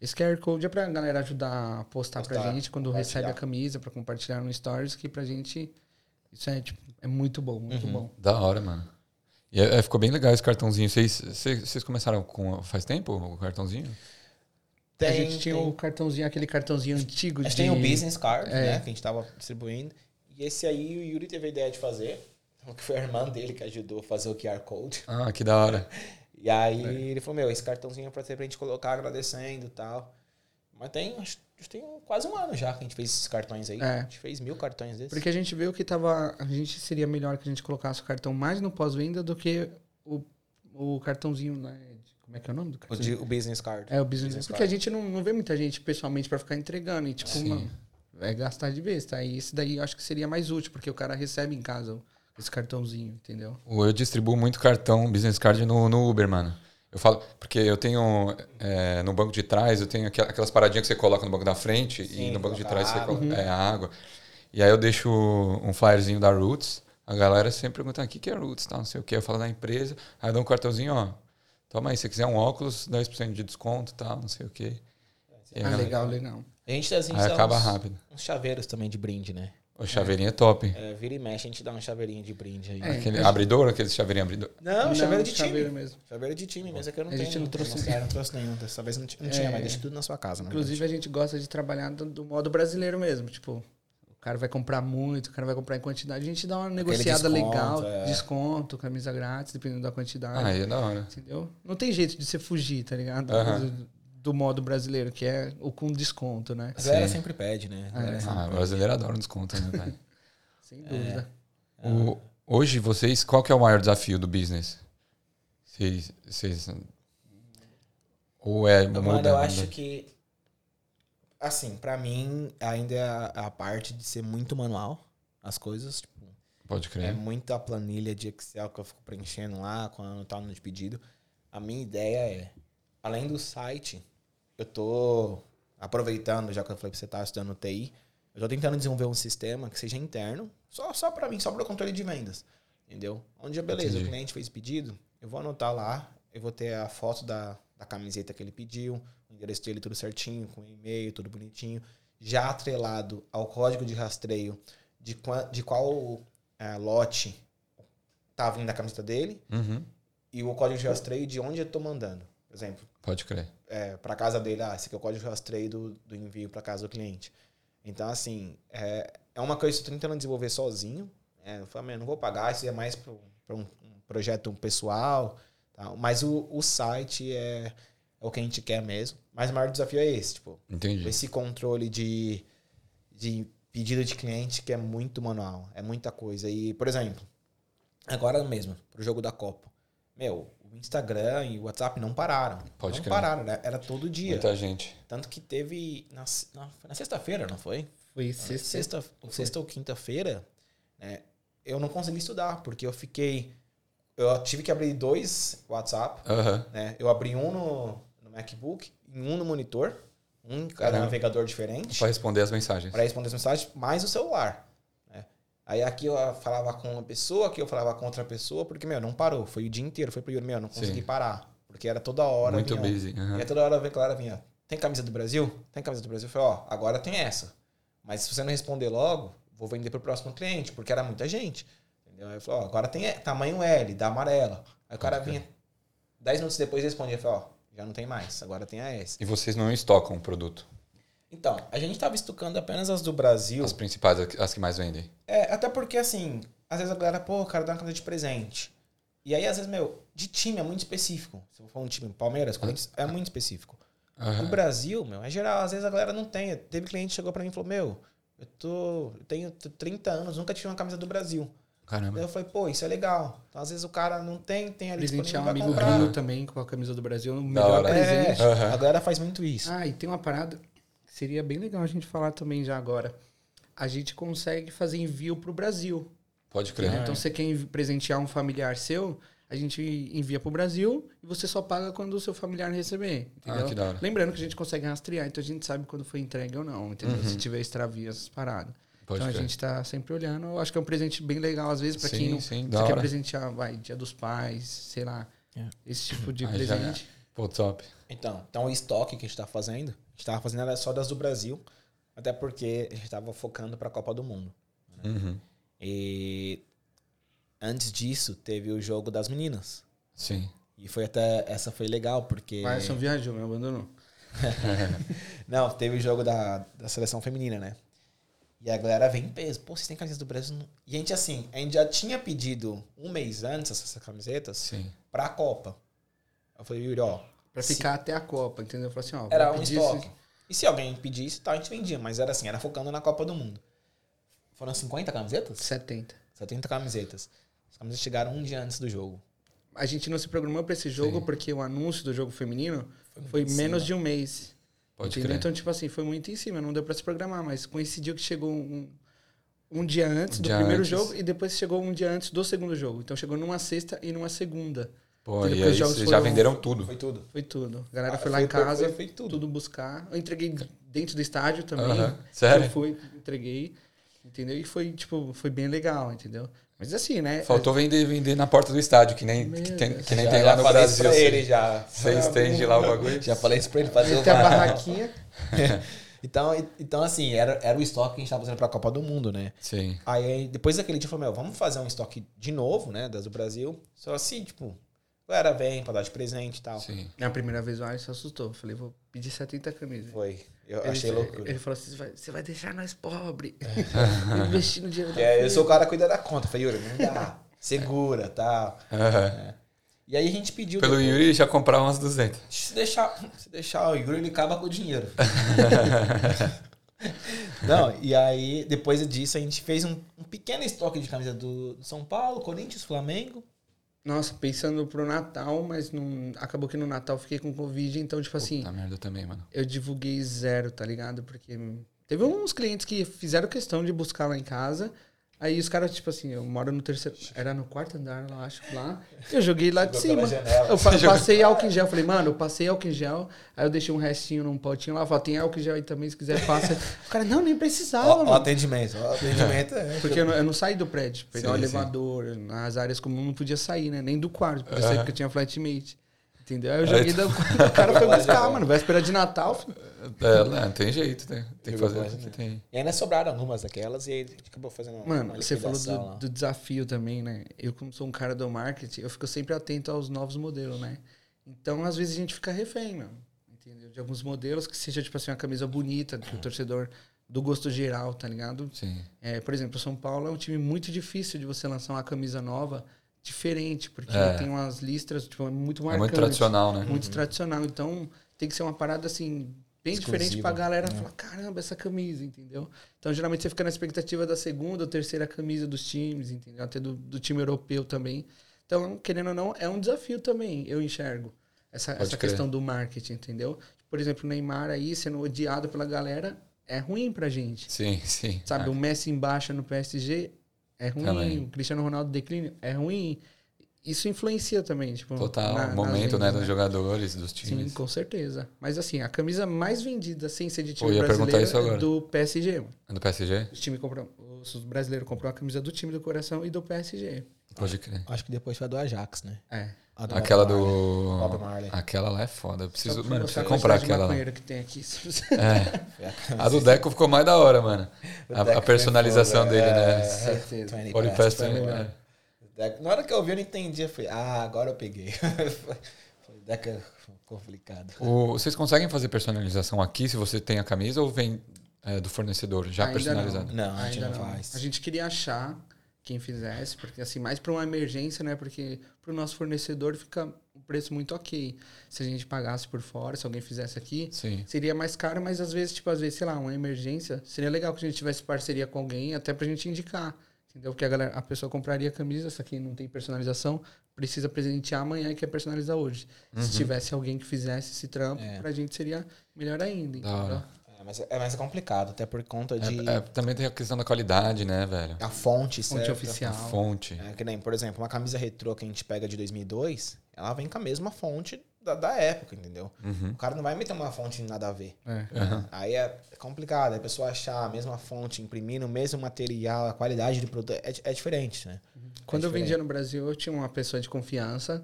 Speaker 3: Esse QR Code é pra galera ajudar a postar, pra
Speaker 1: Postar,
Speaker 3: gente quando recebe a
Speaker 1: compartilhar.
Speaker 3: camisa, pra compartilhar no Stories, que pra gente. Isso é, tipo, é muito bom, muito
Speaker 1: Uhum.
Speaker 3: bom.
Speaker 2: Da hora, mano. E é- é, ficou bem legal esse cartãozinho. Vocês, vocês, vocês começaram com faz tempo o cartãozinho?
Speaker 1: Tem,
Speaker 3: a gente tinha
Speaker 1: tem.
Speaker 3: o cartãozinho, aquele cartãozinho antigo
Speaker 1: A gente
Speaker 3: de.
Speaker 1: tem o business card,
Speaker 3: É.
Speaker 1: né? Que a gente tava distribuindo. E esse aí o Yuri teve a ideia de fazer. <laughs> Que foi a irmã dele que ajudou a fazer o QR Code.
Speaker 2: Ah, que da hora.
Speaker 1: E aí ele falou, meu, esse cartãozinho é pra, ter pra gente colocar agradecendo e tal. Mas tem, acho que tem quase um ano já que a gente fez esses cartões aí.
Speaker 3: É.
Speaker 1: A gente fez mil cartões desses.
Speaker 3: Porque a gente viu que tava. A gente seria melhor que a gente colocasse o cartão mais no pós-venda do que o, o cartãozinho lá. de- Como é que é o nome do
Speaker 1: O,
Speaker 3: cartão?
Speaker 1: de- o business card.
Speaker 3: É, o business.
Speaker 1: Business
Speaker 3: porque
Speaker 1: card.
Speaker 3: a gente não, não vê muita gente pessoalmente pra ficar entregando. E, tipo,
Speaker 2: Sim.
Speaker 3: mano, vai gastar de vez, tá? E esse daí eu acho que seria mais útil, porque o cara recebe em casa o- esse cartãozinho, entendeu?
Speaker 2: O- Eu distribuo muito cartão, business card no, no Uber, mano. Eu falo, porque eu tenho é, no banco de trás, eu tenho aquela- aquelas paradinhas que você coloca no banco da frente e
Speaker 1: Sim,
Speaker 2: no banco de
Speaker 1: coloca
Speaker 2: trás você
Speaker 1: água. Uhum.
Speaker 2: coloca é, a água. E aí eu deixo um flyerzinho da Roots. A galera sempre pergunta, o que, que é Roots? Tá, não sei o que. Eu falo da empresa. Aí eu dou um cartãozinho, ó. Toma aí, se você quiser um óculos, 10% de desconto, tal, não sei o que.
Speaker 1: é
Speaker 3: Ah, legal, legal.
Speaker 1: A gente, a gente
Speaker 2: Aí
Speaker 1: dá
Speaker 2: acaba
Speaker 1: uns,
Speaker 2: rápido.
Speaker 1: uns chaveiros também de brinde, né?
Speaker 2: O chaveirinho é top. hein?
Speaker 1: É, vira e mexe, a gente dá um chaveirinho de brinde aí.
Speaker 3: É.
Speaker 2: Aquele abridor, aquele chaveirinho abridor.
Speaker 1: Não, chaveiro de time.
Speaker 3: chaveiro mesmo.
Speaker 1: Chaveiro de time, mas é que eu não
Speaker 3: A
Speaker 1: tenho.
Speaker 3: gente não trouxe. É.
Speaker 1: Nossa, eu não trouxe nenhum. Dessa vez não, ti- não tinha, mas deixa tudo na sua casa, né?
Speaker 3: Inclusive, a gente gosta de trabalhar do, do modo brasileiro mesmo. Tipo, o cara vai comprar muito, o cara vai comprar em quantidade. A gente dá uma negociada
Speaker 1: desconto,
Speaker 3: legal,
Speaker 1: é.
Speaker 3: desconto, camisa grátis, dependendo da quantidade.
Speaker 2: Aí é da hora.
Speaker 3: Entendeu? Não tem jeito de você fugir, tá ligado?
Speaker 2: Aham.
Speaker 3: Do, do modo brasileiro, que é o com desconto, né?
Speaker 1: A galera
Speaker 2: Sim.
Speaker 1: sempre pede, né? A
Speaker 3: É.
Speaker 1: galera sempre
Speaker 2: Ah,
Speaker 1: pede.
Speaker 2: brasileiro adora um desconto, né, velho?
Speaker 3: Sem dúvida.
Speaker 2: O- hoje, vocês, qual que é o maior desafio do business? Vocês. vocês- ou é. Muda,
Speaker 1: Mano, eu
Speaker 2: muda.
Speaker 1: acho que. Assim, pra mim, ainda é a, a parte de ser muito manual, as coisas. Tipo,
Speaker 2: Pode
Speaker 1: é.
Speaker 2: crer.
Speaker 1: muita planilha de Excel que eu fico preenchendo lá, com anotando de pedido. A minha ideia é, além do site, eu tô aproveitando, já que eu falei que você tá estudando TI, eu tô tentando desenvolver um sistema que seja interno, só, só pra mim, só para controle de vendas. Entendeu? Onde, beleza,
Speaker 2: Entendi.
Speaker 1: o cliente fez pedido, eu vou anotar lá, eu vou ter a foto da, da camiseta que ele pediu, o endereço dele tudo certinho, com e-mail, tudo bonitinho, já atrelado ao código de rastreio de, qua- de qual é, lote tá vindo a camiseta dele
Speaker 2: Uhum,
Speaker 1: e o código de rastreio de onde eu tô mandando. Por exemplo,
Speaker 2: pode crer.
Speaker 1: é, para casa dele, ah, esse aqui é o código de rastreio do, do envio para casa do cliente. Então, assim, é, é uma coisa que eu tô tentando desenvolver sozinho. É, eu falei, "Meu, não vou pagar, isso é mais para um, um projeto pessoal. tá? Mas o, o site é, é o que a gente quer mesmo. Mas o maior desafio é esse, tipo,
Speaker 2: Entendi.
Speaker 1: esse controle de, de pedido de cliente que é muito manual, é muita coisa. E, por exemplo, agora mesmo, pro jogo da Copa, meu, o Instagram e o WhatsApp não pararam.
Speaker 2: Pode
Speaker 1: não
Speaker 2: crer.
Speaker 1: pararam, né? Era todo dia.
Speaker 2: Muita gente.
Speaker 1: Tanto que teve. Na, se- na, foi na sexta-feira, não foi?
Speaker 3: Foi
Speaker 1: Sexta,
Speaker 3: sexta.
Speaker 1: sexta, ou quinta-feira, né, eu não consegui estudar, porque eu fiquei. Eu tive que abrir dois WhatsApp
Speaker 2: Aham.
Speaker 1: né? Eu abri um no, no MacBook e um no monitor, um em cada
Speaker 2: Caramba.
Speaker 1: navegador diferente,
Speaker 2: Pra responder as mensagens.
Speaker 1: para responder as mensagens, mais o celular. né? Aí aqui eu falava com uma pessoa, aqui eu falava com outra pessoa, porque, meu, não parou. Foi o dia inteiro, foi pro meu, não consegui
Speaker 2: Sim.
Speaker 1: parar. Porque era toda hora.
Speaker 2: Muito
Speaker 1: vinha-
Speaker 2: busy. aham.
Speaker 1: e é aí toda hora vem Clara vinha, tem camisa do Brasil? Tem camisa do Brasil? Eu falei, ó, agora tem essa. Mas se você não responder logo, vou vender pro próximo cliente, porque era muita gente. Entendeu? Aí eu falei, ó, agora tem e- tamanho L, da amarela. Aí o cara
Speaker 2: Pode crer.
Speaker 1: vinha, 10 minutos depois respondia, eu falei, ó, já não tem mais, agora tem a S.
Speaker 2: E vocês não estocam o produto.
Speaker 1: Então, a gente tava estucando apenas as do Brasil.
Speaker 2: As principais, as que mais vendem.
Speaker 1: É, até porque assim, às vezes a galera, pô, cara, dá uma camisa de presente. E aí, às vezes, meu, de time é muito específico. Se eu for um time Palmeiras, Corinthians, é muito específico. No
Speaker 2: Aham.
Speaker 1: Brasil, meu, é geral, às vezes a galera não tem. Teve cliente que chegou pra mim e falou: Meu, eu tô. Eu tenho t- 30 anos, nunca tive uma camisa do Brasil. Daí
Speaker 2: Caramba.
Speaker 1: eu falei, pô, isso é legal. Então, às vezes o cara não tem, tem ali
Speaker 3: Presentear um
Speaker 1: disponível, vai
Speaker 3: amigo
Speaker 1: comprar.
Speaker 3: meu também com a camisa do Brasil. O
Speaker 2: hora.
Speaker 3: melhor presente.
Speaker 1: É,
Speaker 2: Aham.
Speaker 1: A galera faz muito isso.
Speaker 3: Ah, e tem uma parada que seria bem legal a gente falar também já agora. A gente consegue fazer envio pro Brasil.
Speaker 2: Pode
Speaker 3: né?
Speaker 2: crer.
Speaker 3: Então, você quer envi- presentear um familiar seu, a gente envia pro Brasil e você só paga quando o seu familiar receber.
Speaker 2: Ah,
Speaker 3: Entendeu?
Speaker 2: que da hora.
Speaker 3: Lembrando que a gente consegue rastrear, então a gente sabe quando foi entregue ou não, entendeu? Se tiver extravio, essas paradas.
Speaker 2: Uhum. Pode
Speaker 3: então, a
Speaker 2: crer.
Speaker 3: gente tá sempre olhando. Eu acho que é um presente bem legal, às vezes, pra
Speaker 2: Sim,
Speaker 3: quem não
Speaker 2: sim, da
Speaker 3: você quer
Speaker 2: hora.
Speaker 3: presentear, vai, dia dos pais, sei lá,
Speaker 1: É.
Speaker 3: esse tipo de
Speaker 2: Aí já é.
Speaker 3: presente.
Speaker 2: Pô, top.
Speaker 1: Então, então o estoque que a gente tá fazendo, a gente tava fazendo era só das do Brasil, até porque a gente tava focando pra Copa do Mundo.
Speaker 2: Uhum.
Speaker 1: E antes disso, teve o jogo das meninas.
Speaker 2: Sim.
Speaker 1: E foi até. Essa foi legal,
Speaker 2: é.
Speaker 1: porque.
Speaker 3: Mas só viajou, me abandonou.
Speaker 1: Não, teve o jogo da, da seleção feminina, né? E a galera vem em peso. Pô, vocês têm camiseta do Brasil? Não- E a gente, assim, a gente já tinha pedido um mês antes essas camisetas
Speaker 2: Sim.
Speaker 1: pra Copa. Eu falei, Yuri, ó.
Speaker 3: Pra
Speaker 1: se-
Speaker 3: ficar até a Copa, entendeu? Eu falei assim, ó,
Speaker 1: Era
Speaker 3: vou
Speaker 1: um
Speaker 3: pedir
Speaker 1: estoque.
Speaker 3: esse-
Speaker 1: E se alguém pedisse, tá, a gente vendia. Mas era assim, era focando na Copa do Mundo. Foram 50 camisetas?
Speaker 3: 70.
Speaker 1: 70 camisetas. As camisetas chegaram um dia antes do jogo.
Speaker 3: A gente não se programou pra esse jogo
Speaker 2: Sim.
Speaker 3: porque o anúncio do jogo feminino foi
Speaker 1: Sim,
Speaker 3: menos
Speaker 1: né?
Speaker 3: de um mês.
Speaker 2: Pode
Speaker 3: entendeu?
Speaker 2: crer.
Speaker 3: Então, tipo assim, foi muito em cima, não deu pra se programar, mas coincidiu que chegou um, um dia antes
Speaker 2: Um
Speaker 3: do
Speaker 2: dia
Speaker 3: primeiro
Speaker 2: antes.
Speaker 3: jogo e depois chegou um dia antes do segundo jogo. Então chegou numa sexta e numa segunda.
Speaker 2: Pô, e
Speaker 3: Depois
Speaker 2: aí
Speaker 3: jogos
Speaker 2: vocês já
Speaker 3: foram-
Speaker 2: venderam tudo.
Speaker 1: Foi tudo.
Speaker 3: Foi tudo. A galera
Speaker 1: Ah,
Speaker 3: foi lá
Speaker 1: foi-
Speaker 3: em casa,
Speaker 1: foi-
Speaker 3: foi,
Speaker 1: foi tudo.
Speaker 3: tudo. buscar. Eu entreguei dentro do estádio também.
Speaker 2: Aham. Sério?
Speaker 3: Eu fui, entreguei, entendeu? E foi, tipo, foi bem legal, entendeu? Mas assim, né?
Speaker 2: Faltou vender, vender na porta do estádio, que nem,
Speaker 3: Meu
Speaker 2: que tem,
Speaker 3: Deus.
Speaker 2: que nem
Speaker 1: Já-
Speaker 2: tem
Speaker 1: já
Speaker 2: lá no
Speaker 1: falei
Speaker 2: Brasil.
Speaker 1: isso pra
Speaker 2: Você,
Speaker 1: ele já.
Speaker 2: você estende lá o bagulho.
Speaker 1: Já falei isso pra ele fazer
Speaker 3: Até a
Speaker 1: uma-
Speaker 3: barraquinha.
Speaker 1: Então, e- então assim, era, era o estoque que a gente tava fazendo pra Copa do Mundo, né?
Speaker 2: Sim.
Speaker 1: Aí depois daquele dia eu falei, meu, vamos fazer um estoque de novo, né? Das do Brasil. Só assim, tipo, galera vem pra dar de presente e tal.
Speaker 2: Sim.
Speaker 3: Na primeira vez o Alisson se assustou. Eu falei, vou pedir 70 camisas.
Speaker 1: Foi. Eu
Speaker 3: Ele-
Speaker 1: achei loucura.
Speaker 3: Ele falou assim: "Você vai- você vai deixar nós pobre. <laughs> Investir no dinheiro da
Speaker 1: É, eu
Speaker 3: família."
Speaker 1: sou o cara que cuida da conta. Falei, Yuri, não dá. Segura, tal.
Speaker 2: Aham.
Speaker 1: E aí a gente pediu.
Speaker 2: Pelo
Speaker 1: depois,
Speaker 2: Yuri já comprava umas 200.
Speaker 1: Se deixar, se deixar o Yuri, ele acaba com o dinheiro. <laughs> não, e aí depois disso a gente fez um, um pequeno estoque de camisa do do São Paulo, Corinthians, Flamengo.
Speaker 3: Nossa, pensando pro Natal, mas não... acabou que no Natal eu fiquei com Covid, então, tipo assim,
Speaker 2: Puta Tá merda eu também, mano.
Speaker 3: eu divulguei zero, tá ligado? Porque teve uns clientes que fizeram questão de buscar lá em casa. Aí os caras, tipo assim, eu moro no terceiro. Era no quarto andar, eu acho, lá. Eu joguei lá
Speaker 1: <laughs>
Speaker 3: de
Speaker 1: Jogou
Speaker 3: cima.
Speaker 1: pela janela.
Speaker 3: Eu fa- passei álcool em gel. Falei, mano, eu passei álcool em gel. Aí eu deixei um restinho num potinho lá. Falei, tem álcool em gel aí também, se quiser, passa. O cara, não, nem precisava,
Speaker 1: Ó,
Speaker 3: Ah, mano.
Speaker 1: ó atendimento. Ó, atendimento é.
Speaker 3: Porque eu não, eu não saí do prédio. Pegar o
Speaker 2: Sim, sim.
Speaker 3: elevador, nas áreas comuns não podia sair, né? Nem do quarto, podia sair porque eu tinha flatmate. Entendeu? Aí eu joguei do
Speaker 2: tipo,
Speaker 3: quarto, <laughs> o cara foi buscar, mano. Véspera de Natal, filho.
Speaker 2: É, não, tem jeito, né? Tem que
Speaker 1: Jogou
Speaker 2: fazer
Speaker 1: mais,
Speaker 2: o que
Speaker 1: né?
Speaker 2: tem.
Speaker 1: E ainda sobraram algumas daquelas e aí a gente acabou fazendo uma-
Speaker 3: Mano,
Speaker 1: uma
Speaker 3: você falou
Speaker 1: liquidação lá.
Speaker 3: do, do desafio também, né? Eu, como sou um cara do marketing, eu fico sempre atento aos novos modelos, né? Então, às vezes, a gente fica refém, mano. Entendeu? De alguns modelos que seja, tipo assim, uma camisa bonita, que o torcedor do gosto geral, tá ligado?
Speaker 2: Sim.
Speaker 3: É, por exemplo, o São Paulo é um time muito difícil de você lançar uma camisa nova diferente, porque
Speaker 2: É.
Speaker 3: tem umas listras tipo, é muito
Speaker 2: É
Speaker 3: marcante.
Speaker 2: muito tradicional, né?
Speaker 3: Muito tradicional. Então, tem que ser uma parada assim, bem
Speaker 1: Exclusiva,
Speaker 3: diferente pra galera falar:
Speaker 2: É.
Speaker 3: caramba, essa camisa, entendeu? Então, geralmente você fica na expectativa da segunda ou terceira camisa dos times, entendeu? Até do, do time europeu também. Então, querendo ou não, é um desafio também, eu enxergo. Essa,
Speaker 2: Pode
Speaker 3: essa
Speaker 2: crer.
Speaker 3: questão do marketing, entendeu? Por exemplo, o Neymar aí sendo odiado pela galera é ruim pra gente.
Speaker 2: Sim, sim.
Speaker 3: Sabe,
Speaker 2: Ah,
Speaker 3: o Messi em baixa no PSG é ruim,
Speaker 2: Também.
Speaker 3: o Cristiano Ronaldo declínio é ruim. Isso influencia também, tipo,
Speaker 2: É, Total,
Speaker 3: na-
Speaker 2: o
Speaker 3: nas
Speaker 2: momento,
Speaker 3: vendas,
Speaker 2: né, dos jogadores, dos
Speaker 3: Sim,
Speaker 2: times.
Speaker 3: com certeza. Mas assim, a camisa mais vendida sem ser de time
Speaker 2: ia perguntar
Speaker 3: brasileiro
Speaker 2: isso agora.
Speaker 3: é do PSG. mano.
Speaker 2: Do PSG?
Speaker 3: Os, time comprou, os brasileiros compraram a camisa do time do coração e do PSG.
Speaker 2: Pode crer.
Speaker 1: Acho que depois foi a Ah, do Ajax, né?
Speaker 3: É.
Speaker 1: A do
Speaker 2: Aquela
Speaker 1: Bob Marley.
Speaker 2: do.
Speaker 1: Bob Marley.
Speaker 2: Aquela lá é foda. Eu preciso,
Speaker 3: Só pra
Speaker 2: mano,
Speaker 3: mostrar
Speaker 2: preciso
Speaker 3: a
Speaker 2: comprar
Speaker 3: quantidade de
Speaker 2: aquela lá.
Speaker 3: maconheiro que tem aqui.
Speaker 2: É. <laughs> A do Deco ficou mais da hora, mano.
Speaker 1: O
Speaker 2: A, a
Speaker 1: Deco
Speaker 2: personalização
Speaker 1: foi
Speaker 2: dele,
Speaker 1: foda,
Speaker 2: né?
Speaker 1: é.
Speaker 3: Certeza.
Speaker 1: 20
Speaker 2: Olha o
Speaker 1: past,
Speaker 2: Pest.
Speaker 1: foi melhor. Deco- Na hora que eu vi, eu não entendi. Eu falei, ah, agora eu peguei. <laughs> Foi Deca complicado.
Speaker 2: O- Vocês conseguem fazer personalização aqui se você tem a camisa ou vem é, do fornecedor já
Speaker 3: Ainda
Speaker 2: personalizado?
Speaker 1: Não, a gente
Speaker 3: Ainda
Speaker 1: não,
Speaker 3: não.
Speaker 1: faz.
Speaker 3: A gente queria achar quem fizesse, porque assim, mais para uma emergência, né? Porque para o nosso fornecedor fica um preço muito ok. Se a gente pagasse por fora, se alguém fizesse aqui,
Speaker 2: Sim.
Speaker 3: seria mais caro, mas às vezes, tipo, às vezes, sei lá, uma emergência, seria legal que a gente tivesse parceria com alguém, até pra gente indicar. Entendeu? Porque a, galera, a pessoa compraria a camisa, essa aqui não tem personalização, precisa presentear amanhã e quer personalizar hoje.
Speaker 2: Uhum.
Speaker 3: Se tivesse alguém que fizesse esse trampo,
Speaker 1: É.
Speaker 3: pra gente seria melhor ainda.
Speaker 2: Da hora.
Speaker 3: entendeu?
Speaker 1: É, mas, é, mas é complicado, até por conta de
Speaker 2: É, é, também tem a questão da qualidade, né, velho?
Speaker 1: a fonte,
Speaker 3: Fonte
Speaker 1: certa.
Speaker 2: A
Speaker 3: oficial.
Speaker 2: fonte.
Speaker 1: É, que nem, por exemplo, uma camisa retrô que a gente pega de 2002, ela vem com a mesma fonte da, da época, entendeu?
Speaker 2: Uhum.
Speaker 1: O cara não vai meter uma fonte nada a ver.
Speaker 3: É.
Speaker 2: Aham.
Speaker 1: Aí é complicado, aí a pessoa achar a mesma fonte, imprimir no mesmo material, a qualidade do produto é, di- é diferente, né?
Speaker 2: É
Speaker 3: Quando eu
Speaker 1: diferente.
Speaker 3: vendia no Brasil, eu tinha uma pessoa de confiança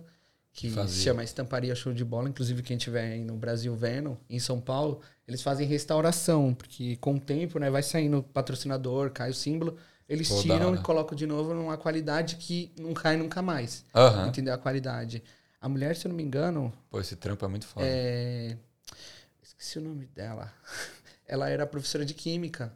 Speaker 3: que
Speaker 2: Fazia.
Speaker 3: se chama Estamparia Show de Bola. Inclusive, quem tiver aí no Brasil vendo, em São Paulo, eles fazem restauração, porque com o tempo, né, vai saindo patrocinador, cai o símbolo, eles
Speaker 2: Pô, da
Speaker 3: tiram e
Speaker 2: hora.
Speaker 3: colocam de novo numa qualidade que não cai nunca mais.
Speaker 2: Aham.
Speaker 3: Entendeu a qualidade? A mulher, se eu não me engano,
Speaker 2: Pô, esse trampo é muito foda.
Speaker 3: é, Esqueci o nome dela. <laughs> Ela era professora de química.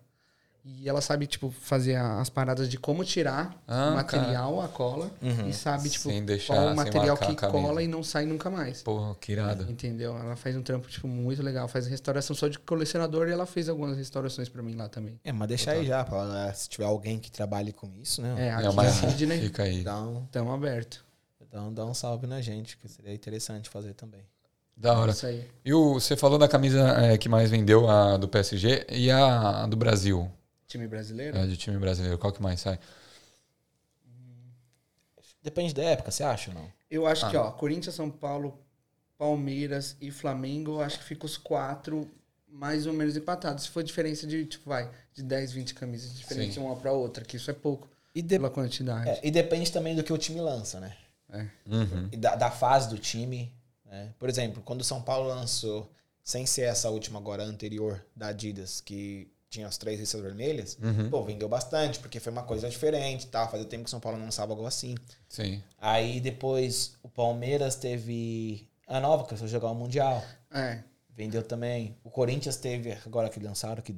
Speaker 3: E ela sabe, tipo, fazer a- as paradas de como tirar
Speaker 2: Ah,
Speaker 3: o material, a cola.
Speaker 1: Uhum.
Speaker 3: E sabe, tipo,
Speaker 2: Sem deixar,
Speaker 3: qual
Speaker 2: sem
Speaker 3: o material
Speaker 2: marcar
Speaker 3: que
Speaker 2: a camisa.
Speaker 3: cola e não sai nunca mais.
Speaker 2: Pô, que irado.
Speaker 3: Entendeu? Ela faz um trampo, tipo, muito legal. Faz restauração só de colecionador e ela fez algumas restaurações pra mim lá também.
Speaker 1: É, mas deixa aí já, pra, lá, se tiver alguém que trabalhe com isso, né?
Speaker 3: É, aqui
Speaker 2: É uma...
Speaker 3: em
Speaker 2: <laughs>
Speaker 3: Sydney,
Speaker 2: Fica aí.
Speaker 1: Dá um,
Speaker 3: tamo aberto.
Speaker 1: dá, um, dá um salve na gente, que seria interessante fazer também.
Speaker 2: Da hora.
Speaker 3: Isso aí.
Speaker 2: E o, você falou da camisa é, que mais vendeu, a do PSG, e a, a do Brasil, É.
Speaker 3: Time brasileiro?
Speaker 2: a de time brasileiro. Qual que mais sai?
Speaker 1: Depende da época, você acha ou não?
Speaker 3: Eu acho
Speaker 2: Ah.
Speaker 3: que, ó, Corinthians, São Paulo, Palmeiras e Flamengo, eu acho que fica os quatro mais ou menos empatados. Se for diferença de, tipo, vai, de 10, 20 camisas de diferença de uma pra outra, que isso é pouco
Speaker 1: E, de-
Speaker 3: pela quantidade.
Speaker 1: é, e depende também do que o time lança, né?
Speaker 2: Uhum.
Speaker 1: E da, da fase do time. né? Por exemplo, quando o São Paulo lançou, sem ser essa última agora, a anterior, da Adidas, que tinha as três listas vermelhas,
Speaker 2: Uhum.
Speaker 1: pô, vendeu bastante, porque foi uma coisa diferente, tá? Fazia tempo que o São Paulo não lançava algo assim.
Speaker 2: Sim.
Speaker 1: Aí depois o Palmeiras teve a nova, que foi jogar o Mundial.
Speaker 3: É.
Speaker 1: Vendeu também. O Corinthians teve, agora que lançaram, que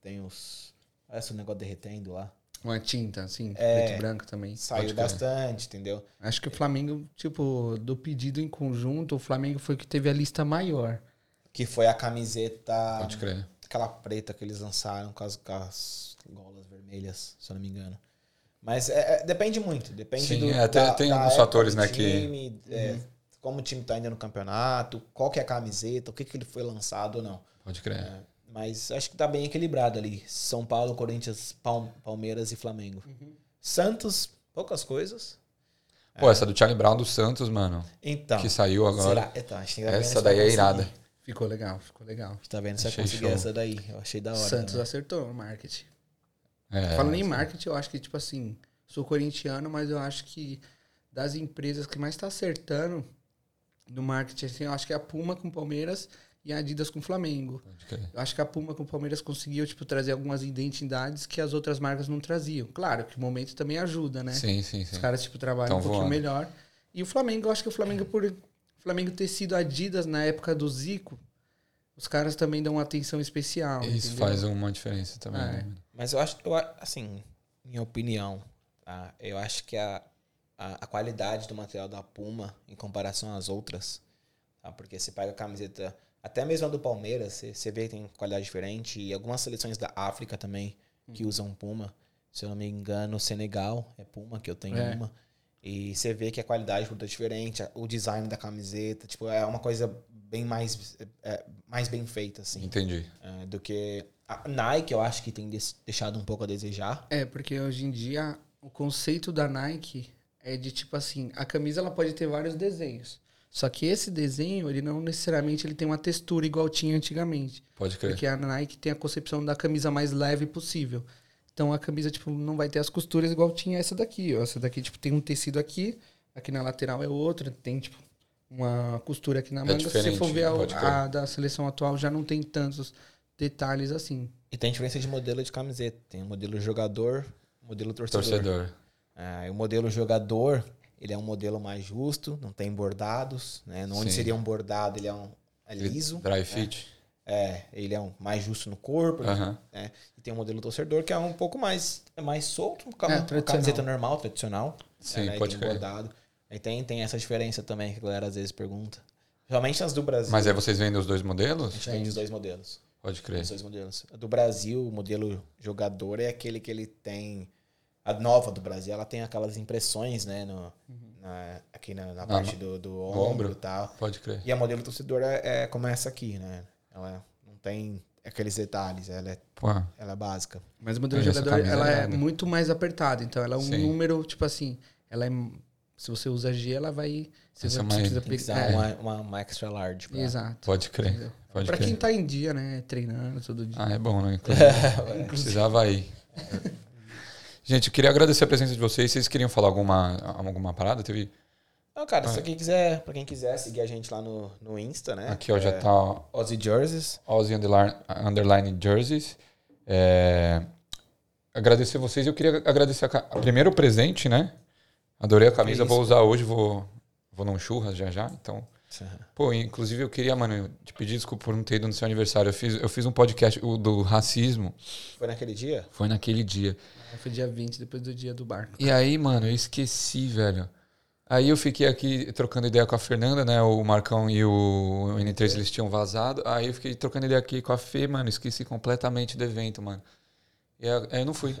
Speaker 1: tem os. Olha esse negócio derretendo lá.
Speaker 3: Uma tinta, assim, preto e branco também.
Speaker 1: Saiu
Speaker 2: crer.
Speaker 1: bastante, entendeu?
Speaker 3: Acho que o Flamengo, tipo, do pedido em conjunto, o Flamengo foi o que teve a lista maior.
Speaker 1: Que foi a camiseta.
Speaker 2: Pode crer.
Speaker 1: aquela preta que eles lançaram com as, com as golas vermelhas, se eu não me engano. Mas é, é, depende muito, depende
Speaker 2: Sim,
Speaker 1: do.
Speaker 2: é, tem- tem alguns
Speaker 1: época
Speaker 2: fatores,
Speaker 1: do
Speaker 2: né, que-
Speaker 1: time, é, como o time tá ainda no campeonato, qual que é a camiseta, o que, que ele foi lançado ou não.
Speaker 2: Pode crer.
Speaker 1: É, mas acho que tá bem equilibrado ali. São Paulo, Corinthians, Pal- Palmeiras e Flamengo. Santos, poucas coisas.
Speaker 2: Pô, essa do Charlie Brown do Santos, mano.
Speaker 1: Então,
Speaker 2: Que saiu agora.
Speaker 1: será? Então, a gente tá vendo se
Speaker 2: Essa
Speaker 1: vai
Speaker 2: daí é
Speaker 1: conseguir.
Speaker 2: irada.
Speaker 1: A
Speaker 3: Ficou legal, ficou legal.
Speaker 1: gente tá vendo se vai
Speaker 2: Achei
Speaker 1: conseguir
Speaker 2: show.
Speaker 1: essa daí. Eu achei da hora. né?
Speaker 3: Santos
Speaker 1: também.
Speaker 3: acertou o marketing.
Speaker 2: É,
Speaker 3: Falando em marketing, eu acho que, tipo assim, sou corintiano, mas eu acho que das empresas que mais tá acertando no marketing, assim, eu acho que é a Puma com o Palmeiras e a Adidas com o Flamengo.
Speaker 2: Pode crer.
Speaker 3: Eu acho que a Puma com o Palmeiras conseguiu, tipo, trazer algumas identidades que as outras marcas não traziam. Claro que o momento também ajuda, né?
Speaker 2: Sim, sim,
Speaker 3: Os
Speaker 2: sim.
Speaker 3: caras, tipo, trabalham
Speaker 2: Tão
Speaker 3: um pouquinho
Speaker 2: voando.
Speaker 3: melhor. E o Flamengo, eu acho que o Flamengo, por o Flamengo ter sido Adidas na época do Zico, os caras também dão uma atenção especial.
Speaker 2: Isso
Speaker 3: entendeu?
Speaker 2: faz uma diferença também.
Speaker 1: Ah,
Speaker 3: É.
Speaker 2: né, mano?
Speaker 1: Mas eu acho, eu, a- assim, minha opinião, tá? eu acho que a, a, a qualidade do material da Puma em comparação às outras, tá? porque você pega a camiseta, até mesmo a do Palmeiras, você, você vê que tem qualidade diferente, e algumas seleções da África também que usam Puma. Se eu não me engano, o Senegal é Puma, que eu tenho
Speaker 3: É.
Speaker 1: uma. E você vê que a qualidade do produto é diferente, a- o design da camiseta, tipo, é uma coisa bem mais, é, mais bem feita, assim.
Speaker 2: Entendi.
Speaker 1: É, do que a Nike, eu acho que tem des- deixado um pouco a desejar.
Speaker 3: É, porque hoje em dia o conceito da Nike é de tipo assim, a camisa ela pode ter vários desenhos. Só que esse desenho, ele não necessariamente ele tem uma textura igual tinha antigamente.
Speaker 2: Pode crer.
Speaker 3: Porque a Nike tem a concepção da camisa mais leve possível. Então a camisa, tipo, não vai ter as costuras igual tinha essa daqui. ó. Essa daqui, tipo, tem um tecido aqui, aqui na lateral é outra, tem, tipo, uma costura aqui na manga. Se você
Speaker 2: É diferente,
Speaker 3: for ver
Speaker 2: pode crer.
Speaker 3: a, a da seleção atual, já não tem tantos detalhes assim.
Speaker 1: E tem diferença de modelo de camiseta. Tem o modelo jogador, modelo é torcedor.
Speaker 2: Torcedor.
Speaker 1: Ah, e o modelo jogador, ele é um modelo mais justo, não tem bordados. Né? No Onde
Speaker 2: Sim.
Speaker 1: seria um bordado, ele é um é
Speaker 2: Ele-
Speaker 1: liso.
Speaker 2: Dry fit.
Speaker 1: É, ele é um mais justo no corpo. né?
Speaker 2: Aham.
Speaker 1: E tem o modelo torcedor, que é um pouco mais, é mais solto, com
Speaker 3: É,
Speaker 1: a
Speaker 3: tradicional.
Speaker 1: camiseta normal, tradicional.
Speaker 2: Sim,
Speaker 1: né? E
Speaker 2: pode
Speaker 1: tem
Speaker 2: crer.
Speaker 1: bordado. E tem, tem essa diferença também que a galera às vezes pergunta. Realmente as do Brasil.
Speaker 2: Mas aí vocês vendem os dois
Speaker 1: a
Speaker 2: modelos?
Speaker 1: gente é vende os dois modelos.
Speaker 2: Pode
Speaker 1: Os
Speaker 2: crer.
Speaker 1: dois modelos. A do Brasil, o modelo jogador é aquele que ele tem. A nova do Brasil, ela tem aquelas impressões, né? No, na- aqui na, na parte do, do ombro
Speaker 2: ombro.
Speaker 1: e tal.
Speaker 2: Pode crer.
Speaker 1: E a modelo torcedor é, é- começa aqui, né? Ela não tem aqueles detalhes, ela é,
Speaker 2: Pô,
Speaker 1: ela é básica.
Speaker 3: Mas o modelo
Speaker 2: Aí essa
Speaker 3: jogador,
Speaker 2: camisa
Speaker 3: ela
Speaker 2: é
Speaker 3: é
Speaker 2: irada.
Speaker 3: muito mais apertada. Então, ela é um
Speaker 2: Sim.
Speaker 3: número, tipo assim, ela é... Se você usa G, ela vai... Você
Speaker 2: Essa
Speaker 3: vai,
Speaker 2: mais-
Speaker 3: precisa
Speaker 1: Tem que
Speaker 3: pegar...
Speaker 1: dar
Speaker 3: É,
Speaker 1: uma, uma, uma extra large. pra-
Speaker 3: Exato.
Speaker 2: pode crer.
Speaker 3: Entendeu?
Speaker 2: Pode
Speaker 3: Pra quem
Speaker 2: crer.
Speaker 3: tá em dia, né? Treinando todo dia.
Speaker 2: Ah, é bom,
Speaker 1: <laughs>
Speaker 2: né?
Speaker 1: É.
Speaker 2: Inclusive, precisava ir. Gente, eu queria agradecer a presença de vocês. Vocês queriam falar alguma, alguma parada? Teve.
Speaker 1: Não, Então, cara, se quem quiser, pra quem quiser seguir a gente lá no, no Insta, né?
Speaker 2: Aqui, ó, já
Speaker 1: É,
Speaker 2: tá. ó,
Speaker 1: Ozzy Jerseys.
Speaker 2: Ozzy Underline, underline Jerseys. É, agradecer vocês. Eu queria agradecer a, ca- primeiro o presente, né? Adorei a camisa,
Speaker 1: isso,
Speaker 2: vou usar hoje, vou, vou num churras já já. Então, pô, inclusive eu queria, mano, te pedir desculpa por não ter ido no seu aniversário. Eu fiz, eu fiz um podcast o do racismo,
Speaker 1: Foi naquele dia?
Speaker 2: foi naquele dia.
Speaker 3: Foi dia 20, depois do dia do barco.
Speaker 2: E aí, mano, eu esqueci, velho. Aí eu fiquei aqui trocando ideia com a Fernanda, né? O Marcão e o
Speaker 1: É.
Speaker 2: N3 eles tinham vazado. Aí eu fiquei trocando ideia aqui com a Fê, mano. Esqueci completamente do evento, mano. E aí aí eu não fui.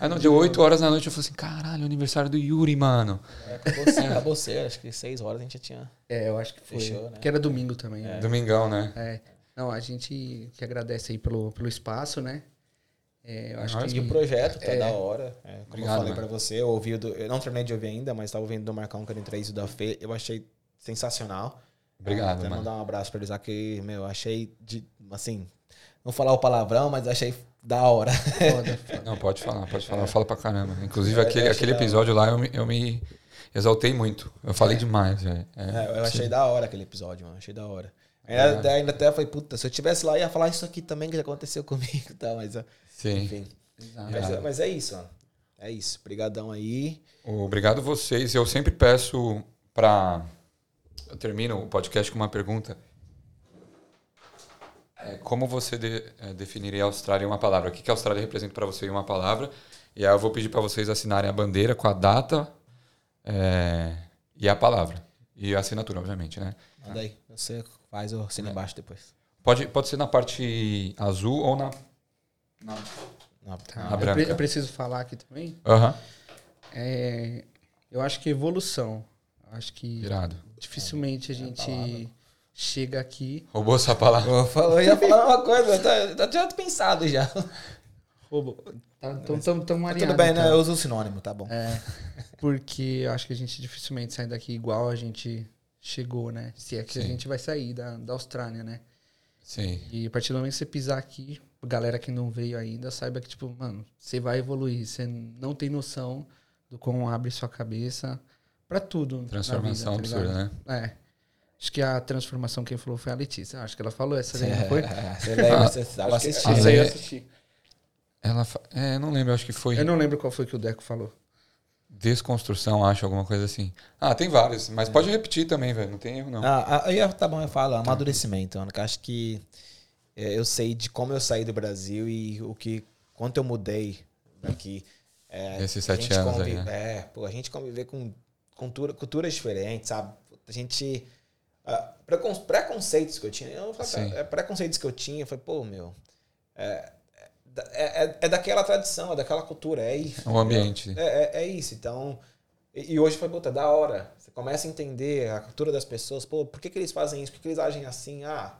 Speaker 2: Aí
Speaker 1: <laughs>
Speaker 2: não, deu 8 horas da noite eu falei assim: caralho, aniversário do Yuri, mano.
Speaker 1: É, acabou cedo, acabou cedo, acho que seis horas a gente já tinha.
Speaker 3: É, eu acho que foi.
Speaker 1: Fechou, né? É.
Speaker 3: Que era domingo também. né?
Speaker 2: Domingão, né?
Speaker 3: É. Não, a gente que agradece aí pelo, pelo espaço, né? É, eu acho
Speaker 2: Nossa,
Speaker 1: E o
Speaker 3: que
Speaker 1: projeto tá da hora. É, como
Speaker 2: Obrigado,
Speaker 1: eu falei pra
Speaker 2: mano.
Speaker 1: você, eu ouvi o do, Eu não terminei de ouvir ainda, mas tava ouvindo do Marcão que era entrevista do da Fê. Eu achei sensacional.
Speaker 2: Obrigado,
Speaker 1: Até
Speaker 2: mano.
Speaker 1: mandar um abraço pra eles aqui, meu, achei de. Assim, não falar o palavrão, mas achei da
Speaker 2: <laughs>
Speaker 1: hora.
Speaker 3: foda, foda.
Speaker 2: Não, pode falar, pode falar. Eu falo pra caramba. Inclusive,
Speaker 1: Eu
Speaker 2: aquele,
Speaker 1: achei
Speaker 2: aquele
Speaker 1: da hora.
Speaker 2: episódio lá, eu, me- eu me exaltei muito. Eu falei demais, velho.
Speaker 1: É, eu achei
Speaker 2: sim.
Speaker 1: da hora aquele episódio, mano. Achei da hora. Ainda, até, ainda até falei, puta, se eu tivesse lá, eu ia falar isso aqui também que já aconteceu <laughs> comigo e tal, mas ó,
Speaker 2: Sim. Ah,
Speaker 1: enfim.
Speaker 3: Exato.
Speaker 1: Mas, mas é isso, mano. É isso. Obrigadão aí.
Speaker 2: Obrigado vocês. Eu sempre peço pra. Eu termino o podcast com uma pergunta. É, como você de- é, definiria a Austrália em uma palavra? O que, que a Austrália representa pra você em uma palavra? E aí eu vou pedir pra vocês assinarem a bandeira com a data é, e a palavra. E a assinatura, obviamente, né?
Speaker 1: Manda aí. Você faz o
Speaker 2: É.
Speaker 1: assino embaixo depois.
Speaker 2: Pode, pode ser na parte azul ou na.
Speaker 1: Não,
Speaker 2: A
Speaker 3: Eu
Speaker 2: branca.
Speaker 3: pre- Eu preciso falar aqui também.
Speaker 2: Aham.
Speaker 3: É, eu acho que evolução. Eu Acho que
Speaker 2: Irado.
Speaker 3: dificilmente
Speaker 2: É
Speaker 3: a gente chega aqui.
Speaker 2: Roubou essa palavra.
Speaker 1: Eu, falo, eu ia falar uma coisa, eu já tinha pensado já.
Speaker 3: Robo, tá, tão, tão, tão
Speaker 1: Tudo
Speaker 3: mareado,
Speaker 1: bem,
Speaker 3: tá?
Speaker 1: né? Eu uso o sinônimo, tá bom.
Speaker 3: Porque eu acho que a gente dificilmente sai daqui igual a gente chegou, né? Se é que a
Speaker 2: Sim.
Speaker 3: gente vai sair da, da Austrália, né?
Speaker 2: Sim.
Speaker 3: E a partir do momento que você pisar aqui, galera que não veio ainda, saiba que, tipo, mano, você vai evoluir. Você não tem noção do como abre sua cabeça pra tudo. na vida,
Speaker 2: Transformação
Speaker 3: tá ligado?
Speaker 2: absurda, né?
Speaker 3: É. Acho que a transformação quem falou foi a Letícia. Acho que ela falou essa daí,
Speaker 2: É.
Speaker 3: não
Speaker 1: <laughs>
Speaker 3: foi?
Speaker 1: Você lembra, você estava assistindo.
Speaker 2: Ale-
Speaker 3: eu assisti.
Speaker 2: Ela fa- É, não lembro, acho que foi.
Speaker 3: Eu não lembro qual foi que o Deco falou.
Speaker 2: Desconstrução, acho, alguma coisa assim. Ah, tem vários, mas pode repetir também, velho. Não tem erro, não.
Speaker 1: Ah, aí tá bom, eu falo, amadurecimento, mano. que eu acho que é, eu sei de como eu saí do Brasil e o que quanto eu mudei daqui. É,
Speaker 2: Esses
Speaker 1: a
Speaker 2: sete
Speaker 1: gente
Speaker 2: anos
Speaker 1: convi-
Speaker 2: aí, né?
Speaker 1: É, pô, a gente conviver com cultura, culturas diferentes, sabe? A gente. ah, precon- preconceitos que eu tinha. Eu não falo,
Speaker 2: Sim.
Speaker 1: é, preconceitos que eu tinha, eu falei, pô, meu. É, é, é- é daquela tradição, é daquela cultura, é isso.
Speaker 2: O ambiente.
Speaker 1: É, é, é isso, então. E, e hoje foi, puta, da hora. Você começa a entender a cultura das pessoas, pô, por que, que eles fazem isso? Por que, que eles agem assim? Ah,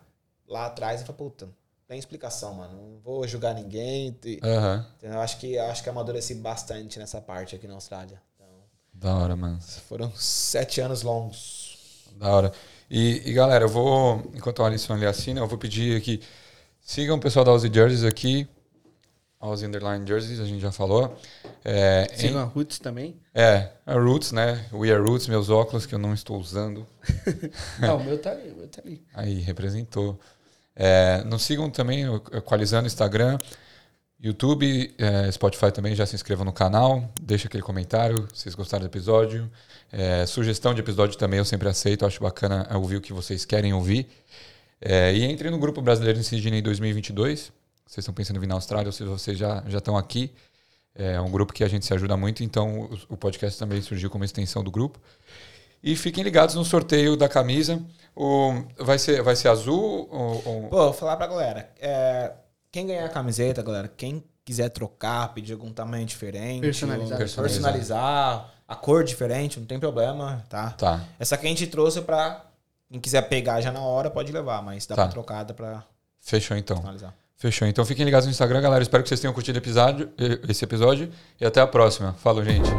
Speaker 1: lá atrás, eu falei, puta, tem explicação, mano. Não vou julgar ninguém. E-
Speaker 2: Aham.
Speaker 1: Eu acho que acho que amadureci bastante nessa parte aqui na Austrália. Então,
Speaker 2: Da hora, mano.
Speaker 1: foram sete anos longos.
Speaker 2: Da hora. E, e, galera, eu vou, enquanto a Alisson ali assina, eu vou pedir aqui, sigam o pessoal da Aussie Jerseys aqui, Aussie Underline Jerseys, a gente já falou. É, em-
Speaker 3: Sigam a Roots também.
Speaker 2: é, a Roots, né? We Are Roots, meus óculos que eu não estou usando.
Speaker 3: Ah, o meu tá ali, o meu tá ali.
Speaker 2: Aí, representou. É, nos sigam também, o Equalizando Instagram, YouTube, é, Spotify também, já se inscrevam no canal, deixa aquele comentário se vocês gostaram do episódio. É, sugestão de episódio também eu sempre aceito, acho bacana ouvir o que vocês querem ouvir. É, e entrem no Grupo Brasileiro em Sydney 2022, vocês estão pensando em vir na Austrália ou se vocês já, já estão aqui. É um grupo que a gente se ajuda muito, então o, o podcast também surgiu como extensão do grupo. E fiquem ligados no sorteio da camisa. O, vai, ser, vai ser azul ou, ou-
Speaker 1: Pô, vou falar pra galera. é, quem ganhar a camiseta, galera, quem quiser trocar, pedir algum tamanho diferente,
Speaker 3: Personalizar.
Speaker 1: ou personalizar a cor diferente, não tem problema, tá?
Speaker 2: Tá.
Speaker 1: Essa aqui a gente trouxe pra. Quem quiser pegar já na hora, pode levar, mas dá
Speaker 2: Tá.
Speaker 1: pra trocar, dá pra
Speaker 2: Fechou então.
Speaker 1: finalizar.
Speaker 2: Fechou. Então fiquem ligados no Instagram, galera. Espero que vocês tenham curtido o episódio- esse episódio. E até a próxima. Falou, gente.